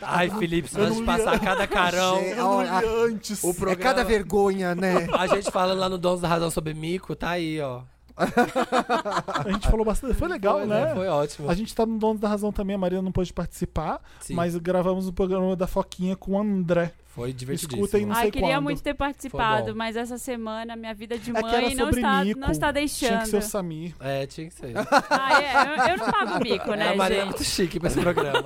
S4: Ai, Felipe, se
S3: Eu
S4: nós
S3: não
S4: te
S3: li-
S4: passar cada carão.
S2: Gente,
S3: Eu não li
S2: Olha,
S3: antes.
S4: É, O
S2: É
S4: programa,
S2: cada vergonha, né?
S4: A gente falando lá no Donos da Razão sobre Mico, tá aí, ó.
S3: A gente falou bastante. Foi legal,
S4: Foi,
S3: né?
S4: Foi ótimo.
S3: A gente tá no Dono da Razão também, a Maria não pôde participar,
S4: Sim.
S3: mas gravamos o programa da Foquinha com o André.
S4: Foi divertidíssimo.
S3: Escutem no- Não
S1: Ai,
S3: sei
S1: queria
S3: quando.
S1: muito ter
S4: Foi
S1: participado,
S4: bom.
S1: mas essa semana minha vida de
S3: É que era
S1: mãe não,
S3: sobre
S1: está,
S3: mico.
S1: não está
S3: Tinha que ser o
S1: deixando.
S3: Samir.
S4: É, tinha que ser.
S1: Ah, é, eu, eu não pago mico,
S4: É,
S1: né,
S4: a Maria é
S1: gente?
S4: muito chique pra esse programa.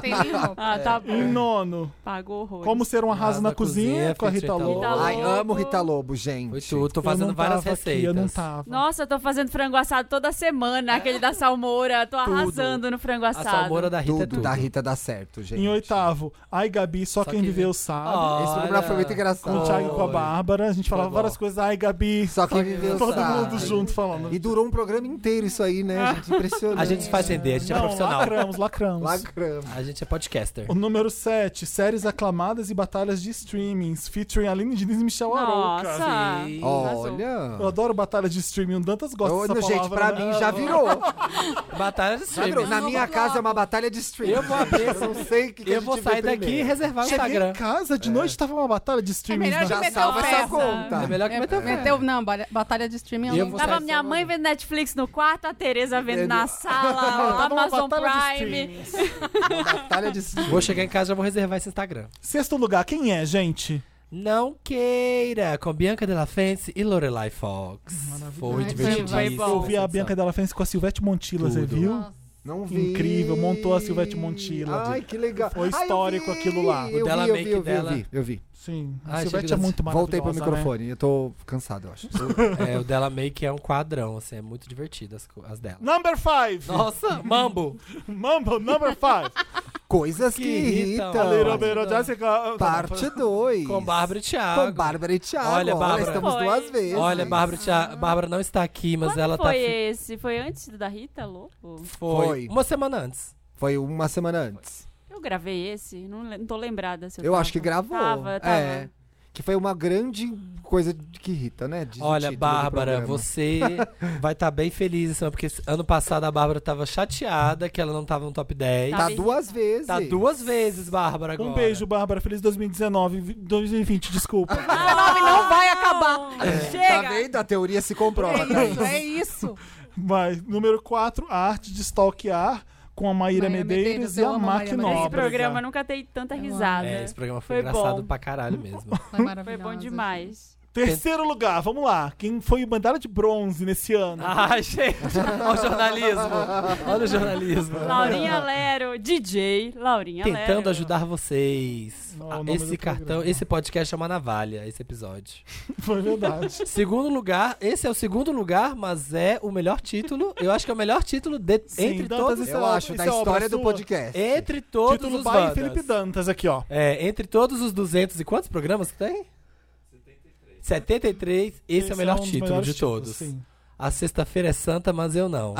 S5: Tem nenhum.
S1: Ah, tá
S3: Em
S1: bom.
S3: Um nono,
S1: Pagou horrores.
S3: como ser um
S4: Ah,
S3: arraso na, cozinha, com a
S4: feat
S3: Rita Lobo.
S1: Rita Lobo.
S2: Ai,
S1: Lobo.
S2: amo Rita Lobo, gente.
S4: Foi tudo, tô
S3: Eu não
S4: fazendo várias
S3: tava aqui,
S4: receitas.
S3: eu não tava.
S1: Nossa, eu tô fazendo frango assado toda semana, aquele da salmoura. Tô
S4: Tudo.
S1: arrasando no frango
S4: A
S1: assado.
S4: salmoura da Rita
S2: Tudo,
S4: é tudo.
S2: da Rita dá certo, gente.
S3: Em oitavo, ai Gabi, só,
S4: Só
S3: quem
S4: quem
S3: viveu
S4: vive-
S3: sabe.
S2: Esse programa foi muito
S3: Com o
S2: engraçado.
S3: Thiago e com a
S4: Oi.
S3: Bárbara, a gente falava
S4: bom.
S3: várias coisas, ai Gabi,
S2: Só quem viveu
S3: todo
S2: sabe.
S3: mundo junto falando.
S2: E durou um programa inteiro isso aí, né, gente? Impressionante.
S4: A gente se faz render, a gente é
S3: Não,
S4: profissional.
S3: lacramos, lacramos.
S2: Lacramos.
S4: A gente é podcaster.
S3: O número 7, séries aclamadas e batalhas de streamings, featuring Aline Diniz e Michel Arouca.
S1: Nossa.
S4: Sim.
S2: Olha.
S3: Eu adoro batalhas de streaming, o Dantas gosta
S2: Ô,
S3: dessa
S2: gente,
S3: palavra.
S2: pra
S3: né?
S2: mim já virou.
S4: Batalha de
S2: Já virou.
S4: streaming.
S2: Na minha casa é uma batalha de streaming.
S4: Eu vou abrir,
S2: Eu não sei o que, que a
S4: Eu
S2: gente
S4: vou
S2: vê
S4: sair daqui e
S2: primeiro.
S4: reservar o
S3: Cheguei
S4: Instagram.
S3: em casa, de noite tava uma batalha de streaming.
S5: É melhor
S2: Já
S5: Meteu
S2: salva essa
S5: peça.
S2: conta.
S4: É melhor que
S5: É,
S4: meter o pé.
S5: meteu, não, ba- batalha de streaming é
S4: Eu
S5: eu não
S4: vou-
S1: Tava
S4: Sai,
S1: minha
S4: sai,
S1: mãe vendo Netflix no quarto, a Tereza vendo
S2: Eu-
S1: na sala, a
S3: Tava uma
S1: Amazon
S3: batalha de
S1: Prime.
S3: streamings.
S2: Batalha de streaming.
S4: Vou chegar em casa e já vou reservar esse Instagram.
S3: Sexto lugar, quem é, gente?
S4: Não queira, com Bianca Della Fence e Lorelai Fox. Foi
S5: Ai,
S4: divertidíssimo.
S1: foi bom.
S3: Eu vi a Bianca Della Fence com a Silvete Montila, você
S4: Tudo.
S3: viu?
S5: Nossa.
S2: Não vi.
S3: Incrível, montou a Silvete Montilla.
S2: Ai, que legal.
S3: Foi
S2: Ai, eu
S3: histórico
S2: vi,
S3: aquilo lá. O
S2: Eu vi,
S4: dela
S2: eu
S4: make
S2: vi, eu vi, eu
S4: dela.
S2: vi, eu vi.
S3: Sim, a
S4: Ai,
S3: Silvete
S4: chega
S3: é muito
S2: Voltei pro
S3: maravilhosa,
S2: microfone. Eu tô cansado, eu acho.
S4: É, o dela meio que é um quadrão, assim, é muito divertido as, co- as dela.
S3: Né? Number 5!
S4: Nossa, Mambo!
S3: Mambo, number 5!
S2: Coisas que,
S4: Que irritam.
S2: irritam.
S4: A Little
S3: Little Bit of Jessica... ah, tá
S2: Parte 2.
S4: Com Bárbara e Thiago.
S2: Com Bárbara e Thiago.
S4: Olha, Bárbara.
S2: estamos
S1: Foi.
S2: duas vezes.
S4: Olha, Bárbara, e Thiago- Bárbara não está aqui, mas
S1: Quando
S4: ela
S1: foi
S4: tá. fi-
S1: esse? Foi antes da Rita Lobo?
S4: Foi.
S2: Foi.
S4: Uma semana antes.
S2: Foi uma semana antes.
S1: Eu gravei esse? Não, le- não tô lembrada se eu
S2: Eu
S1: tava.
S2: acho que gravou.
S1: Tava, tava.
S2: É. Que foi uma grande coisa que irrita, né? Diz o
S4: Olha,
S2: título do
S4: Bárbara,
S2: programa.
S4: você vai estar bem feliz, esse ano, porque esse- ano passado a Bárbara tava chateada que ela não tava no top 10.
S2: Tá
S1: Tá
S2: duas vezes.
S4: Tá duas vezes, Bárbara, agora.
S3: Um beijo, Bárbara. Feliz 2019. vi- 2020, desculpa.
S5: Esse nome não vai acabar.
S2: Tá
S5: Chega.
S2: vendo? A teoria se comprova.
S5: É isso, é isso.
S3: Vai. Número 4, a arte de stalkear com a Maíra,
S5: Maíra
S3: Medeiros,
S5: Medeiros,
S3: e
S5: eu
S3: a
S5: amo a Maíra
S3: Maquinobre.
S5: Medeiros.
S1: Esse programa nunca tem tanta
S5: Eu
S1: risada.
S4: É, esse programa foi,
S1: Foi
S4: engraçado
S1: bom.
S4: pra caralho mesmo.
S5: Foi maravilhoso.
S2: é
S1: Foi bom demais.
S3: Terceiro lugar, vamos lá. Quem foi medalha de bronze nesse ano?
S4: Ai, gente, olha o jornalismo. Olha o jornalismo.
S1: Laurinha Lero, DJ Laurinha Lero.
S4: Tentando ajudar vocês.
S3: Não,
S4: Ah,
S3: o nome
S4: esse
S3: do
S4: cartão,
S3: programa.
S4: esse podcast é uma navalha, esse episódio.
S3: Foi verdade.
S4: Segundo lugar, esse é o segundo lugar, mas é o melhor título. Eu acho que é o melhor título de-
S3: Sim,
S4: entre
S3: Dantas,
S4: todos.
S3: esse
S2: Eu
S3: é
S2: acho,
S3: isso
S2: da
S3: é
S4: um
S3: obra
S2: história do
S3: sua?
S2: podcast.
S4: Entre todos
S3: Título
S4: os
S3: pai
S4: bandas.
S3: Felipe Dantas aqui, ó.
S4: É, entre todos os 200 e quantos programas que tem? 73. Esse, é o melhor
S3: um dos
S4: título
S3: melhores
S4: de
S3: títulos,
S4: todos.
S3: sim.
S4: A sexta-feira é santa, mas eu não.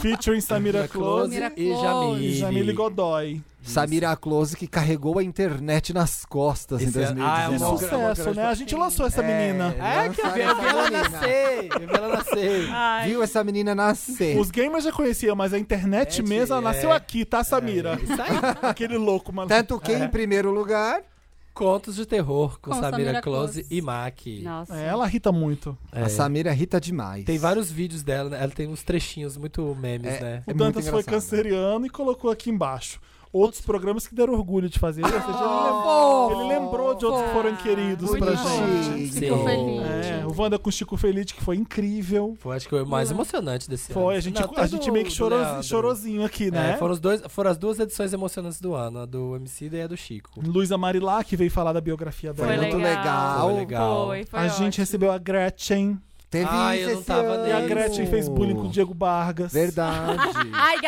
S3: Featuring Samira
S4: Mira
S3: Close
S5: Mira
S4: e
S5: Close.
S3: e
S4: Jamile.
S3: Jamile Godoy.
S2: Samira Close, que carregou a internet nas costas em
S4: Esse é- ah, é um
S3: É um
S2: 2019.
S4: grande-
S3: sucesso, né? A gente lançou essa menina.
S4: É, que eu vi, eu vi ela
S2: Lançaram essa
S4: nascer. Eu vi ela nascer.
S1: Ai,
S2: Viu essa menina nascer.
S3: Os gamers já conheciam, mas a internet
S4: Internet,
S3: mesmo ela nasceu
S4: é.
S3: aqui, tá, Samira?
S4: É, isso aí.
S3: Aquele louco, É. mano.
S2: Tanto que,
S4: É.
S2: em primeiro lugar,
S4: Contos de terror com,
S5: Com
S4: Samira,
S5: Samira
S4: Close,
S5: Close.
S4: e Mac.
S1: nossa.
S3: É, ela irrita muito.
S4: É.
S2: a Samira irrita demais.
S4: Tem vários vídeos dela, né? Ela tem uns trechinhos muito memes,
S2: É.
S4: né?
S3: O
S2: É muito
S3: Dantas foi
S2: engraçado.
S3: canceriano e colocou aqui embaixo. Outros programas que deram orgulho de fazer. Ou seja,
S4: Ah,
S2: Oh.
S3: ele, lembrou, ele lembrou de outros que foram queridos
S2: Muito
S3: pra
S2: bom.
S3: gente.
S5: Ficou
S4: Sim.
S5: feliz.
S3: É, o Wanda com Chico Feliz, que foi incrível.
S4: Foi, acho que foi o mais emocionante desse ano.
S3: Foi, a gente,
S4: Não, até
S3: a gente
S4: do-
S3: meio que
S4: do
S3: chorou-
S4: Leandro.
S3: chorouzinho aqui, né?
S4: É, foram, os dois, foram as duas edições emocionantes do ano, a do MC e a do Chico.
S3: Luísa Marilá, que veio falar da biografia
S2: Foi,
S3: dela.
S1: Foi
S2: muito legal.
S1: legal.
S4: Foi legal.
S1: Foi, foi
S3: a gente
S1: ótimo.
S3: recebeu a Gretchen.
S2: Teve
S4: Ah,
S2: isso
S4: eu não
S2: esse
S4: tava
S2: ano.
S3: E a
S4: Isso.
S3: Gretchen fez bullying com o Diego Vargas.
S2: Verdade.
S1: Ai,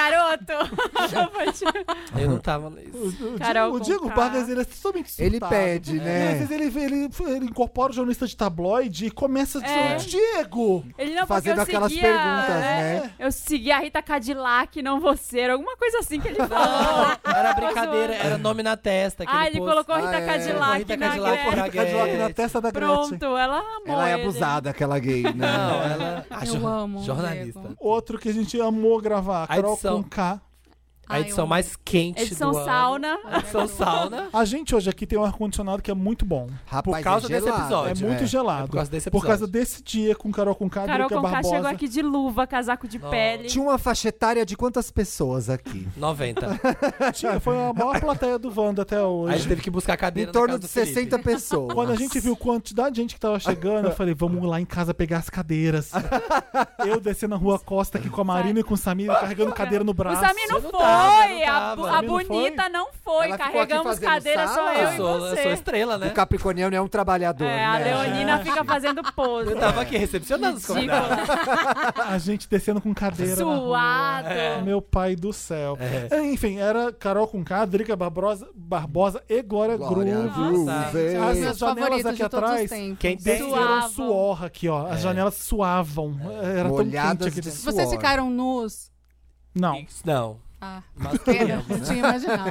S1: garoto!
S4: Eu não tava nisso.
S3: O, o Diego-
S1: Carol
S3: o Diego
S1: Conká.
S3: Vargas, ele é totalmente
S2: ele
S3: surtado.
S2: pede,
S3: E às
S2: né?
S3: vezes ele, ele, ele incorpora o jornalista de tabloide e começa a
S1: É.
S3: dizer, Diego!
S1: Ele não Ah, porque
S2: Fazendo
S1: eu
S2: aquelas
S1: seguia,
S2: perguntas,
S1: é,
S2: né?
S1: Eu segui a Rita Cadillac, não você, era alguma coisa assim que ele falou.
S4: Era brincadeira, era nome na testa.
S1: ah, ele colocou a Rita
S2: Ah, é.
S1: Cadillac
S4: Rita
S1: na
S4: Cadillac,
S1: greve.
S4: Rita
S3: Cadillac na
S4: Gretchen.
S3: testa da Gretchen.
S1: Pronto, né? ela amou
S2: Ela é
S1: ele.
S2: abusada, aquela gay, né?
S4: Não, ela. a
S5: Eu amo o
S4: Jornalista.
S5: Diego.
S3: Outro que a gente amou gravar,
S4: A
S3: Carol
S4: edição.
S3: com K.
S4: A
S1: Ai, eu
S4: edição
S1: amo.
S4: mais quente
S1: Edição
S4: do ano.
S1: sauna.
S4: Edição sauna.
S3: A gente hoje aqui tem um ar-condicionado que é muito bom.
S2: Rapaz,
S4: Por causa
S2: é
S4: desse
S2: gelado.
S4: episódio.
S3: É muito gelado.
S4: É por causa desse
S3: Por causa
S4: episódio.
S3: desse dia com Carol com K,
S1: Carol
S3: Drica
S1: Conká
S3: Barbosa.
S1: chegou aqui de luva, casaco de
S4: Nossa.
S1: pele.
S2: Tinha um uma faixa etária de quantas pessoas aqui?
S4: 90.
S3: Tinha- Foi a maior plateia do Wanda até
S4: Aí a gente
S3: hoje.
S4: teve que buscar a
S2: em
S4: cadeira na
S2: torno
S4: casa
S2: de
S4: do Felipe.
S2: 60 pessoas.
S3: Quando a gente viu a quantidade de gente que tava chegando, eu falei, vamos lá em casa pegar as cadeiras. eu descendo na rua Costa aqui com a Marina e com o Samir, carregando cadeira no
S1: O
S3: braço.
S1: Samir não
S4: Você não
S1: foi,
S4: tava,
S1: a,
S4: não tava.
S1: bu- a
S4: Samir
S3: não foi?
S1: bonita não foi.
S2: Ela ficou aqui
S1: Carregamos
S2: fazendo
S1: cadeira só
S2: sala?
S1: eu
S4: Eu
S1: e
S4: sou, eu
S1: você.
S4: sou estrela, né?
S2: O Capricorniano é um trabalhador,
S1: é, a
S2: né?
S1: Leonina fica fazendo pose.
S4: Eu tava aqui recepcionando os comentários.
S1: Ridícula,
S3: A gente descendo com cadeira na rua. É,
S1: suado.
S3: Meu pai do céu.
S4: É.
S3: Enfim, era Carol com K, Drica Barbosa, Barbosa e Glória,
S2: Glória
S3: Groove.
S2: Groove.
S3: As
S5: Meus
S3: minhas janelas
S5: favoritos
S3: aqui
S5: de todos os
S3: atrás
S5: tempos.
S4: Quem tem-
S3: desceram
S1: Suavam.
S3: suor aqui, ó. As janelas suavam. Era
S2: Molhadas
S3: tão quente
S2: de
S3: aqui.
S2: suor.
S5: Vocês ficaram nus?
S3: Não.
S4: Não.
S5: Ah,
S4: Mas
S5: pena.
S4: queremos.
S5: Não tinha imaginado.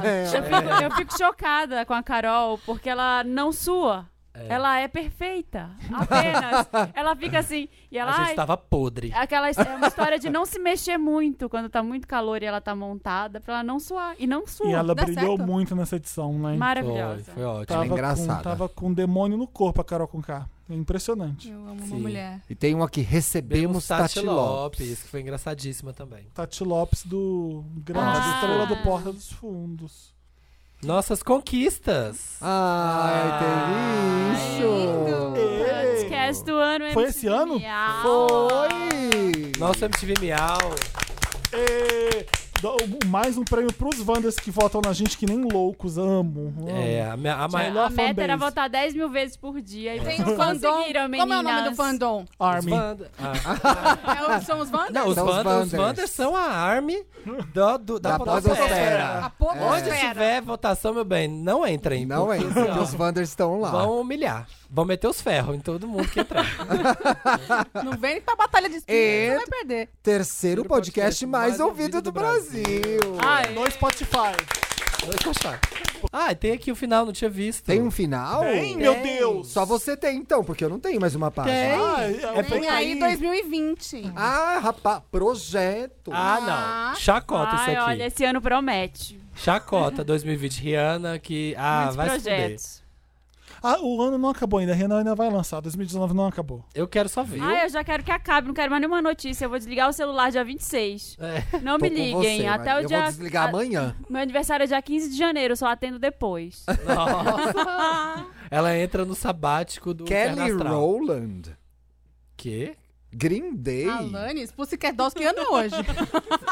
S2: É.
S1: Eu fico, eu fico chocada com a Carol, porque ela não sua.
S4: É.
S1: Ela é perfeita. Apenas. ela fica assim. E ela.
S4: A
S1: "Ai,
S4: gente tá tava podre.
S1: Aquela é uma história de não se mexer muito quando tá muito calor e ela tá montada, pra ela não suar. E não sua.
S3: E ela
S5: Dá
S3: brilhou
S5: certo.
S3: muito nessa edição, né?
S4: Foi,
S1: Maravilhosa.
S4: foi ótimo.
S3: Tava
S2: engraçada.
S3: Com, tava com um demônio no corpo a Carol com K. É impressionante.
S5: Eu amo uma
S4: Sim.
S5: mulher.
S2: E tem um aqui, recebemos Tati Lopes.
S4: que foi engraçadíssima também.
S3: Tati Lopes do Grande
S1: Ah.
S3: Estrela do Porta dos Fundos.
S4: Nossas conquistas.
S2: Ai,
S4: Ah.
S2: tem isso! Ah,
S3: Ei.
S1: Esquece do ano,
S3: Foi
S1: MTV
S3: esse ano?
S1: Miau.
S2: Foi!
S4: Nosso MTV Miau.
S3: E... dá um- Mais um prêmio pros Wanders que votam na gente que nem loucos. Amo. amo.
S4: É, a, minha- a
S3: Vai
S1: A
S4: maior.
S3: lá,
S1: meta era
S3: fanbase.
S1: votar 10 mil vezes por dia. E
S5: Tem
S1: vocês
S5: um fandom.
S1: conseguiram, meninas.
S5: Como é o nome do fandom?
S3: Armin.
S4: Ah,
S5: É, o- são os Wanders?
S4: não, os,
S2: São os
S4: Wander, os
S2: Wanders.
S4: Wanders são a Army da, do,
S2: Da
S4: da, podosfera.
S2: podosfera.
S5: A pouco
S4: Onde tiver votação, meu bem, não entrem.
S2: É. Não é
S4: porque,
S2: isso,
S4: assim, ó,
S2: porque os Wanders estão lá.
S4: Vão humilhar. Vão meter os ferros em todo mundo que entrar.
S5: Não vem pra batalha de espírito,
S2: E-
S5: você vai perder.
S2: Terceiro
S4: Terceiro
S2: podcast
S4: podcast
S2: mais ouvido do Brasil.
S1: Ai,
S3: No Spotify.
S4: Vou encostar. ah, e tem aqui o final, não tinha visto.
S2: Tem um final?
S3: Tem, meu Deus.
S2: Só você tem então, porque eu não tenho mais uma página.
S4: Tem.
S3: Ah, é,
S5: Vem
S3: bem
S5: aí 2020.
S2: Ah, rapaz, projeto.
S4: Ah, não. Chacota
S1: ai,
S4: isso aqui.
S1: olha, esse ano promete.
S4: Chacota 2020, Rihanna, que. Ah,
S1: Muitos
S4: vai se fuder.
S1: projetos.
S3: Ah, o ano não acabou ainda. A Renan ainda vai lançar. 2019 não acabou.
S4: Eu quero só ver.
S1: Ai, eu já quero que acabe, não quero mais nenhuma notícia. Eu vou desligar o celular dia 26.
S4: É.
S1: Não
S2: Tô
S1: me
S2: com
S1: liguem.
S2: você,
S1: até
S2: Maria.
S1: o dia.
S2: Eu vou desligar
S1: a-
S2: amanhã.
S1: Meu aniversário é dia 15 de janeiro, só atendo depois.
S4: Nossa. Ela entra no sabático do
S2: Kelly
S4: Inferno Astral.
S2: Rowland.
S4: Quê?
S2: Green Day.
S5: Alanis, Pussycat Dolls, que ano é hoje?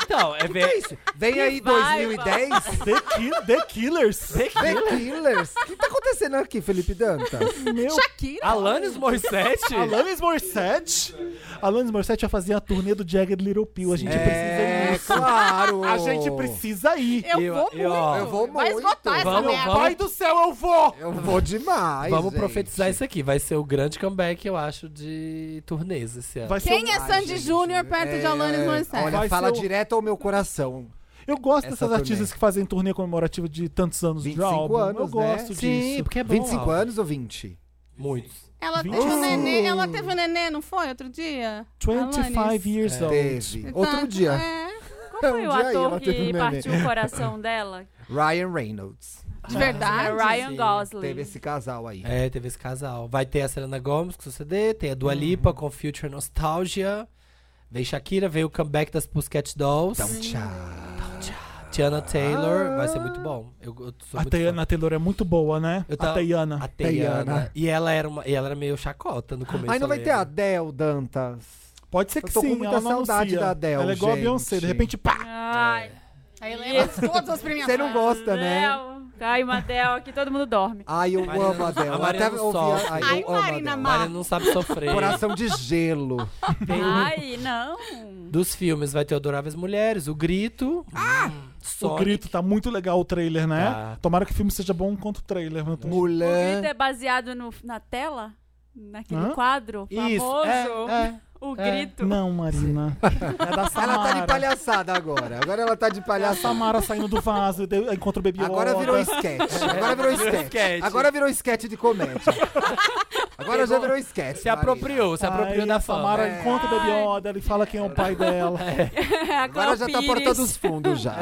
S4: Então, é
S2: Que
S4: ver.
S2: isso? Vem aí
S1: vai,
S2: 2010.
S3: The, Ki- The Killers.
S2: The Killers. O que tá acontecendo aqui, Felipe Dantas?
S3: Meu
S5: Shakira.
S4: Alanis Morissette?
S3: Alanis Morissette? Alanis Morissette vai fazer a turnê do Jagged Little Pill. A gente precisa
S2: É,
S3: ir.
S2: claro.
S3: A gente precisa ir.
S5: Eu,
S4: Eu-
S5: vou
S4: eu-
S5: muito.
S2: eu vou
S5: Vai
S2: muito.
S5: esgotar essa
S1: é
S4: Vamos,
S5: merda.
S4: vamos.
S3: Pai do céu, eu vou!
S2: Eu vou demais.
S4: Vamos
S2: gente.
S4: profetizar isso aqui. Vai ser o grande comeback, eu acho, de turnês esse ano.
S3: Vai ser
S5: Quem
S3: um-
S5: é Sandy
S2: gente, É,
S5: Júnior perto de Alanis Morissette?
S2: Olha,
S3: Vai
S2: fala
S3: ser o-
S2: direto ao meu coração.
S3: Eu gosto
S2: Essa
S3: dessas artistas
S2: turnê.
S3: que fazem turnê comemorativa de tantos anos de
S2: 25
S3: álbum. eu
S2: anos, né?
S3: gosto
S4: Sim,
S3: disso.
S4: porque é bom.
S2: 25
S4: Álvaro.
S2: anos ou 20?
S4: Muitos.
S5: Ela teve,
S3: Vinte.
S5: um nenê, ela teve um nenê, não foi? Outro dia?
S3: 25
S5: Alanis.
S2: É.
S3: years old.
S2: Teve. Outro
S5: Tá,
S2: dia.
S5: é.
S1: Qual foi
S2: Um
S1: o
S2: dia aí ela
S1: ator
S2: teve um
S1: que
S2: neném.
S1: partiu o coração dela?
S2: Ryan Reynolds.
S5: De verdade?
S1: É Ryan
S4: sim.
S1: Gosling.
S2: Teve esse casal aí.
S4: É, teve esse casal. Vai ter a Selena Gomez com o CD, tem a Dua
S2: Uhum.
S4: Lipa com Future Nostalgia. Vem Shakira, veio o comeback das Pussycat Dolls.
S2: Então, tchau.
S4: Tiana Taylor, vai ser muito bom. Eu, eu sou
S3: A
S4: muito fã.
S3: Tayana Taylor é muito boa, né?
S4: Eu
S3: A
S4: tava-
S3: Tayana.
S4: A Tayana.
S2: Tayana.
S4: E ela era uma, e ela era meio chacota no começo.
S2: Aí não
S4: eu
S2: vai ter a
S4: lembro.
S2: Adele, Dantas.
S3: Pode ser
S2: Eu
S3: que
S2: tô com
S3: sim,
S2: muita
S3: ela não
S2: saudade
S3: anuncia.
S2: da Adele,
S3: Ela é igual a
S2: gente.
S3: Beyoncé, de repente, pá!
S1: Ai,
S4: Ah,
S5: Aí leva
S4: é.
S5: todas as premiações.
S2: Você não gosta, É. né?
S1: Adele. Ai, uma Adele, aqui todo mundo dorme.
S2: Ai, eu
S4: Marina-
S2: amo a Adele.
S4: a
S2: Eu
S4: Marina
S2: Até
S4: do
S2: ouvi
S4: Sol.
S2: a... Ai,
S5: Ai,
S2: eu amo a
S5: Marina
S2: Adele.
S5: Mar-
S4: Maria não sabe sofrer.
S2: Coração de gelo.
S4: Tem-
S1: Ai, não.
S4: Dos filmes vai ter Adoráveis Mulheres, O Grito. Ah!
S3: O grito tá muito legal o trailer, né?
S4: Tá.
S3: Tomara que o filme seja bom quanto o trailer. né? mas eu tô-
S1: O grito
S2: Mulan.
S1: é baseado no- na tela? Naquele
S3: Hã?
S1: quadro
S4: Isso,
S1: famoso?
S4: é, é.
S1: O
S4: é.
S1: grito.
S3: Não, Marina. é da Samara.
S2: Ela tá de palhaçada agora. Agora ela tá de
S3: A
S2: palhaçada.
S3: Samara saindo do vaso, e deu- encontra o Baby
S2: Agora
S3: Yoda.
S2: virou esquete. Agora virou esquete.
S4: esquete.
S2: Agora virou esquete de comédia. Agora já virou esquete.
S4: Se apropriou, se apropriou
S3: Aí
S4: da
S3: a
S4: fama.
S2: É.
S3: Samara encontra o Baby Yoda, ele fala quem é o pai dela.
S1: A Cléo
S2: Agora já tá a porta
S1: Pires.
S2: dos fundos já.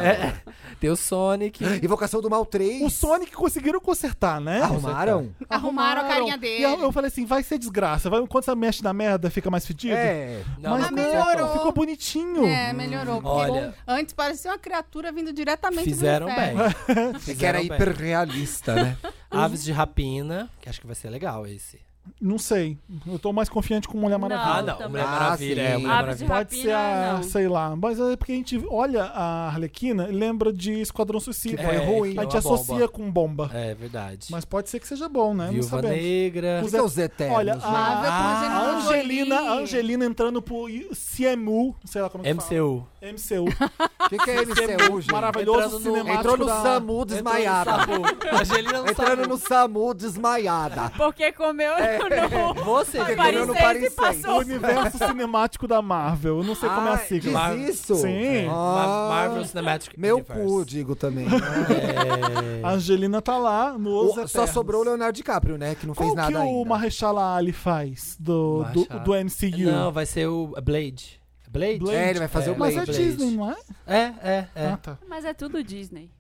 S4: Tem o Sonic.
S2: Invocação do Mal 3.
S3: O Sonic conseguiram consertar, né?
S2: Ah, Arrumaram?
S5: Arrumaram a carinha dele.
S3: E eu, eu falei assim, vai ser desgraça. Vai, quando você mexe na merda, fica mais fedido.
S2: É.
S4: Não,
S3: Mas
S4: não
S3: não,
S5: melhorou.
S3: ficou bonitinho.
S5: É, melhorou. Porque
S4: Olha.
S5: antes parecia uma criatura vindo diretamente
S4: Fizeram
S5: do
S4: bem.
S5: inferno.
S2: É que era
S4: Fizeram bem.
S2: hiperrealista, né?
S4: Aves de Rapina, que acho que vai ser legal esse.
S3: Não sei. Eu tô mais confiante com Mulher Maravilha.
S4: Ah,
S1: Não,
S4: não.
S1: também.
S4: Mulher
S2: Ah,
S4: Maravilha.
S2: sim.
S4: É, Mulher
S1: Aves de
S4: Maravilha.
S3: Pode ser a,
S1: Rapina, não.
S3: sei lá. Mas é porque a gente olha a Arlequina e lembra de Esquadrão Suicida.
S4: Que foi
S3: É,
S4: ruim.
S3: A
S4: Uma
S3: gente associa
S4: bomba.
S3: com bomba.
S4: É verdade.
S3: Mas pode ser que seja bom, né?
S4: Viúva
S3: Não sabemos.
S4: Negra.
S2: Os seus eternos.
S3: Olha,
S2: né?
S3: a,
S5: Ah,
S3: a
S5: Angelina
S3: Angelina,
S5: Jolie.
S3: a Angelina entrando pro CMU, sei lá como é que
S4: MCU.
S3: fala. MCU.
S2: O que, que é MCU, gente?
S3: Maravilhoso
S4: Entrando no-
S3: cinemático
S2: Entrou no
S3: da-
S2: SAMU desmaiada.
S4: Entrou no Sabu. Angelina no
S2: Entrando
S4: Sabu.
S2: no SAMU desmaiada.
S1: Porque comeu no...
S4: Você
S1: Ai,
S2: Porque
S1: Paris
S2: comeu no
S1: seis
S2: É. Paris
S1: e passou.
S3: O universo cinemático da Marvel. Eu não sei como é a
S2: Ah,
S3: sigla.
S4: Mar-
S2: Diz isso?
S3: Sim.
S4: Ma-
S2: Ah,
S4: Marvel Cinematic
S2: Meu
S4: Universe. É.
S2: cu, digo também.
S3: A Angelina tá lá no Os
S2: É. O- só
S3: Eternos.
S2: sobrou o Leonardo DiCaprio, né? Que não fez
S3: Qual
S2: nada
S3: que é o
S2: ainda.
S3: Marrechal Ali faz do, do,
S4: Marshall.
S3: do MCU?
S4: Não, vai ser o Blade. Blade?
S3: Blade.
S2: É, ele vai fazer
S4: É,
S2: o
S3: Mas
S2: Blade.
S3: é
S4: Blade.
S3: Disney, não é?
S4: É, é, é.
S3: Ah, tá.
S1: Mas é tudo Disney.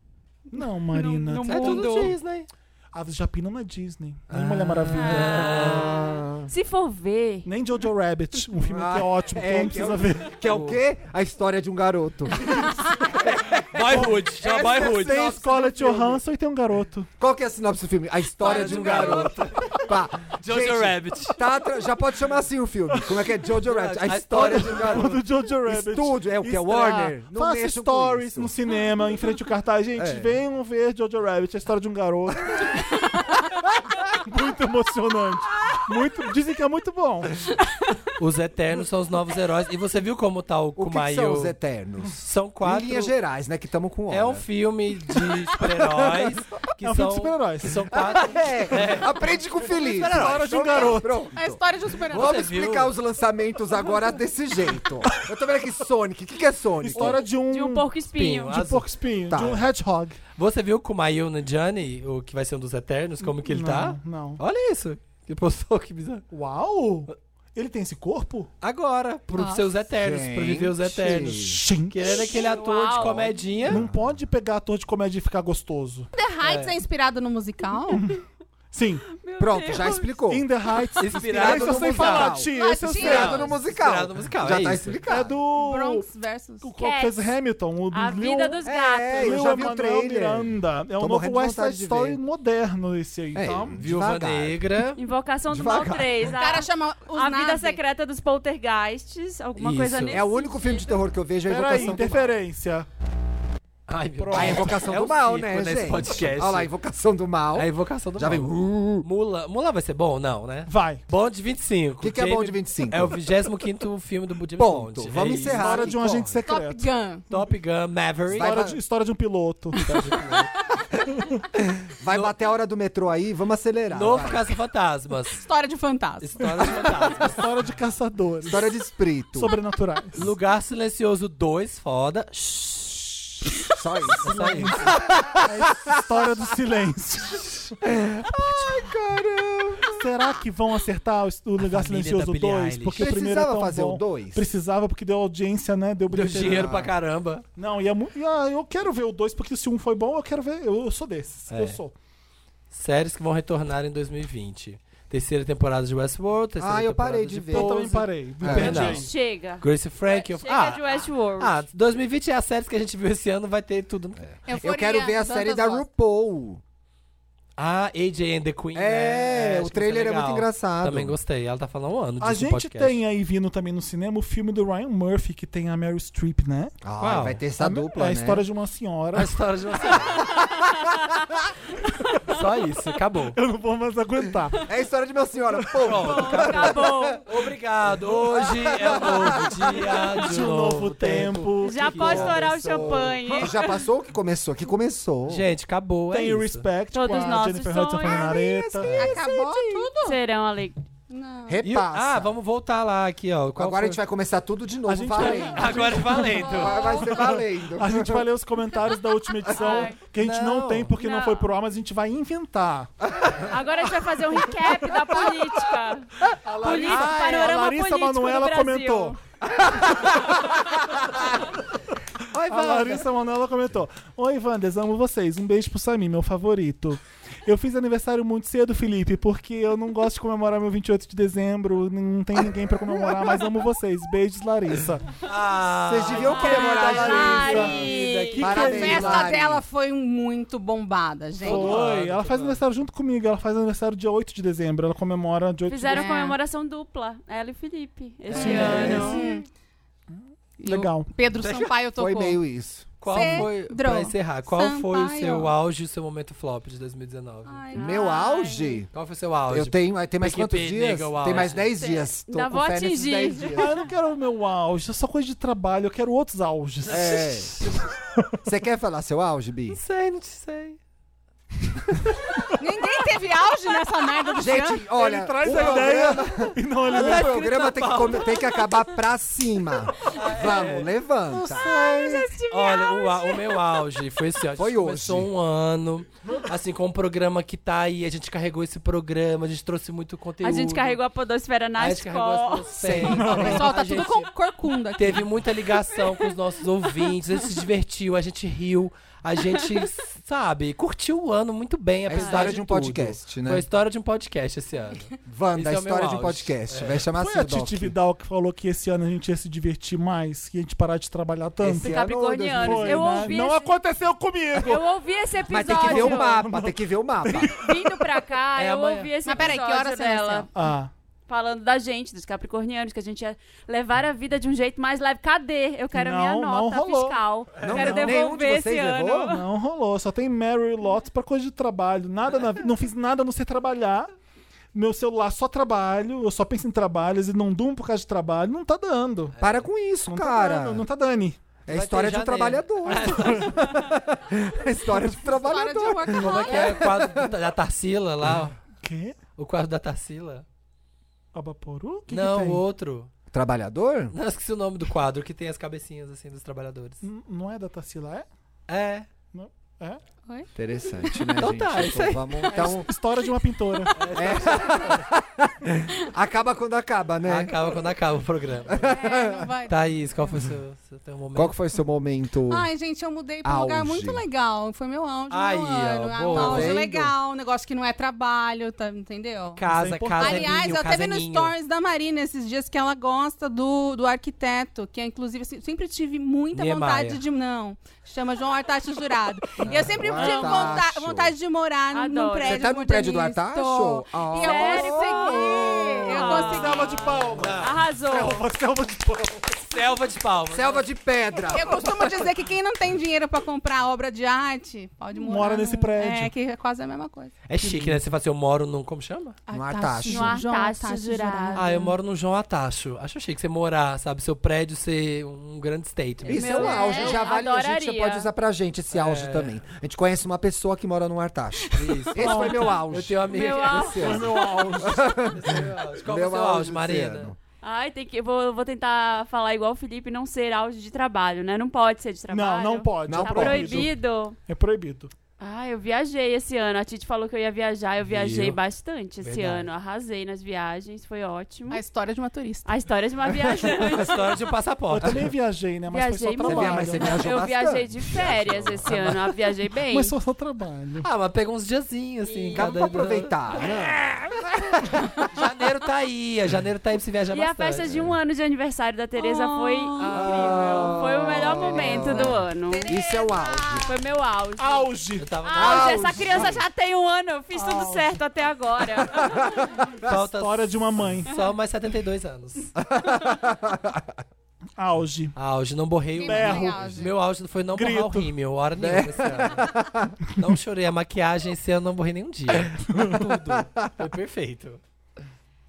S3: Não, Marina.
S1: Não- não
S4: é tudo
S1: Mudou.
S4: Disney.
S3: Aves de Rapina não é Disney. Nem Mulher Maravilha.
S2: Ah.
S1: Se for ver,
S3: Nem Jojo Rabbit. Um filme que é
S2: Ah,
S3: ótimo, que
S2: é,
S3: todo mundo
S2: que é
S3: precisa
S2: o-
S3: ver.
S2: Que é o quê? A história de um garoto.
S4: Boyhood. Chama é
S2: é
S4: Boyhood.
S3: Tem Scarlett Johansson e tem um garoto.
S2: Qual que é a sinopse do filme? A história de um garoto. Pá.
S4: Jojo
S2: Gente,
S4: Rabbit.
S2: tá atra- já pode chamar assim o filme. Como é que é? Jojo Rabbit. A história de um
S3: O
S2: garoto.
S3: do Jojo Rabbit.
S2: Estúdio, é o que? É
S3: Estrear.
S2: Warner? Não
S3: Faça
S2: mexam com
S3: stories
S2: isso.
S3: no cinema, em frente ao cartaz. Gente,
S2: É.
S3: venham ver Jojo Rabbit, a história de um garoto. muito emocionante. Muito, dizem que é muito bom.
S4: Os Eternos são os novos heróis. E você viu como tá o
S2: O que, que
S4: Kumail?
S2: são os Eternos?
S4: São quatro.
S2: Em linhas gerais, né? Que estamos com hora.
S4: É um filme de super-heróis. que
S3: É um filme de
S4: são-
S3: super-heróis.
S4: que São quatro.
S2: É, aprende com o Feliz.
S4: Espera, a hora
S3: de um
S2: Então tá,
S3: garoto.
S2: pronto.
S5: A história de um super
S4: Você
S2: Vamos explicar
S4: viu?
S2: os lançamentos agora desse jeito. Eu tô vendo aqui Sonic. O que, que é Sonic?
S3: História de um,
S1: de um porco espinho.
S4: Espinho,
S3: de um porco espinho,
S2: Tá.
S3: de um hedgehog.
S4: Você viu o Kumail Nanjiani, o que vai ser um dos Eternos, como que ele
S3: não,
S4: tá?
S3: Não.
S4: Olha isso. Ele postou, que bizarro.
S3: Uau! Ele tem esse corpo?
S4: Agora, pros
S5: Nossa.
S4: seus Eternos, pra viver os
S2: Gente.
S4: Eternos. Que
S3: Gente.
S2: é
S4: ele era aquele ator de
S1: Uau.
S4: comedinha.
S3: Não pode pegar ator de comédia e ficar gostoso.
S5: The Heights é, inspirado no musical?
S3: Sim.
S2: Pronto, já explicou.
S3: In the Heights.
S4: Inspirado
S3: Esse eu
S2: no
S3: sei
S2: musical.
S3: falar, tia. Esse eu sei.
S5: Latinha.
S2: Inspirado no musical.
S4: Inspirado no musical,
S2: Já
S4: é
S2: tá
S4: isso.
S2: explicado.
S3: É do...
S5: Bronx versus...
S3: O qual fez Hamilton. O
S1: A
S3: Lin-
S1: vida dos gatos.
S2: É, eu
S3: Lin-
S2: já vi o
S3: Manuel
S2: trailer.
S3: Miranda.
S2: Tô
S3: É um novo
S2: morrendo de
S3: West Side
S2: vontade de
S3: Story
S2: ver.
S3: moderno esse aí,
S2: É,
S3: tá?
S4: Viúva
S2: devagar.
S4: Negra.
S1: Invocação do
S2: Devagar.
S1: Mal 3. A,
S5: O cara chama os
S1: a vida
S5: nazi.
S1: secreta dos poltergeists. Alguma
S4: Isso.
S1: coisa nesse
S2: É o único filme de terror que eu vejo é a
S3: Peraí,
S2: Invocação do Mal.
S3: interferência.
S4: Ai, meu
S3: Pronto.
S2: A Invocação
S4: É
S2: do
S4: um
S2: Mal,
S4: ciclo
S2: né,
S4: nesse
S2: gente?
S4: podcast.
S2: Olha lá, a Invocação do Mal.
S4: É a invocação do
S2: Já
S4: mal.
S2: vem. uh, O
S4: Mula. Mula vai ser bom? Não, né?
S3: Vai.
S4: Bom de 25.
S2: que, que é bom de
S4: Jamie-
S2: 25?
S4: É o 25 filme do James
S2: Ponto.
S4: Bond.
S2: Vamos
S4: É isso.
S2: encerrar.
S3: História de um agente
S5: Top
S3: secreto.
S5: Gun.
S4: Top Gun Maverick.
S2: Vai-
S3: História de, história de um piloto.
S2: Vai bater a hora do metrô aí, vamos acelerar.
S4: Novo
S2: vai.
S4: Caça-Fantasmas.
S5: História de fantasma.
S4: História de Fantasmas.
S3: história de caçadores.
S2: História de espírito.
S3: Sobrenaturais.
S4: Lugar Silencioso 2, foda. Shhh.
S2: Só isso.
S4: Só isso.
S3: história do silêncio. É. Será que vão acertar o- o Lugar
S4: família da
S3: Silencioso
S4: Billie
S3: 2?
S4: Eilish.
S3: Porque o primeiro é
S2: Precisava
S3: tão
S2: fazer
S3: bom.
S2: o dois?
S3: Precisava, porque deu audiência, né? Deu
S4: Deu
S3: bilheteria.
S4: dinheiro pra caramba.
S3: Não, e, é mu- e, ah, eu quero ver o 2, porque se um foi bom, eu quero ver. Eu, eu sou desses.
S4: É.
S3: Eu sou.
S4: Séries que vão retornar em 2020. Terceira temporada de Westworld. Terceira
S2: Ah, eu
S4: temporada
S2: parei de ver.
S3: Eu também
S4: Pose,
S3: parei. Me
S2: É.
S3: perdi.
S4: Não.
S1: Chega.
S4: Grace Frank. eu-
S1: Chega de
S4: Ah,
S1: Westworld.
S4: ah, 2020 é a série que a gente viu esse ano, vai ter tudo.
S2: É. Eu quero ver a série da
S5: RuPaul.
S2: RuPaul.
S4: Ah, AJ and the Queen. né?
S2: É,
S4: Acho
S2: o
S4: que
S2: trailer
S4: vai
S2: é
S4: ser
S2: muito
S4: legal.
S2: engraçado.
S4: Também gostei. Ela tá falando há um ano disso
S3: A
S4: no
S3: gente
S4: podcast.
S3: tem aí vindo também no cinema o filme do Ryan Murphy, que tem a Meryl Streep, né?
S2: Ah,
S4: Qual?
S2: vai ter essa
S3: a,
S2: dupla,
S3: É a
S2: né?
S3: história de uma senhora.
S4: A história de uma série. Só isso, acabou.
S3: Eu não vou mais aguentar.
S2: É a história de minha senhora. Pô,
S1: Acabou.
S4: Obrigado. Hoje é um novo dia
S3: De um novo tempo.
S1: Já
S4: que
S1: pode
S4: que
S1: estourar o
S4: começou?
S1: champanhe.
S2: já passou o que começou? Que começou.
S4: Gente, acabou.
S3: Tem
S4: é
S3: o
S4: isso.
S3: Respect
S1: Todos
S3: com a
S1: nossos
S3: Jennifer Hudson
S1: sonhos.
S3: Fernareta.
S5: Acabou tudo.
S1: Serão alegrias.
S4: E
S5: Não.
S4: o-
S2: Repassa.
S4: ah, vamos voltar lá aqui, ó. Qual
S2: Agora a
S4: foi?
S2: gente vai começar tudo de
S3: A
S2: novo,
S3: gente vai-
S2: valendo.
S4: Agora é valendo.
S2: Vai, vai ser valendo.
S3: A gente vai ler os comentários da última edição,
S1: Ai.
S3: que a gente não,
S4: Não.
S3: tem porque não.
S1: Não.
S3: foi pro ar, mas a gente vai inventar.
S1: Agora a gente vai fazer um recap da política. Política,
S3: Ah, é,
S1: panorama
S3: a Larissa
S1: político do
S3: Manoela
S1: Brasil.
S3: comentou.
S4: Oi,
S3: A
S4: Wanda.
S3: Larissa Manoela comentou: Oi, Wanders, amo vocês. Um beijo pro Samir, meu favorito. Eu fiz aniversário muito cedo, Felipe, porque eu não gosto de comemorar meu 28 de dezembro. Não tem ninguém pra comemorar, mas amo vocês. Beijos, Larissa.
S4: Ah,
S2: Vocês deviam comemorar a
S4: Larissa.
S2: Larissa.
S1: Lari.
S4: Que
S5: A
S2: Parabéns,
S5: festa
S2: Lari.
S5: dela foi muito bombada, gente.
S3: Oi, ela faz aniversário junto comigo. Ela faz aniversário dia 8 de dezembro. Ela comemora dia 8
S1: Fizeram
S5: É.
S1: comemoração dupla, ela e o Felipe, este
S3: É.
S1: ano.
S3: de Legal.
S5: Pedro Sampaio tocou.
S2: Foi meio isso.
S4: Qual foi,
S5: Cedro
S4: pra encerrar, qual foi o seu
S5: Sampaio.
S4: auge e o seu momento flop de 2019?
S5: Ai,
S2: Meu
S1: Ai.
S2: auge?
S4: Qual foi o seu auge?
S2: Eu tenho, aí tem mais
S4: Pique
S2: quantos
S4: P,
S2: dias?
S4: nigga, o
S2: Tem mais
S4: auge.
S2: 10 dias.
S1: Ainda vou
S2: fé nesses
S1: atingir.
S2: 10
S3: Ah,
S2: dias.
S3: eu não quero o meu auge, é só coisa de trabalho, eu quero outros auges.
S2: É. Você quer falar seu auge, Bi?
S4: Não sei, não sei.
S5: Ninguém teve auge nessa merda do Jean.
S2: Gente, olha,
S3: Ele traz
S2: o
S3: a ideia
S2: programa-
S3: e não ele
S2: O
S4: escrito na
S2: programa tem que, come- tem que acabar pra cima. Vamos, levanta.
S4: Olha, o, au- o meu auge foi assim, ó. a
S2: Foi
S4: gente começou
S2: hoje.
S4: um ano, assim, com um programa que tá aí, a gente carregou esse programa, a gente trouxe muito conteúdo.
S1: A gente carregou a podosfera
S4: a
S1: nas
S4: gente carregou as
S1: costas.
S4: pessoas.
S5: O pessoal tá
S4: A
S5: tudo
S4: gente
S5: com corcunda aqui.
S4: Teve muita ligação com os nossos ouvintes, a gente se divertiu, a gente riu, a gente, sabe, curtiu o ano muito bem,
S2: É a
S4: apesar
S2: história de um
S4: tudo.
S2: podcast, né?
S4: Foi a história de um podcast esse ano.
S2: Wanda, a
S4: Esse é o meu
S2: história de um
S4: auge.
S2: podcast. Vai chamar
S3: Foi a
S2: assim,
S3: Titi Vidal que falou que esse ano a gente ia se divertir mais, que a gente parar de trabalhar tanto.
S2: Esse
S1: Capricorniano.
S2: ano,
S3: Foi,
S1: Eu
S3: né?
S1: ouvi
S3: Não
S1: esse-
S3: aconteceu comigo!
S1: Eu ouvi esse
S2: Mas
S1: episódio.
S2: tem que ver o mapa, tem que ver o mapa.
S1: Vindo pra cá,
S4: É
S1: eu
S4: amanhã.
S1: ouvi esse
S5: Mas
S1: episódio
S5: peraí, que horas será
S1: dela.
S5: esse?
S3: Ah,
S1: Falando da gente, dos capricornianos, que a gente ia levar a vida de um jeito mais leve. Cadê? Eu quero a minha
S3: Não, não
S1: nota
S3: rolou. É,
S1: fiscal.
S2: Não,
S1: quero
S2: não, nenhum de
S1: devolver esse
S2: vocês
S1: ano.
S2: levou?
S3: não rolou, só tem Mary Lots pra coisa de trabalho. Nada na- não fiz nada a não ser trabalhar. Meu celular só trabalho, eu só penso em trabalhos e não durmo por causa de trabalho. Não tá dando.
S2: Para com isso,
S3: Não tá
S2: cara.
S3: dando, não tá dando.
S2: É a
S4: Vai
S2: história de
S4: ter
S2: um
S4: janeiro.
S2: trabalhador. É a história de um
S5: Fora de
S2: trabalhador.
S4: Como é
S5: workaholic.
S4: que é o quadro da Tarsila lá, ó?
S3: Quê?
S4: O quadro da Tarsila?
S3: Abaporu? Que
S4: não,
S3: que
S4: o
S3: tem?
S4: outro.
S2: Trabalhador?
S4: Não, eu esqueci o nome do quadro, que tem as cabecinhas assim dos trabalhadores.
S3: N- Não é da Tarsila, é?
S4: É.
S3: É?
S2: Interessante, né,
S4: Então
S2: gente?
S4: tá, isso aí.
S2: vamos, então,
S3: História de uma pintora.
S2: É acaba quando é. acaba, né?
S4: Acaba quando acaba o programa.
S5: É, não vai.
S4: Thaís, qual foi o seu, seu teu momento?
S2: Qual que foi seu momento?
S5: Ai, gente, eu mudei pra um
S2: Auge.
S5: lugar muito legal. Foi meu auge,
S4: Aí,
S5: meu
S4: ó,
S5: ano. Ah, um
S4: boa.
S5: auge
S2: Vendo?
S5: legal, um negócio que não é trabalho, tá, entendeu?
S3: Isso é
S4: Casa, casa
S3: importante.
S4: é
S5: Aliás,
S4: ninho,
S5: eu até
S4: casa
S5: vi
S4: é
S5: no
S4: ninho.
S5: stories da Marina esses dias que ela gosta do, do arquiteto, que é, inclusive assim, sempre tive muita
S4: Niemeyer.
S5: vontade de. Não, chama João Artacho Jurado. E eu sempre
S2: Ah,
S5: tive
S2: Artacho.
S5: vonta- vontade de morar num- num
S1: Adoro.
S5: prédio.
S2: Você tá no prédio do
S5: modernista.
S2: Atacho?
S5: E
S2: Ah.
S5: eu
S1: Sério?
S5: consegui! Eu
S1: Ah.
S5: consegui.
S3: Selva de palma!
S1: Arrasou.
S3: Selva de palma!
S4: Selva de palmas.
S2: Selva de pedra.
S5: Eu costumo dizer que quem não tem dinheiro pra comprar obra de arte, pode morar.
S3: Mora nesse
S5: num-
S3: prédio.
S5: É, que é quase a mesma coisa.
S4: É chique, né? Você fala assim, eu moro num... Como chama?
S2: No
S5: Artaxo.
S1: Artaxo.
S5: João
S1: No Artaxo Jurado.
S4: Ah, eu moro no João Atacho. Acho chique você morar, sabe? Seu prédio ser um grande statement.
S2: Isso é
S1: Meu
S2: um auge,
S1: Deus,
S2: já vale, a gente já
S1: adoraria.
S2: pode usar pra gente esse
S3: É.
S2: auge também. A gente conhece uma pessoa que mora no Artaxo.
S4: Isso.
S2: Esse foi meu auge.
S4: Eu tenho uma amiga
S1: Meu
S4: que-
S1: au-
S2: Esse ano.
S3: Meu auge.
S4: Esse é meu auge. Qual foi
S2: Meu
S4: o seu auge,
S2: esse
S4: Marina?
S2: ano.
S1: Ai, tem que, vou, vou tentar falar igual o Felipe, não ser auge de trabalho, né? Não pode ser de
S3: Não,
S1: trabalho.
S3: não pode.
S2: Não
S3: é
S1: Tá
S2: pode.
S1: proibido.
S3: É proibido.
S1: Ah, eu viajei esse ano. A Titi falou que eu ia viajar, eu viajei
S4: Viu?
S1: bastante esse
S4: Verdade.
S1: ano. Arrasei nas viagens, foi ótimo.
S5: A história de uma turista.
S1: A história de uma viajante.
S4: A história de um
S3: Eu
S4: passaporte.
S3: também viajei, né? Mas
S1: Viajei
S3: foi só
S1: muito.
S3: trabalho.
S2: Mas você
S3: né?
S2: viajou
S1: Eu viajei
S2: bastante.
S1: de férias esse ano, eu viajei bem.
S3: Mas foi só trabalho.
S4: Ah, mas pega uns diazinhos, assim.
S2: Dá pra aproveitar, né?
S4: Janeiro tá aí, é, janeiro tá aí pra se viajar
S1: E
S4: bastante. né?
S1: a festa de um ano de aniversário da Tereza foi
S3: Ah.
S1: incrível. Foi o melhor momento do ano.
S2: Isso é o auge.
S1: Foi meu auge.
S3: Auge!
S4: Eu tava...
S1: Auge,
S2: Auge.
S1: essa criança já tem um ano, eu fiz tudo certo até agora.
S4: Falta
S3: História de um uma mãe.
S4: Só mais 72 anos.
S3: Auge.
S4: Auge, não borrei o
S5: Berro.
S4: rímel. Meu auge foi não borrar
S3: é Grito.
S4: o rímel, hora nenhuma esse ano. Não chorei a maquiagem esse ano, não borrei nenhum dia. Tudo. Foi perfeito.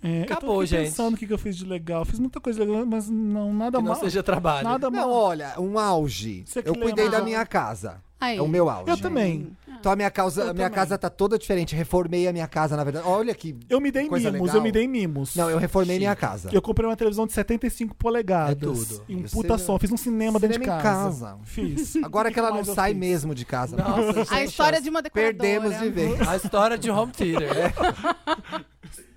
S3: É,
S4: Acabou,
S3: eu tô aqui
S4: gente.
S3: pensando o que que eu fiz de legal. Fiz muita coisa legal, mas não, nada
S4: Que não
S3: mal.
S4: seja trabalho.
S3: Nada
S2: Não,
S3: mal.
S2: olha, um auge.
S3: Tá Você que
S2: Eu cuidei
S3: lembra.
S2: da minha casa.
S5: Aí.
S2: É o meu auge.
S3: Eu também.
S2: Então a minha, causa,
S3: Eu
S2: a minha
S3: também.
S2: casa tá toda diferente. Reformei a minha casa, na verdade. Olha que.
S3: Eu me dei
S2: Coisa
S3: mimos,
S2: legal.
S3: eu me dei mimos.
S2: Não, eu reformei minha casa.
S3: Eu comprei uma televisão de 75 polegadas.
S4: É tudo.
S3: E um
S2: Eu
S3: puta
S2: sei-
S3: som. Fiz um cinema, dentro de
S2: Cinema em
S3: casa.
S2: casa.
S3: Fiz.
S2: Agora
S3: O
S2: que ela não
S3: mais eu
S2: sai
S3: fiz?
S2: mesmo de casa. né?
S4: Nossa,
S5: A
S4: sem
S5: história
S4: chance.
S5: de uma decoradora.
S2: Perdemos de vez.
S4: A história de home theater. né?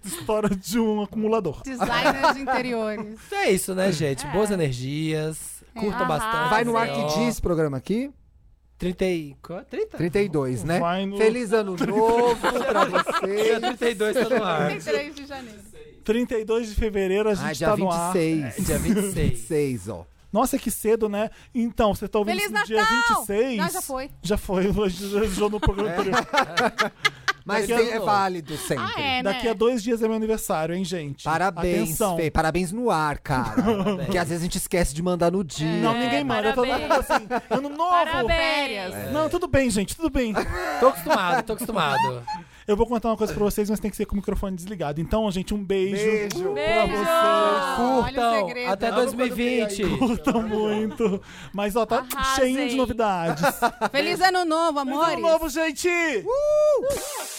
S3: História de um acumulador.
S5: Designer de interiores.
S4: Então é isso, né, gente?
S1: É.
S4: Boas energias.
S5: É.
S4: Curtam
S1: Arrasa.
S4: bastante.
S2: Vai no ar
S4: Ó,
S2: que diz programa aqui.
S4: 30 e... qual? 30?
S2: 32, né?
S3: Vai no-
S2: Feliz ano novo pra
S4: Dia
S2: vocês.
S4: 32 tá no ar.
S5: 3 de janeiro.
S3: 32 de fevereiro a gente
S2: Ah, dia
S3: tá no ar.
S2: 26.
S4: É, Dia 26.
S2: 26, ó.
S3: Nossa, que cedo, né? Então, você tá ouvindo
S5: Feliz
S3: esse dia
S5: Natal!
S3: 26.
S5: Não, já foi.
S3: Já foi, hoje já já no
S2: É.
S3: programa anterior.
S2: Mas
S4: Daqui a
S2: tem- é
S4: pouco.
S2: válido sempre.
S5: Ah, é, né?
S3: Daqui a dois dias é meu aniversário, hein, gente?
S2: Parabéns,
S3: Atenção.
S2: Fê. Parabéns no ar, cara. Porque às vezes a gente esquece de mandar no dia.
S3: Não, ninguém manda. Eu tô
S1: parabéns.
S3: assim, ano novo.
S1: Parabéns!
S2: É.
S3: Não, tudo bem, gente, tudo bem.
S4: Tô acostumado, tô acostumado.
S3: Eu vou contar uma coisa pra vocês, mas tem que ser com o microfone desligado. Então, gente, um beijo.
S2: Beijo.
S1: Beijo!
S5: Olha o
S4: Curtam.
S5: segredo.
S4: Até
S5: Amo
S4: 2020.
S3: Curtam muito. Mas, ó, tá
S1: Arrasem.
S3: cheinho de novidades.
S5: Feliz ano novo,
S3: Tudo
S5: amores.
S3: novo, gente!
S2: Uh!